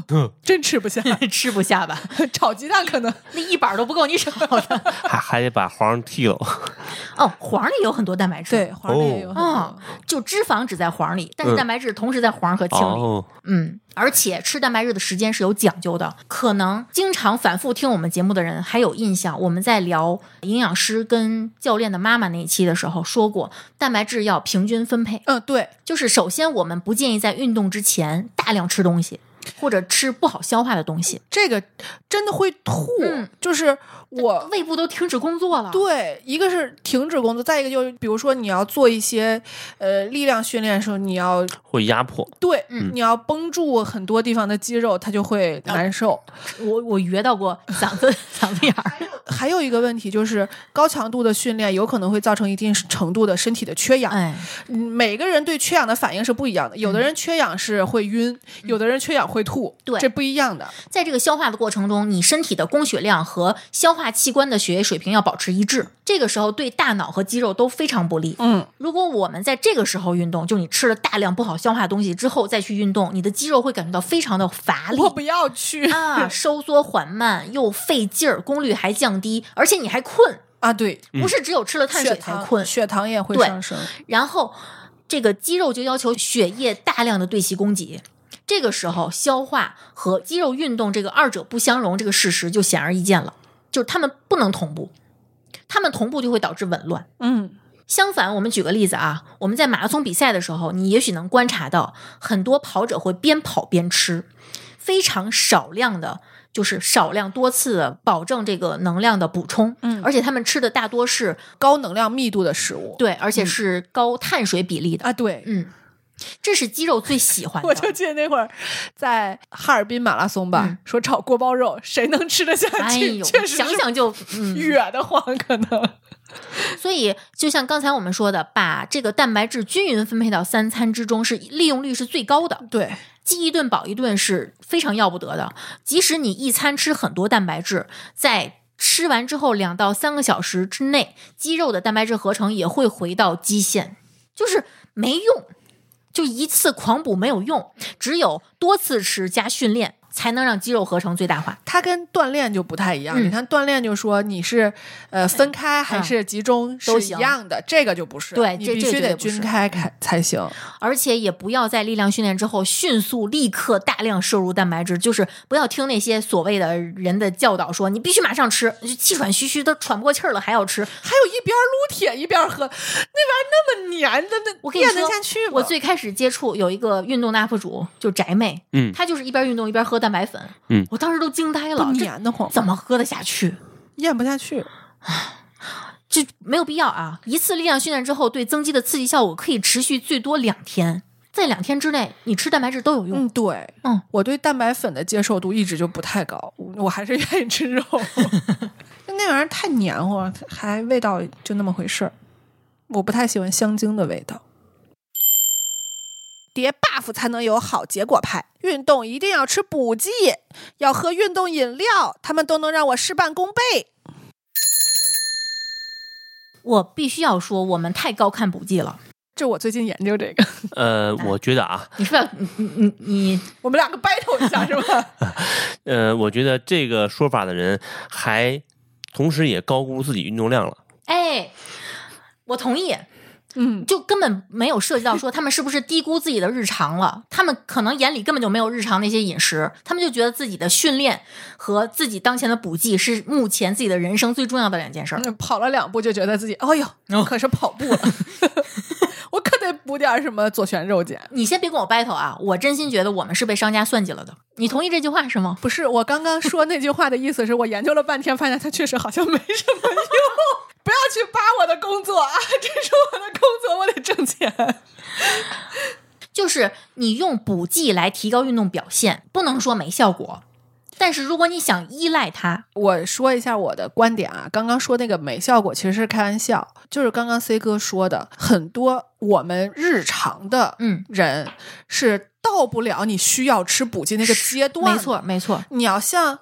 S2: 真吃不下，
S1: 吃不下吧？
S2: 炒鸡蛋可能
S1: 那一板都不够你炒 的。
S3: 还还得把黄 上剃了。
S1: 哦，黄里有很多蛋白质，
S2: 对，黄历也有很多
S1: 哦，就脂肪只在黄里，但是
S3: 嗯
S1: 蛋白质同时在黄和青里。
S3: 哦，
S1: 嗯，而且吃蛋白质的时间是有讲究的。可能经常反复听我们节目的人还有印象，我们在聊营养师跟教练的妈妈那一期的时候说过，蛋白质要平均分配。
S2: 嗯，对，
S1: 就是首先，我们不建议在运动之前大量吃东西，或者吃不好消化的东西，
S2: 这个真的会吐，
S1: 嗯
S2: 就是我。
S1: 胃部都停止工作了。
S2: 对，一个是停止工作，再一个就是，比如说你要做一些呃力量训练的时候，你要
S3: 会压迫。
S2: 对，
S1: 嗯啊
S2: 你要绷住很多地方的肌肉，它就会难受。
S1: 我我哕到过嗓子 嗓子眼儿。
S2: 还有一个问题就是，高强度的训练有可能会造成一定程度的身体的缺氧。
S1: 哎，
S2: 嗯每个人对缺氧的反应是不一
S1: 嗯
S2: 样的，有的人缺氧是会晕，有的人缺氧会吐，
S1: 对
S2: 这不一样的。
S1: 在这个消化的过程中，你身体的供血量和消化器官的血液水平要保持一致，这个时候对大脑和肌肉都非常不利。
S2: 嗯，
S1: 如果我们在这个时候运动，就你吃了大量不好消化的东西之后再去运动，你的肌肉会感觉到非常的乏力
S2: 嗯我不要去
S1: 啊，收缩缓慢又费劲儿，功率还降低，而且你还困，
S2: 啊对，
S1: 不是只有吃了碳
S2: 血
S1: 水才
S2: 糖
S1: 困，
S2: 血糖也会
S1: 对
S2: 上升。
S1: 然后这个肌肉就要求血液大量的对其供给。这个时候，消化和肌肉运动这个二者不相容，这个事实就显而易见了，就是他们不能同步，他们同步就会导致紊乱。
S2: 嗯，
S1: 相反，我们举个例子啊，我们在马拉松比赛的时候，你也许能观察到很多跑者会边跑边吃，非常少量的，就是少量多次的保证这个能量的补充，
S2: 嗯
S1: 而且他们吃的大多是
S2: 高能量密度的食物。
S1: 对，而且是高碳水比例的，
S2: 啊，对，
S1: 嗯，这是肌肉最喜欢的。
S2: 我就记得那会儿在哈尔滨马拉松吧，
S1: 嗯
S2: 说炒锅包肉，谁能吃得下
S1: 哎
S2: 去？
S1: 呦，
S2: 确实
S1: 想
S2: 是
S1: 想就嗯，
S2: 哕得慌，可能。
S1: 所以就像刚才我们说的，把这个蛋白质均匀分配到三餐之中，是利用率是最高的，
S2: 对，
S1: 饥一顿饱一顿是非常要不得的。即使你一餐吃很多蛋白质，在吃完之后两到三个小时之内，肌肉的蛋白质合成也会回到基线，就是没用，就一次狂补没有用，只有多次吃加训练才能让肌肉合成最大化。
S2: 它跟锻炼就不太一样。
S1: 嗯
S2: 你看锻炼就说你是呃分开还是集中是
S1: 都
S2: 一
S1: 行
S2: 样的，这个就不是，嗯
S1: 对
S2: 你
S1: 这
S2: 必
S1: 这
S2: 须
S1: 绝
S2: 得
S1: 对不
S2: 均
S1: 是
S2: 开开才行。
S1: 而且也不要在力量训练之后迅速立刻大量摄入蛋白质，就是不要听那些所谓的人的教导说你必须马上吃，就气喘吁吁都喘不过气儿了还要吃。
S2: 还有一边撸铁一边喝，那玩意儿那么黏的，那
S1: 我跟你
S2: 咽得
S1: 说
S2: 下去吗？
S1: 我最开始接触有一个运动的 UP 主，就宅妹，
S3: 嗯
S1: 她就是一边运动一边喝蛋白粉，
S3: 嗯
S1: 我当时都惊呆
S2: 不
S1: 了，这
S2: 黏得慌，
S1: 怎么喝得下去？
S2: 咽不下去？
S1: 这没有必要啊！一次力量训练之后，对增肌的刺激效果可以持续最多两天，在两天之内你吃蛋白质都有用。
S2: 嗯，对，
S1: 嗯，
S2: 我对蛋白粉的接受度一直就不太高，我还是愿意吃肉。 那玩意儿太黏糊了，还味道就那么回事儿。我不太喜欢香精的味道。叠 buff 才能有好结果派，运动一定要吃补剂，要喝运动饮料，他们都能让我事半功倍。
S1: 我必须要说，我们太高看补剂了。
S2: 这我最近研究这个，
S3: 呃，
S2: 哎
S3: 我觉得啊，
S1: 你是不 是要你你你
S2: 我们两个 battle 一下是吧？
S3: 呃，我觉得这个说法的人还同时也高估自己运动量了。
S1: 哎，我同意，
S2: 嗯，
S1: 就根本没有涉及到说他们是不是低估自己的日常了，他们可能眼里根本就没有日常那些饮食，他们就觉得自己的训练和自己当前的补剂是目前自己的人生最重要的两件事儿。
S2: 嗯跑了两步就觉得自己，哎呦，
S1: 哦
S2: 可是跑步了， 我可得补点什么左旋肉碱。
S1: 你先别跟我 battle 啊！我真心觉得我们是被商家算计了的。你同意这句话是吗？
S2: 不是，我刚刚说那句话的意思是我研究了半天，发现它确实好像没什么用。 不要去扒我的工作啊！这是我的工作，我得挣钱。
S1: 就是你用补剂来提高运动表现，不能说没效果。但是如果你想依赖它，
S2: 我说一下我的观点啊，刚刚说那个没效果其实是开玩笑，就是刚刚 C 哥说的，很多我们日常的
S1: 嗯，
S2: 人是到不了你需要吃补剂那个阶段，
S1: 没，错，没错，
S2: 你要像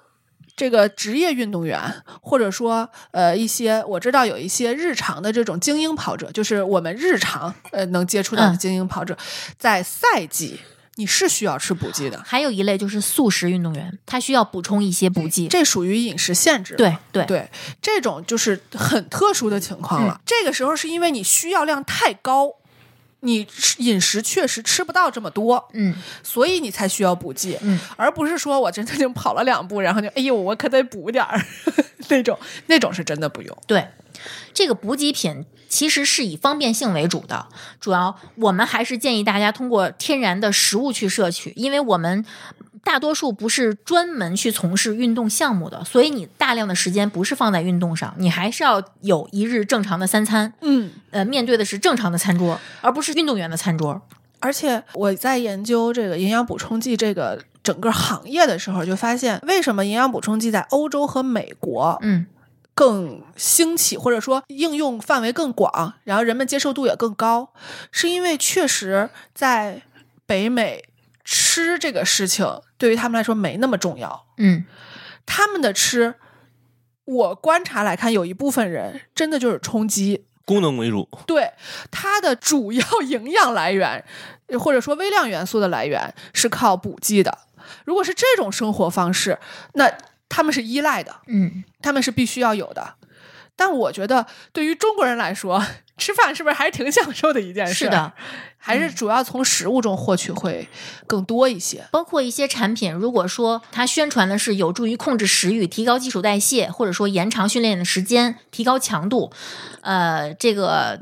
S2: 这个职业运动员，或者说呃一些我知道有一些日常的这种精英跑者，就是我们日常呃能接触到的
S1: 嗯
S2: 精英跑者，在赛季你是需要吃补剂的，
S1: 还有一类就是素食运动员，他需要补充一些补剂。
S2: 这属于饮食限制。。
S1: 对对嗯
S2: 对，这种就是很特殊的情况了。这个时候是因为你需要量太高，你吃饮食确实吃不到这么多，
S1: 嗯，
S2: 所以你才需要补剂，
S1: 嗯
S2: 而不是说我真的就跑了两步，然后就哎呦，我可得补点儿 那种，那种是真的不用。
S1: 对，这个补给品其实是以方便性为主的，主要我们还是建议大家通过天然的食物去摄取，因为我们。大多数不是专门去从事运动项目的，所以你大量的时间不是放在运动上，你还是要有一日正常的三餐，
S2: 嗯，
S1: 呃，面对的是正常的餐桌，而不是运动员的餐桌。
S2: 而且我在研究这个营养补充剂这个整个行业的时候，就发现为什么营养补充剂在欧洲和美国
S1: 嗯，
S2: 更兴起，或者说应用范围更广，然后人们接受度也更高，是因为确实在北美吃这个事情对于他们来说没那么重要，
S1: 嗯，
S2: 他们的吃，我观察来看，有一部分人真的就是充饥，
S3: 功能为主，
S2: 对它的主要营养来源， 呃或者说微量元素的来源是靠补剂的。如果是这种生活方式，那他们是依赖的，
S1: 嗯，
S2: 他们是必须要有的。但我觉得，对于中国人来说， 吃饭是不是还是挺享受的一件事？
S1: 是的，，嗯
S2: 还是主要从食物中获取会更多一些。
S1: 包括一些产品，如果说它宣传的是有助于控制食欲、提高基础代谢，或者说延长训练的时间、提高强度，呃，这个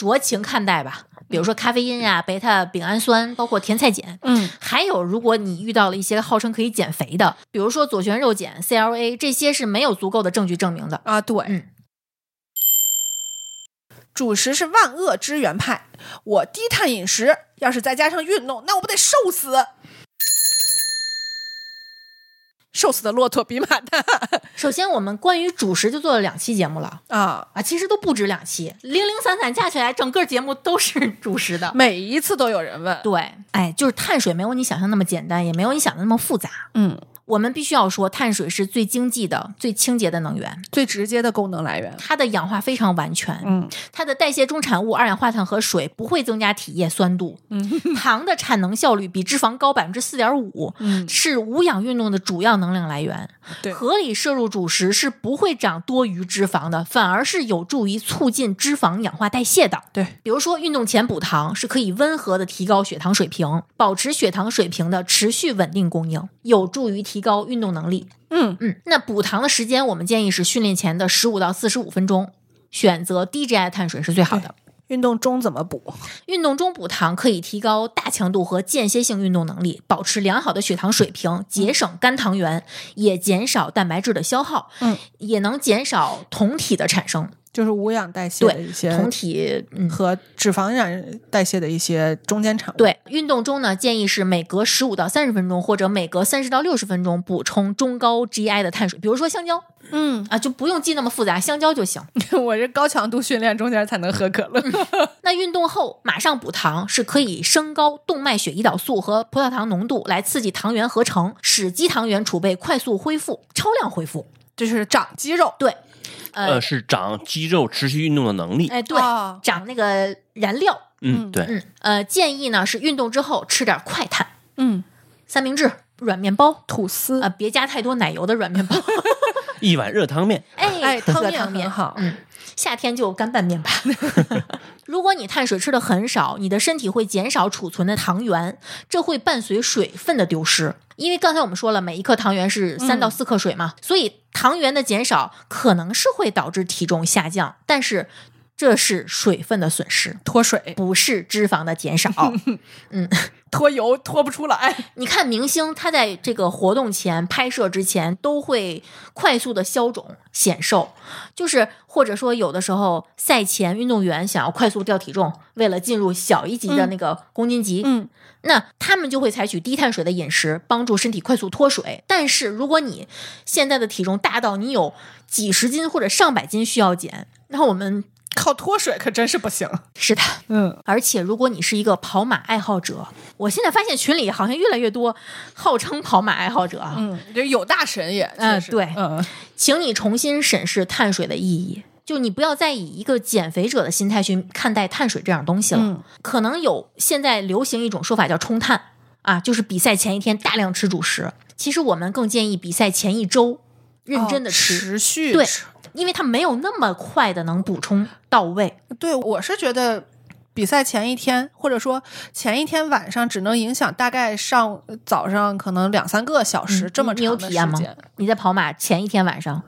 S1: 酌情看待吧。比如说咖啡因呀、贝塔丙氨酸，包括甜菜碱。
S2: 嗯，
S1: 还有，如果你遇到了一些号称可以减肥的，比如说左旋肉碱、CLA 这些是没有足够的证据证明的。
S2: 啊，对，
S1: 嗯
S2: 主食是万恶之源派，我低碳饮食，要是再加上运动，那我不得瘦死？瘦死的骆驼比马大
S1: 首先，我们关于主食就做了两期节目了
S2: 啊！
S1: 啊，其实都不止两期，零零散散加起来，整个节目都是主食的。
S2: 每一次都有人问，
S1: 对，哎，就是碳水没有你想象那么简单，也没有你想的那么复杂。
S2: 嗯，
S1: 我们必须要说，碳水是最经济的、最清洁的能源，
S2: 最直接的功能来源。
S1: 它的氧化非常完全，
S2: 嗯，
S1: 它的代谢中产物二氧化碳和水不会增加体液酸度，嗯，糖的产能效率比脂肪高百分之四点五，
S2: 嗯
S1: 是无氧运动的主要能量来源。
S2: 对
S1: 合理摄入主食是不会长多余脂肪的，反而是有助于促进脂肪氧化代谢的。
S2: 对，
S1: 比如说，运动前补糖是可以温和的提高血糖水平，保持血糖水平的持续稳定供应，有助于提高运动能力。
S2: 嗯，
S1: 嗯，那补糖的时间我们建议是训练前的十五到四十五分钟，选择低 GI 碳水是最好的。
S2: 运动中怎么补？
S1: 运动中补糖可以提高大强度和间歇性运动能力，保持良好的血糖水平，节省肝糖原，也减少蛋白质的消耗，
S2: 嗯，
S1: 也能减少酮体的产生。
S2: 就是无氧代谢的一
S1: 酮
S2: 些
S1: 体，嗯，
S2: 和脂肪氧代谢的一些中间产物。，
S1: 对，运动中呢，建议是每隔十五到三十分钟，或者每隔三十到六十分钟补充中高 GI 的碳水，比如说香蕉
S2: 嗯，
S1: 啊，就不用记那么复杂，香蕉就行。
S2: 我这高强度训练中间才能喝可乐。
S1: 那运动后马上补糖是可以升高动脉血胰岛素和葡萄糖浓度，来刺激糖原合成，使肌糖原储备快速恢复、超量恢复。
S2: 就是长肌肉。
S1: 对，
S3: 呃，是长肌肉持续运动的能力。
S1: 哎，对，
S2: 哦
S1: 长那个燃料。
S3: 嗯，对，
S1: 嗯，呃，建议呢是运动之后吃点快碳，
S2: 嗯，
S1: 三明治、软面包。
S2: 吐司
S1: 啊、别加太多奶油的软面包。
S3: 一碗热汤面，
S1: 哎，
S2: 哎
S1: 喝
S2: 汤面
S1: 汤面
S2: 很好
S1: 嗯，夏天就干拌面吧。 如果你碳水吃的很少，你的身体会减少储存的糖原，这会伴随水分的丢失。因为刚才我们说了，每一克糖原是三到四克水嘛，所以糖原的减少可能是会导致体重下降，但是这是水分的损失，
S2: 脱水、
S1: 不是脂肪的减少。
S2: 脱油脱不出来。
S1: 你看明星，他在这个活动前、拍摄之前都会快速的消肿显瘦，就是或者说有的时候赛前运动员想要快速掉体重，为了进入小一级的那个公斤级，
S2: 嗯，
S1: 那他们就会采取低碳水的饮食，帮助身体快速脱水。但是如果你现在的体重大到你有几十斤或者上百斤需要减，那我们
S2: 靠脱水可真是不行。
S1: 是的，
S2: 嗯，
S1: 而且，如果你是一个跑马爱好者，我现在发现群里好像越来越多号称跑马爱好者啊，
S2: 嗯，就有大神也，
S1: 嗯
S2: 确实
S1: 对
S2: 嗯，
S1: 请你重新审视碳水的意义。就你不要再以一个减肥者的心态去看待碳水这样东西了。
S2: 嗯
S1: 可能有现在流行一种说法叫冲碳啊，就是比赛前一天大量吃主食。其实我们更建议比赛前一周认真的
S2: 哦
S1: 吃，
S2: 持续
S1: 对
S2: 吃
S1: 因为它没有那么快的能补充到位。
S2: 对，我是觉得比赛前一天，或者说前一天晚上，只能影响大概上早上可能两三个小时、
S1: 嗯
S2: 这么
S1: 你你有
S2: 长的
S1: 体验
S2: 时
S1: 吗
S2: 间。
S1: 你在跑马前一天晚上，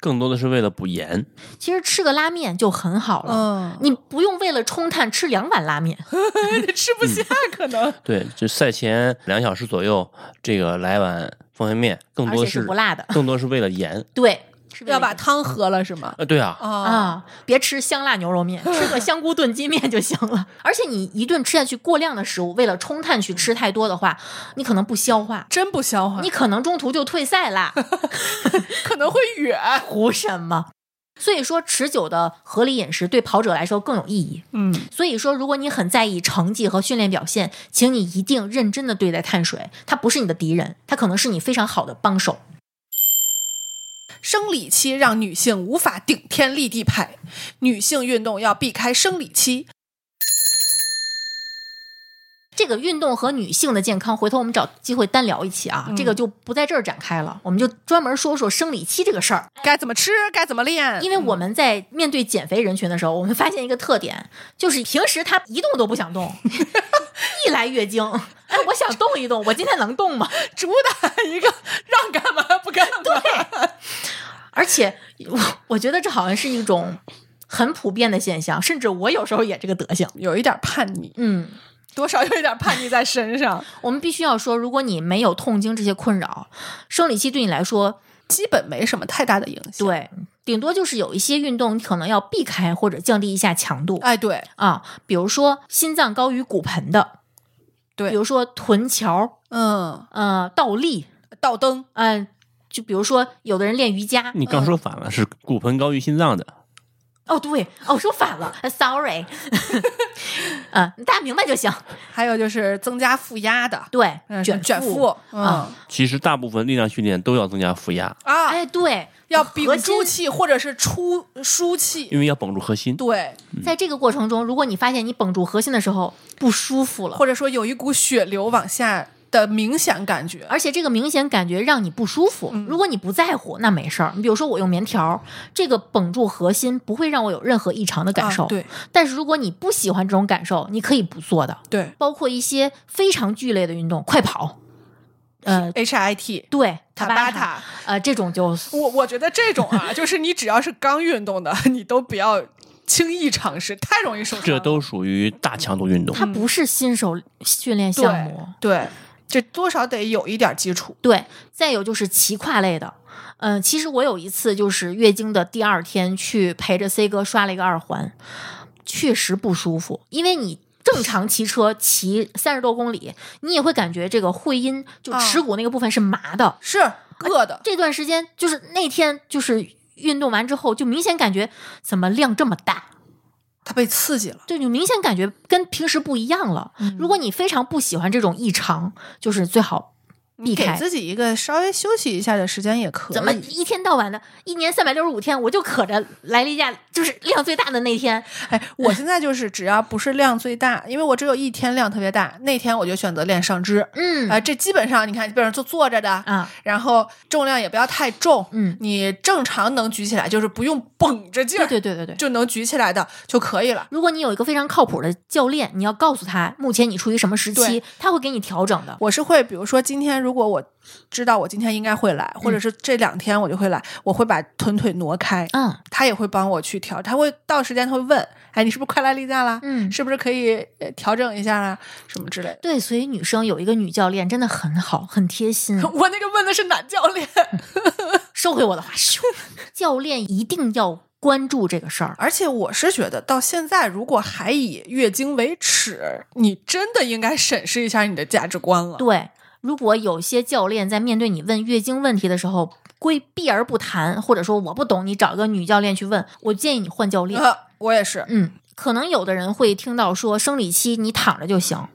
S3: 更多的是为了补盐。
S1: 其实吃个拉面就很好了。
S2: 嗯，
S1: 你不用为了冲碳吃两碗拉面，
S2: 你嗯 吃不下可能。
S3: 对，就赛前两小时左右，这个来碗方便面，更
S1: 而
S3: 多
S1: 且
S3: 的是
S1: 是不辣的
S3: 更多是为了盐。
S1: 对，是为了
S2: 要把汤喝了是吗？
S3: 呃，对啊，
S2: 啊、
S1: 啊，别吃香辣牛肉面，吃个香菇炖鸡面就行了。 而且你一顿吃下去过量的食物，为了冲碳去吃太多的话，你可能不消化，
S2: 真不消化，
S1: 你可能中途就退赛啦，
S2: 可能会远。
S1: 图什么？所以说，持久的合理饮食对跑者来说更有意义。
S2: 嗯，
S1: 所以说，如果你很在意成绩和训练表现，请你一定认真的对待碳水，它不是你的敌人，它可能是你非常好的帮手。
S2: 生理期让女性无法顶天立地排，女性运动要避开生理期。
S1: 这个运动和女性的健康，回头我们找机会单聊一期啊，这个就不在这儿展开了，我们就专门说说生理期这个事儿。
S2: 该怎么吃，该怎么练？
S1: 因为我们在面对减肥人群的时候，我们发现一个特点，就是平时他一动都不想动，一来月经，哎，我想动一动，我今天能动吗？
S2: 主打一个让干嘛不干嘛。
S1: 而且我我觉得这好像是一种很普遍的现象，甚至我有时候也这个德行。
S2: 有一点叛逆，
S1: 嗯，
S2: 多少有一点叛逆在身上，
S1: 我们必须要说，如果你没有痛经这些困扰，生理期对你来说
S2: 基本没什么太大的影响。，
S1: 对，顶多就是有一些运动你可能要避开或者降低一下强度
S2: 哎，对
S1: 啊，比如说心脏高于骨盆的，
S2: 对
S1: 比如说臀桥，
S2: 嗯，
S1: 呃，倒立，呃
S2: 倒蹬
S1: 嗯、就比如说有的人练瑜伽，
S3: 你刚说反了，是骨盆高于心脏的。
S1: 哦，对，哦，说反 了呃，sorry，呃，大家明白就行。
S2: 还有就是增加负压的，
S1: 对
S2: 嗯，，
S1: 卷
S2: 卷
S1: 腹，
S2: 腹，嗯
S1: 啊
S3: 其实大部分力量训练都要增加负压，
S2: 啊，
S1: 哎，对，
S2: 要
S1: 核
S2: 屏
S1: 心
S2: 住气或者是出舒气，
S3: 因为要绷住核心。
S2: 对，
S1: 在这个过程中，如果你发现你绷住核心的时候不舒服了，
S2: 或者说有一股血流往下的明显感觉，
S1: 而且这个明显感觉让你不舒服，
S2: 嗯
S1: 如果你不在乎，那没事儿。你比如说我用棉条，这个绷住核心不会让我有任何异常的感受。
S2: 啊、对
S1: 但是如果你不喜欢这种感受，你可以不做的，
S2: 对
S1: 包括一些非常剧烈的运动，快跑，呃，
S2: ，H I T
S1: 对，塔
S2: 塔
S1: 巴
S2: 巴
S1: 塔，
S2: 塔，嗯
S1: 呃，这种就
S2: 我我觉得这种啊，就是你只要是刚运动的， 你都不要轻易尝试，太容易受伤了。
S3: 这都属于大强度运动，
S1: 它不是新手训练项
S2: 对
S1: 目。
S2: 对，这多少得有一点基础。
S1: 对，再有就是骑跨类的。嗯，其实我有一次就是月经的第二天去陪着 C 哥刷了一个二环，确实不舒服，因为你正常骑车骑三十多公里，你也会感觉这个会阴就
S2: 啊
S1: 耻骨那个部分是麻的。
S2: 是硌的，
S1: 这段时间就是那天就是运动完之后，就明显感觉怎么量这么大，
S2: 它被刺激了。
S1: 就你明显感觉跟平时不一样了。如果你非常不喜欢这种异常，就是最好避
S2: 你给
S1: 开。
S2: 自己一个稍微休息一下的时间也可以。
S1: 怎么一天到晚的，一年三百六十五天，我就可着来例假，就是量最大的那天，
S2: 哎，我现在就是只要不是量最大，因为我只有一天量特别大，那天我就选择练上肢。啊、
S1: 嗯
S2: 这基本上你看，基本上就坐着的，
S1: 啊，
S2: 然后重量也不要太重，
S1: 嗯
S2: 你正常能举起来，就是不用绷着劲
S1: 对
S2: 儿，
S1: 对对对对。
S2: 就能举起来的就可以了。
S1: 如果你有一个非常靠谱的教练，你要告诉他目前你处于什么时期
S2: 对，
S1: 他会给你调整的。
S2: 我是会，比如说今天如果我知道我今天应该会来，或者
S1: 嗯
S2: 是这两天我就会来，我会把臀腿挪开，
S1: 嗯
S2: 他也会帮我去调，他会到时间他会问，哎，你是不是快来例假啦？
S1: 嗯，
S2: 是不是可以呃调整一下啦？什么之类的。
S1: 对，所以女生有一个女教练真的很好，很贴心。
S2: 我那个问的是男教练，
S1: 嗯收回我的话，咻，教练一定要关注这个事儿。
S2: 而且我是觉得到现在，如果还以月经为耻，你真的应该审视一下你的价值观了。
S1: 对，如果有些教练在面对你问月经问题的时候，规避而不谈，或者说我不懂，你找一个女教练去问，我建议你换教练。
S2: 呃，我也是，
S1: 嗯，可能有的人会听到说生理期你躺着就行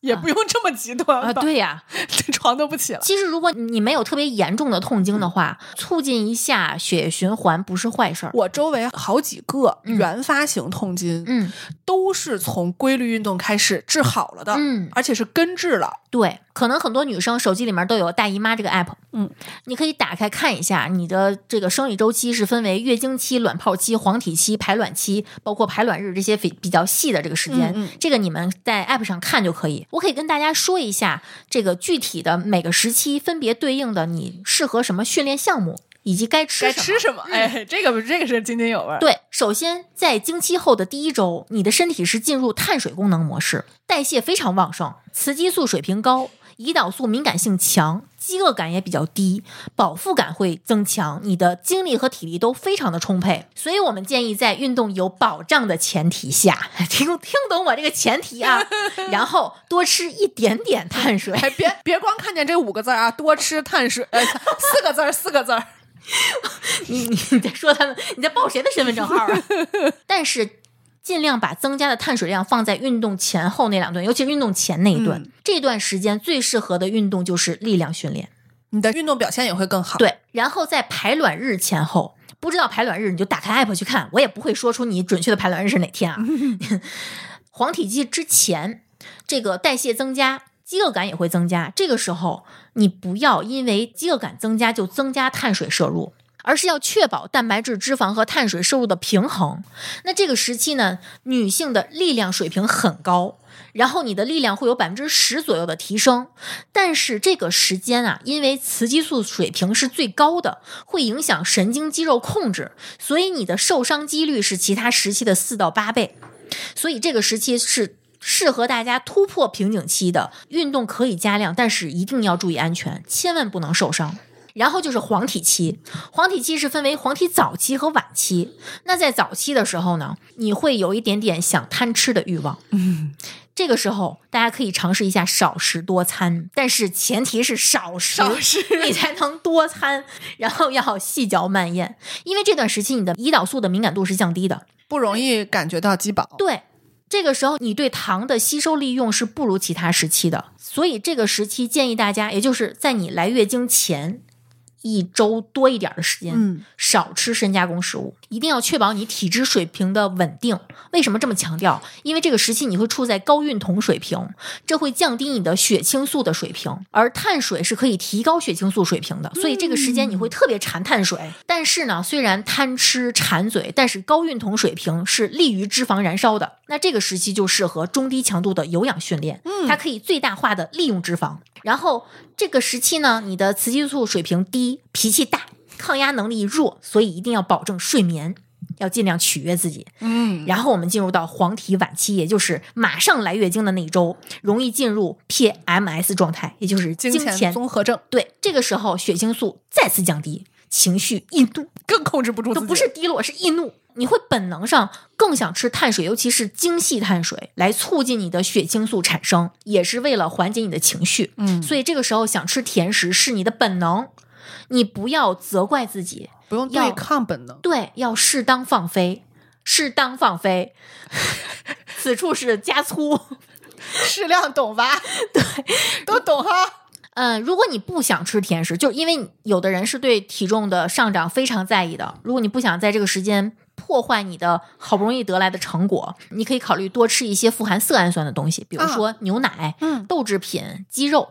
S2: 也不用这么极端吧？
S1: 啊，，对呀、
S2: 这床都不起了。
S1: 其实如果你没有特别严重的痛经的话，促进一下血液循环不是坏事儿。
S2: 我周围好几个
S1: 嗯
S2: 原发型痛经，
S1: 嗯
S2: 都是从规律运动开始治好了的，
S1: 嗯，
S2: 而且是根治了。
S1: 对，可能很多女生手机里面都有大姨妈这个 app，
S2: 嗯，
S1: 你可以打开看一下你的这个生理周期是分为月经期、卵泡期、黄体期、排卵期，包括排卵日这些比比较细的这个时间，
S2: 嗯嗯
S1: 这个你们在 app 上看就可以。我可以跟大家说一下这个具体的每个时期分别对应的你适合什么训练项目，以及该吃
S2: 该
S1: 什么。
S2: 吃什么？哎，这个这个是津津有味儿。
S1: 对，首先在经期后的第一周，你的身体是进入碳水功能模式，代谢非常旺盛，雌激素水平高，胰岛素敏感性强，饥饿感也比较低，饱腹感会增强，你的精力和体力都非常的充沛。所以我们建议在运动有保障的前提下， 听听懂我这个前提啊，然后多吃一点点碳水。
S2: 哎，别 别光看见这五个字儿啊，多吃碳水，哎、 四个字儿，四个 字儿。
S1: 你你你在说他们，你在报谁的身份证号 啊？但是尽量把增加的碳水量放在运动前后那两顿，尤其是运动前那一顿，这段时间最适合的运动就是力量训练。
S2: 你的运动表现也会更好。，
S1: 对，然后在排卵日前后。不知道排卵日，你就打开 app 去看，我也不会说出你准确的排卵日是哪天啊。黄体期之前，这个代谢增加，饥饿感也会增加。这个时候，你不要因为饥饿感增加就增加碳水摄入，而是要确保蛋白质、脂肪和碳水摄入的平衡。那这个时期呢，女性的力量水平很高，然后你的力量会有百分之十左右的提升。但是这个时间啊，因为雌激素水平是最高的，会影响神经肌肉控制，所以你的受伤几率是其他时期的四到八倍。所以这个时期是适合大家突破瓶颈期的运动，可以加量，但是一定要注意安全，千万不能受伤。然后就是黄体期，黄体期是分为黄体早期和晚期。那在早期的时候呢，你会有一点点想贪吃的欲望，这个时候大家可以尝试一下少食多餐，但是前提是少食，
S2: 少 食
S1: 你才能多餐，然后要细嚼慢咽，因为这段时期你的胰岛素的敏感度是降低的。
S2: 不容易感觉到饥饱。
S1: 对，这个时候你对糖的吸收利用是不如其他时期的，所以这个时期建议大家，也就是在你来月经前一周多一点儿的时间，
S2: 嗯，
S1: 少吃深加工食物，一定要确保你体脂水平的稳定。为什么这么强调？因为这个时期你会处在高孕酮水平，这会降低你的血清素的水平，而碳水是可以提高血清素水平的，所以这个时间你会特别馋碳水。但是呢，虽然贪吃馋嘴，但是高孕酮水平是利于脂肪燃烧的。那这个时期就适合中低强度的有氧训练，它可以最大化的利用脂肪。然后这个时期呢，你的雌激素水平低，脾气大。抗压能力弱，所以一定要保证睡眠，要尽量取悦自己。
S2: 嗯，
S1: 然后我们进入到黄体晚期，也就是马上来月经的那一周，容易进入 PMS 状态，也就是
S2: 经
S1: 前
S2: 前综合症
S1: 对，这个时候血清素再次降低，情绪易怒，
S2: 更控制不住
S1: 就
S2: 自己，
S1: 不是低落，是易怒。你会本能上更想吃碳水，尤其是精细碳水，来促进你的血清素产生，也是为了缓解你的情绪。
S2: 嗯
S1: 所以这个时候想吃甜食是你的本能，你不要责怪自己，
S2: 不用
S1: 要
S2: 对抗本能。
S1: 对，要适当放飞，适当放飞。 此处是加粗。
S2: 适量懂吧？ 对，都懂哈。
S1: 嗯，如果你不想吃甜食，就是因为有的人是对体重的上涨非常在意的。如果你不想在这个时间破坏你的好不容易得来的成果，你可以考虑多吃一些富含色氨酸的东西，比如说牛奶、
S2: 嗯
S1: 豆制品、鸡肉。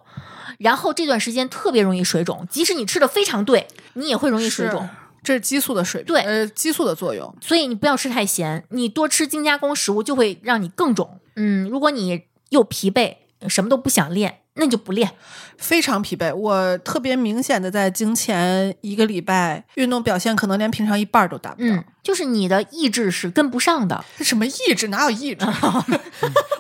S1: 然后这段时间特别容易水肿，即使你吃的非常对，你也会容易水肿
S2: 是。，这是激素的水平，
S1: 对
S2: 呃，激素的作用。
S1: 所以你不要吃太咸，你多吃精加工食物就会让你更肿。嗯，如果你又疲惫，什么都不想练，那你就不练。
S2: 非常疲惫，我特别明显的在经前一个礼拜，运动表现可能连平常一半儿都达不到。
S1: 嗯，就是你的意志是跟不上的。
S2: 什么意志？哪有意志？啊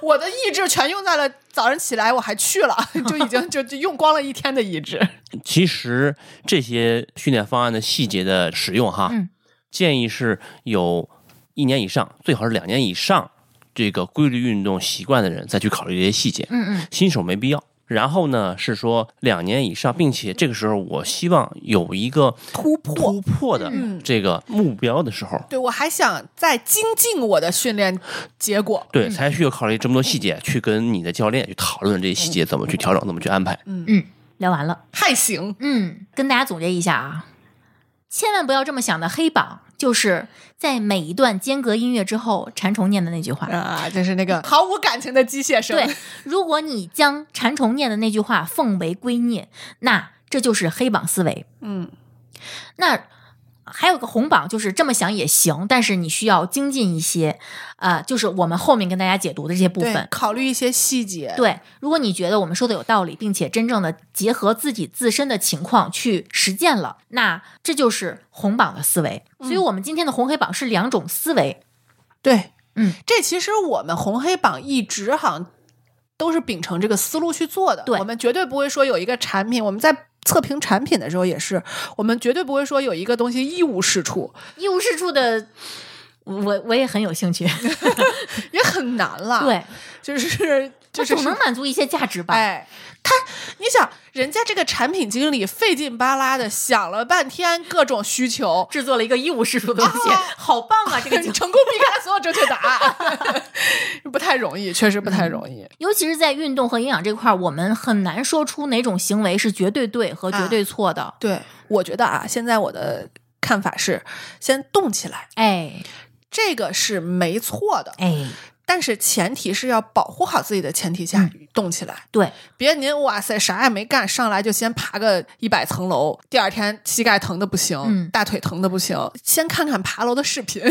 S2: 我的意志全用在了早上起来，我还去了， 就已经就就用光了一天的意志。
S3: 其实这些训练方案的细节的使用哈，
S1: 嗯
S3: 建议是有一年以上，最好是两年以上这个规律运动习惯的人再去考虑这些细节，
S1: 嗯嗯，
S3: 新手没必要。然后呢，是说两年以上，并且这个时候我希望有一个
S2: 突破
S3: 突破的
S2: 嗯
S3: 这个目标的时候，
S2: 对我还想再精进我的训练结果。
S3: 对，
S1: 嗯
S3: 才需要考虑这么多细节，去跟你的教练去讨论这
S1: 嗯
S3: 些细节怎么去调整，怎么去安排。
S1: 聊完了。
S2: 还行，
S1: 嗯，跟大家总结一下啊，千万不要这么想的黑榜，就是在每一段间隔音乐之后，馋虫念的那句话。
S2: 啊，就是那个毫无感情的机械声。
S1: 对，如果你将馋虫念的那句话奉为圭臬，那这就是黑榜思维。
S2: 嗯，
S1: 那还有个红榜，就是这么想也行，但是你需要精进一些，呃，就是我们后面跟大家解读的这些部
S2: 对
S1: 分，。
S2: 考虑一些细节。
S1: 对，如果你觉得我们说的有道理，并且真正的结合自己自身的情况去实践了，那这就是红榜的思维。所以，我们今天的红黑榜是两种思维。
S2: 对，
S1: 嗯，
S2: 这其实我们红黑榜一直好像都是秉承这个思路去做的。
S1: 对
S2: 我们绝对不会说有一个产品，我们在测评产品的时候也是，我们绝对不会说有一个东西一无是处，
S1: 一无是处的，我我也很有兴趣。
S2: 也很难了。，
S1: 对，
S2: 就是
S1: 它
S2: 就是
S1: 总能满足一些价值吧？
S2: 哎，他，你想，人家这个产品经理费劲巴拉的想了半天各种需求，
S1: 制作了一个一无是处的东西，
S2: 啊
S1: 好棒啊！ 这个景
S2: 成功 避开了所有正确 答案，不太容易，确实不太容易。
S1: 尤其是在运动和营养这块儿，我们很难说出哪种行为是绝对对和绝
S2: 啊
S1: 对错的。
S2: 对，我觉得啊，现在我的看法是，先动起来，
S1: 哎
S2: 这个是没错的，
S1: 哎，
S2: 但是前提是要保护好自己的前提下、
S1: 嗯
S2: 动起来，
S1: 对，
S2: 别您哇塞啥也没干，上来就先爬个一百层楼，第二天膝盖疼的不行，
S1: 嗯
S2: 大腿疼的不行， 先看看爬楼的视 频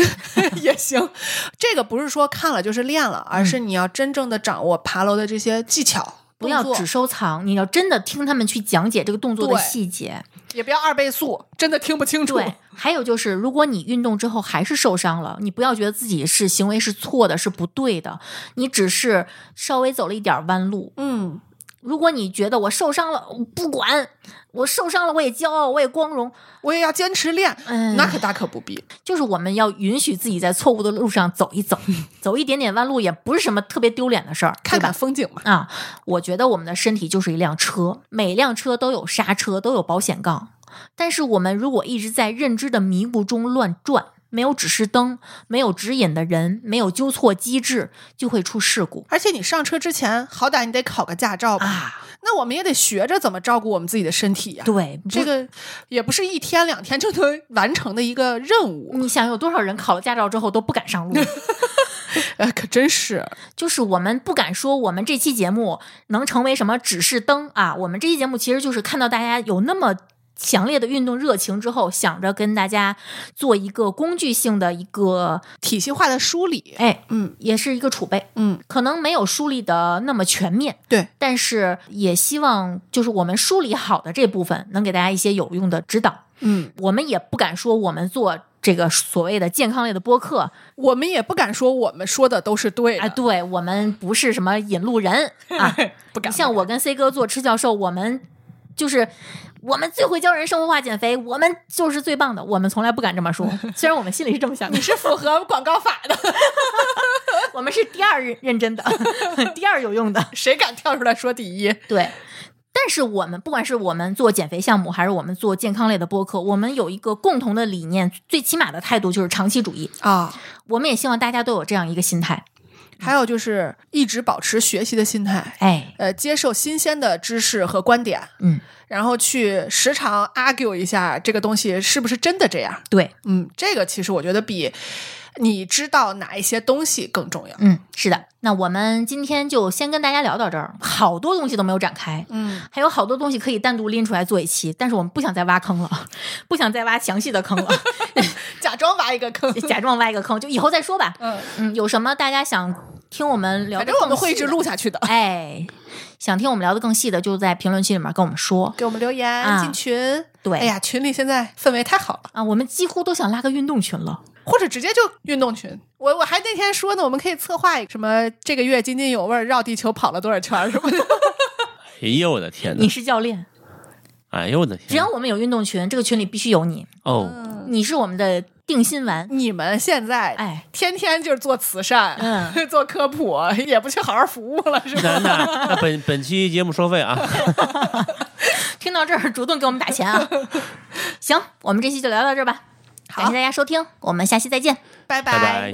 S2: 也行。这个不是说看了就是练了，而是你要真正的掌握爬楼的这些技巧。
S1: 嗯不要
S2: 动作
S1: 只收藏，你要真的听他们去讲解这个动作的
S2: 对
S1: 细节。
S2: 也不要二倍速，真的听不清楚。
S1: 对，还有就是，如果你运动之后还是受伤了，你不要觉得自己是行为是错的，是不对的，你只是稍微走了一点弯路，
S2: 嗯，
S1: 如果你觉得我受伤了，我不管，我受伤了我也骄傲，我也光荣，
S2: 我也要坚持练，
S1: 嗯
S2: 那可大可不必。
S1: 就是我们要允许自己在错误的路上走一 走，走一点点弯路也不是什么特别丢脸的事儿，
S2: 看
S1: 对吧
S2: 看风景嘛，
S1: 啊，我觉得我们的身体就是一辆车，每辆车都有刹车，都有保险杠。但是我们如果一直在认知的迷雾中乱转，没有指示灯，没有指引的人，没有纠错机制，就会出事故
S2: 而且你上车之前，好歹你得考个驾照吧？
S1: 啊！
S2: 那我们也得学着怎么照顾我们自己的身体呀、
S1: 对，不
S2: 这个也不是一天两天就能完成的一个任务，
S1: 你想有多少人考了驾照之后都不敢上 路？
S2: 哎，可真是。
S1: 就是我们不敢说我们这期节目能成为什么指示灯啊。我们这期节目其实就是看到大家有那么强烈的运动热情之后，想着跟大家做一个工具性的一个，
S2: 体系化的梳理。
S1: 哎，
S2: 嗯
S1: 也是一个储备，
S2: 嗯，
S1: 可能没有梳理的那么全面，
S2: 对，
S1: 但是也希望就是我们梳理好的这部分能给大家一些有用的指导。
S2: 嗯，
S1: 我们也不敢说我们做这个所谓的健康类的播客，
S2: 我们也不敢说我们说的都是对的，
S1: 哎，对我们不是什么引路人啊，
S2: 不敢。
S1: 你像我跟 C 哥做吃教授，我们就是我们最会教人生活化减肥，我们就是最棒的，我们从来不敢这么 说。虽然我们心里是这么想的
S2: 你，是符合广告法的，
S1: 我们是第二认认 真的，第二有用的，
S2: 谁敢跳出来说第一？
S1: 对。但是我们不管是我们做减肥项目，还是我们做健康类的播客，我们有一个共同的理念，最起码的态度就是长期主义。
S2: 啊，
S1: 我们也希望大家都有这样一个心态，
S2: 还有就是一直保持学习的心态，
S1: 哎，
S2: 呃，接受新鲜的知识和观点，
S1: 嗯，
S2: 然后去时常 argue 一下这个东西是不是真的这样。
S1: 对，
S2: 嗯，这个其实我觉得比你知道哪一些东西更重要。
S1: 嗯，是的。那我们今天就先跟大家聊到这儿，好多东西都没有展开，
S2: 嗯，
S1: 还有好多东西可以单独拎出来做一期，但是我们不想再挖坑了， 不想再挖详细的坑了，
S2: 假装挖一个坑，
S1: 假装挖一个坑，就以后再说吧。
S2: 嗯，
S1: 嗯，有什么大家想听我们聊？
S2: 反正我们会一直录。下去的。
S1: 哎，想听我们聊的更细的，就在评论区里面跟我们说
S2: 给我们留言、
S1: 啊
S2: 进群。
S1: 对
S2: 哎呀，群里现在氛围太好了，
S1: 啊。我们几乎都想拉个运动群了，
S2: 或者直接就运动群。我我还那天说呢，我们可以策划一个什么这个月津津有味儿绕地球跑了多少圈儿什么的。
S3: 哎呦我的天哪
S1: 你！是教练，
S3: 哎呦我的
S1: 只
S3: 天
S1: 要
S3: 哪！
S1: 我们有运动群，这个群里必须有你，
S3: 哦，
S2: 嗯
S1: 你是我们的定心丸。
S2: 你们现在
S1: 哎
S2: 天天就是做慈善，
S1: 嗯
S2: 做科普，也不去好好服务了，是吧？
S3: 那那那本本期节目收费啊，
S1: 听到这儿，主动给我们打钱啊！行，我们这期就聊到这儿吧，感谢大家收听，我们下期再见。
S2: 拜
S3: 拜拜。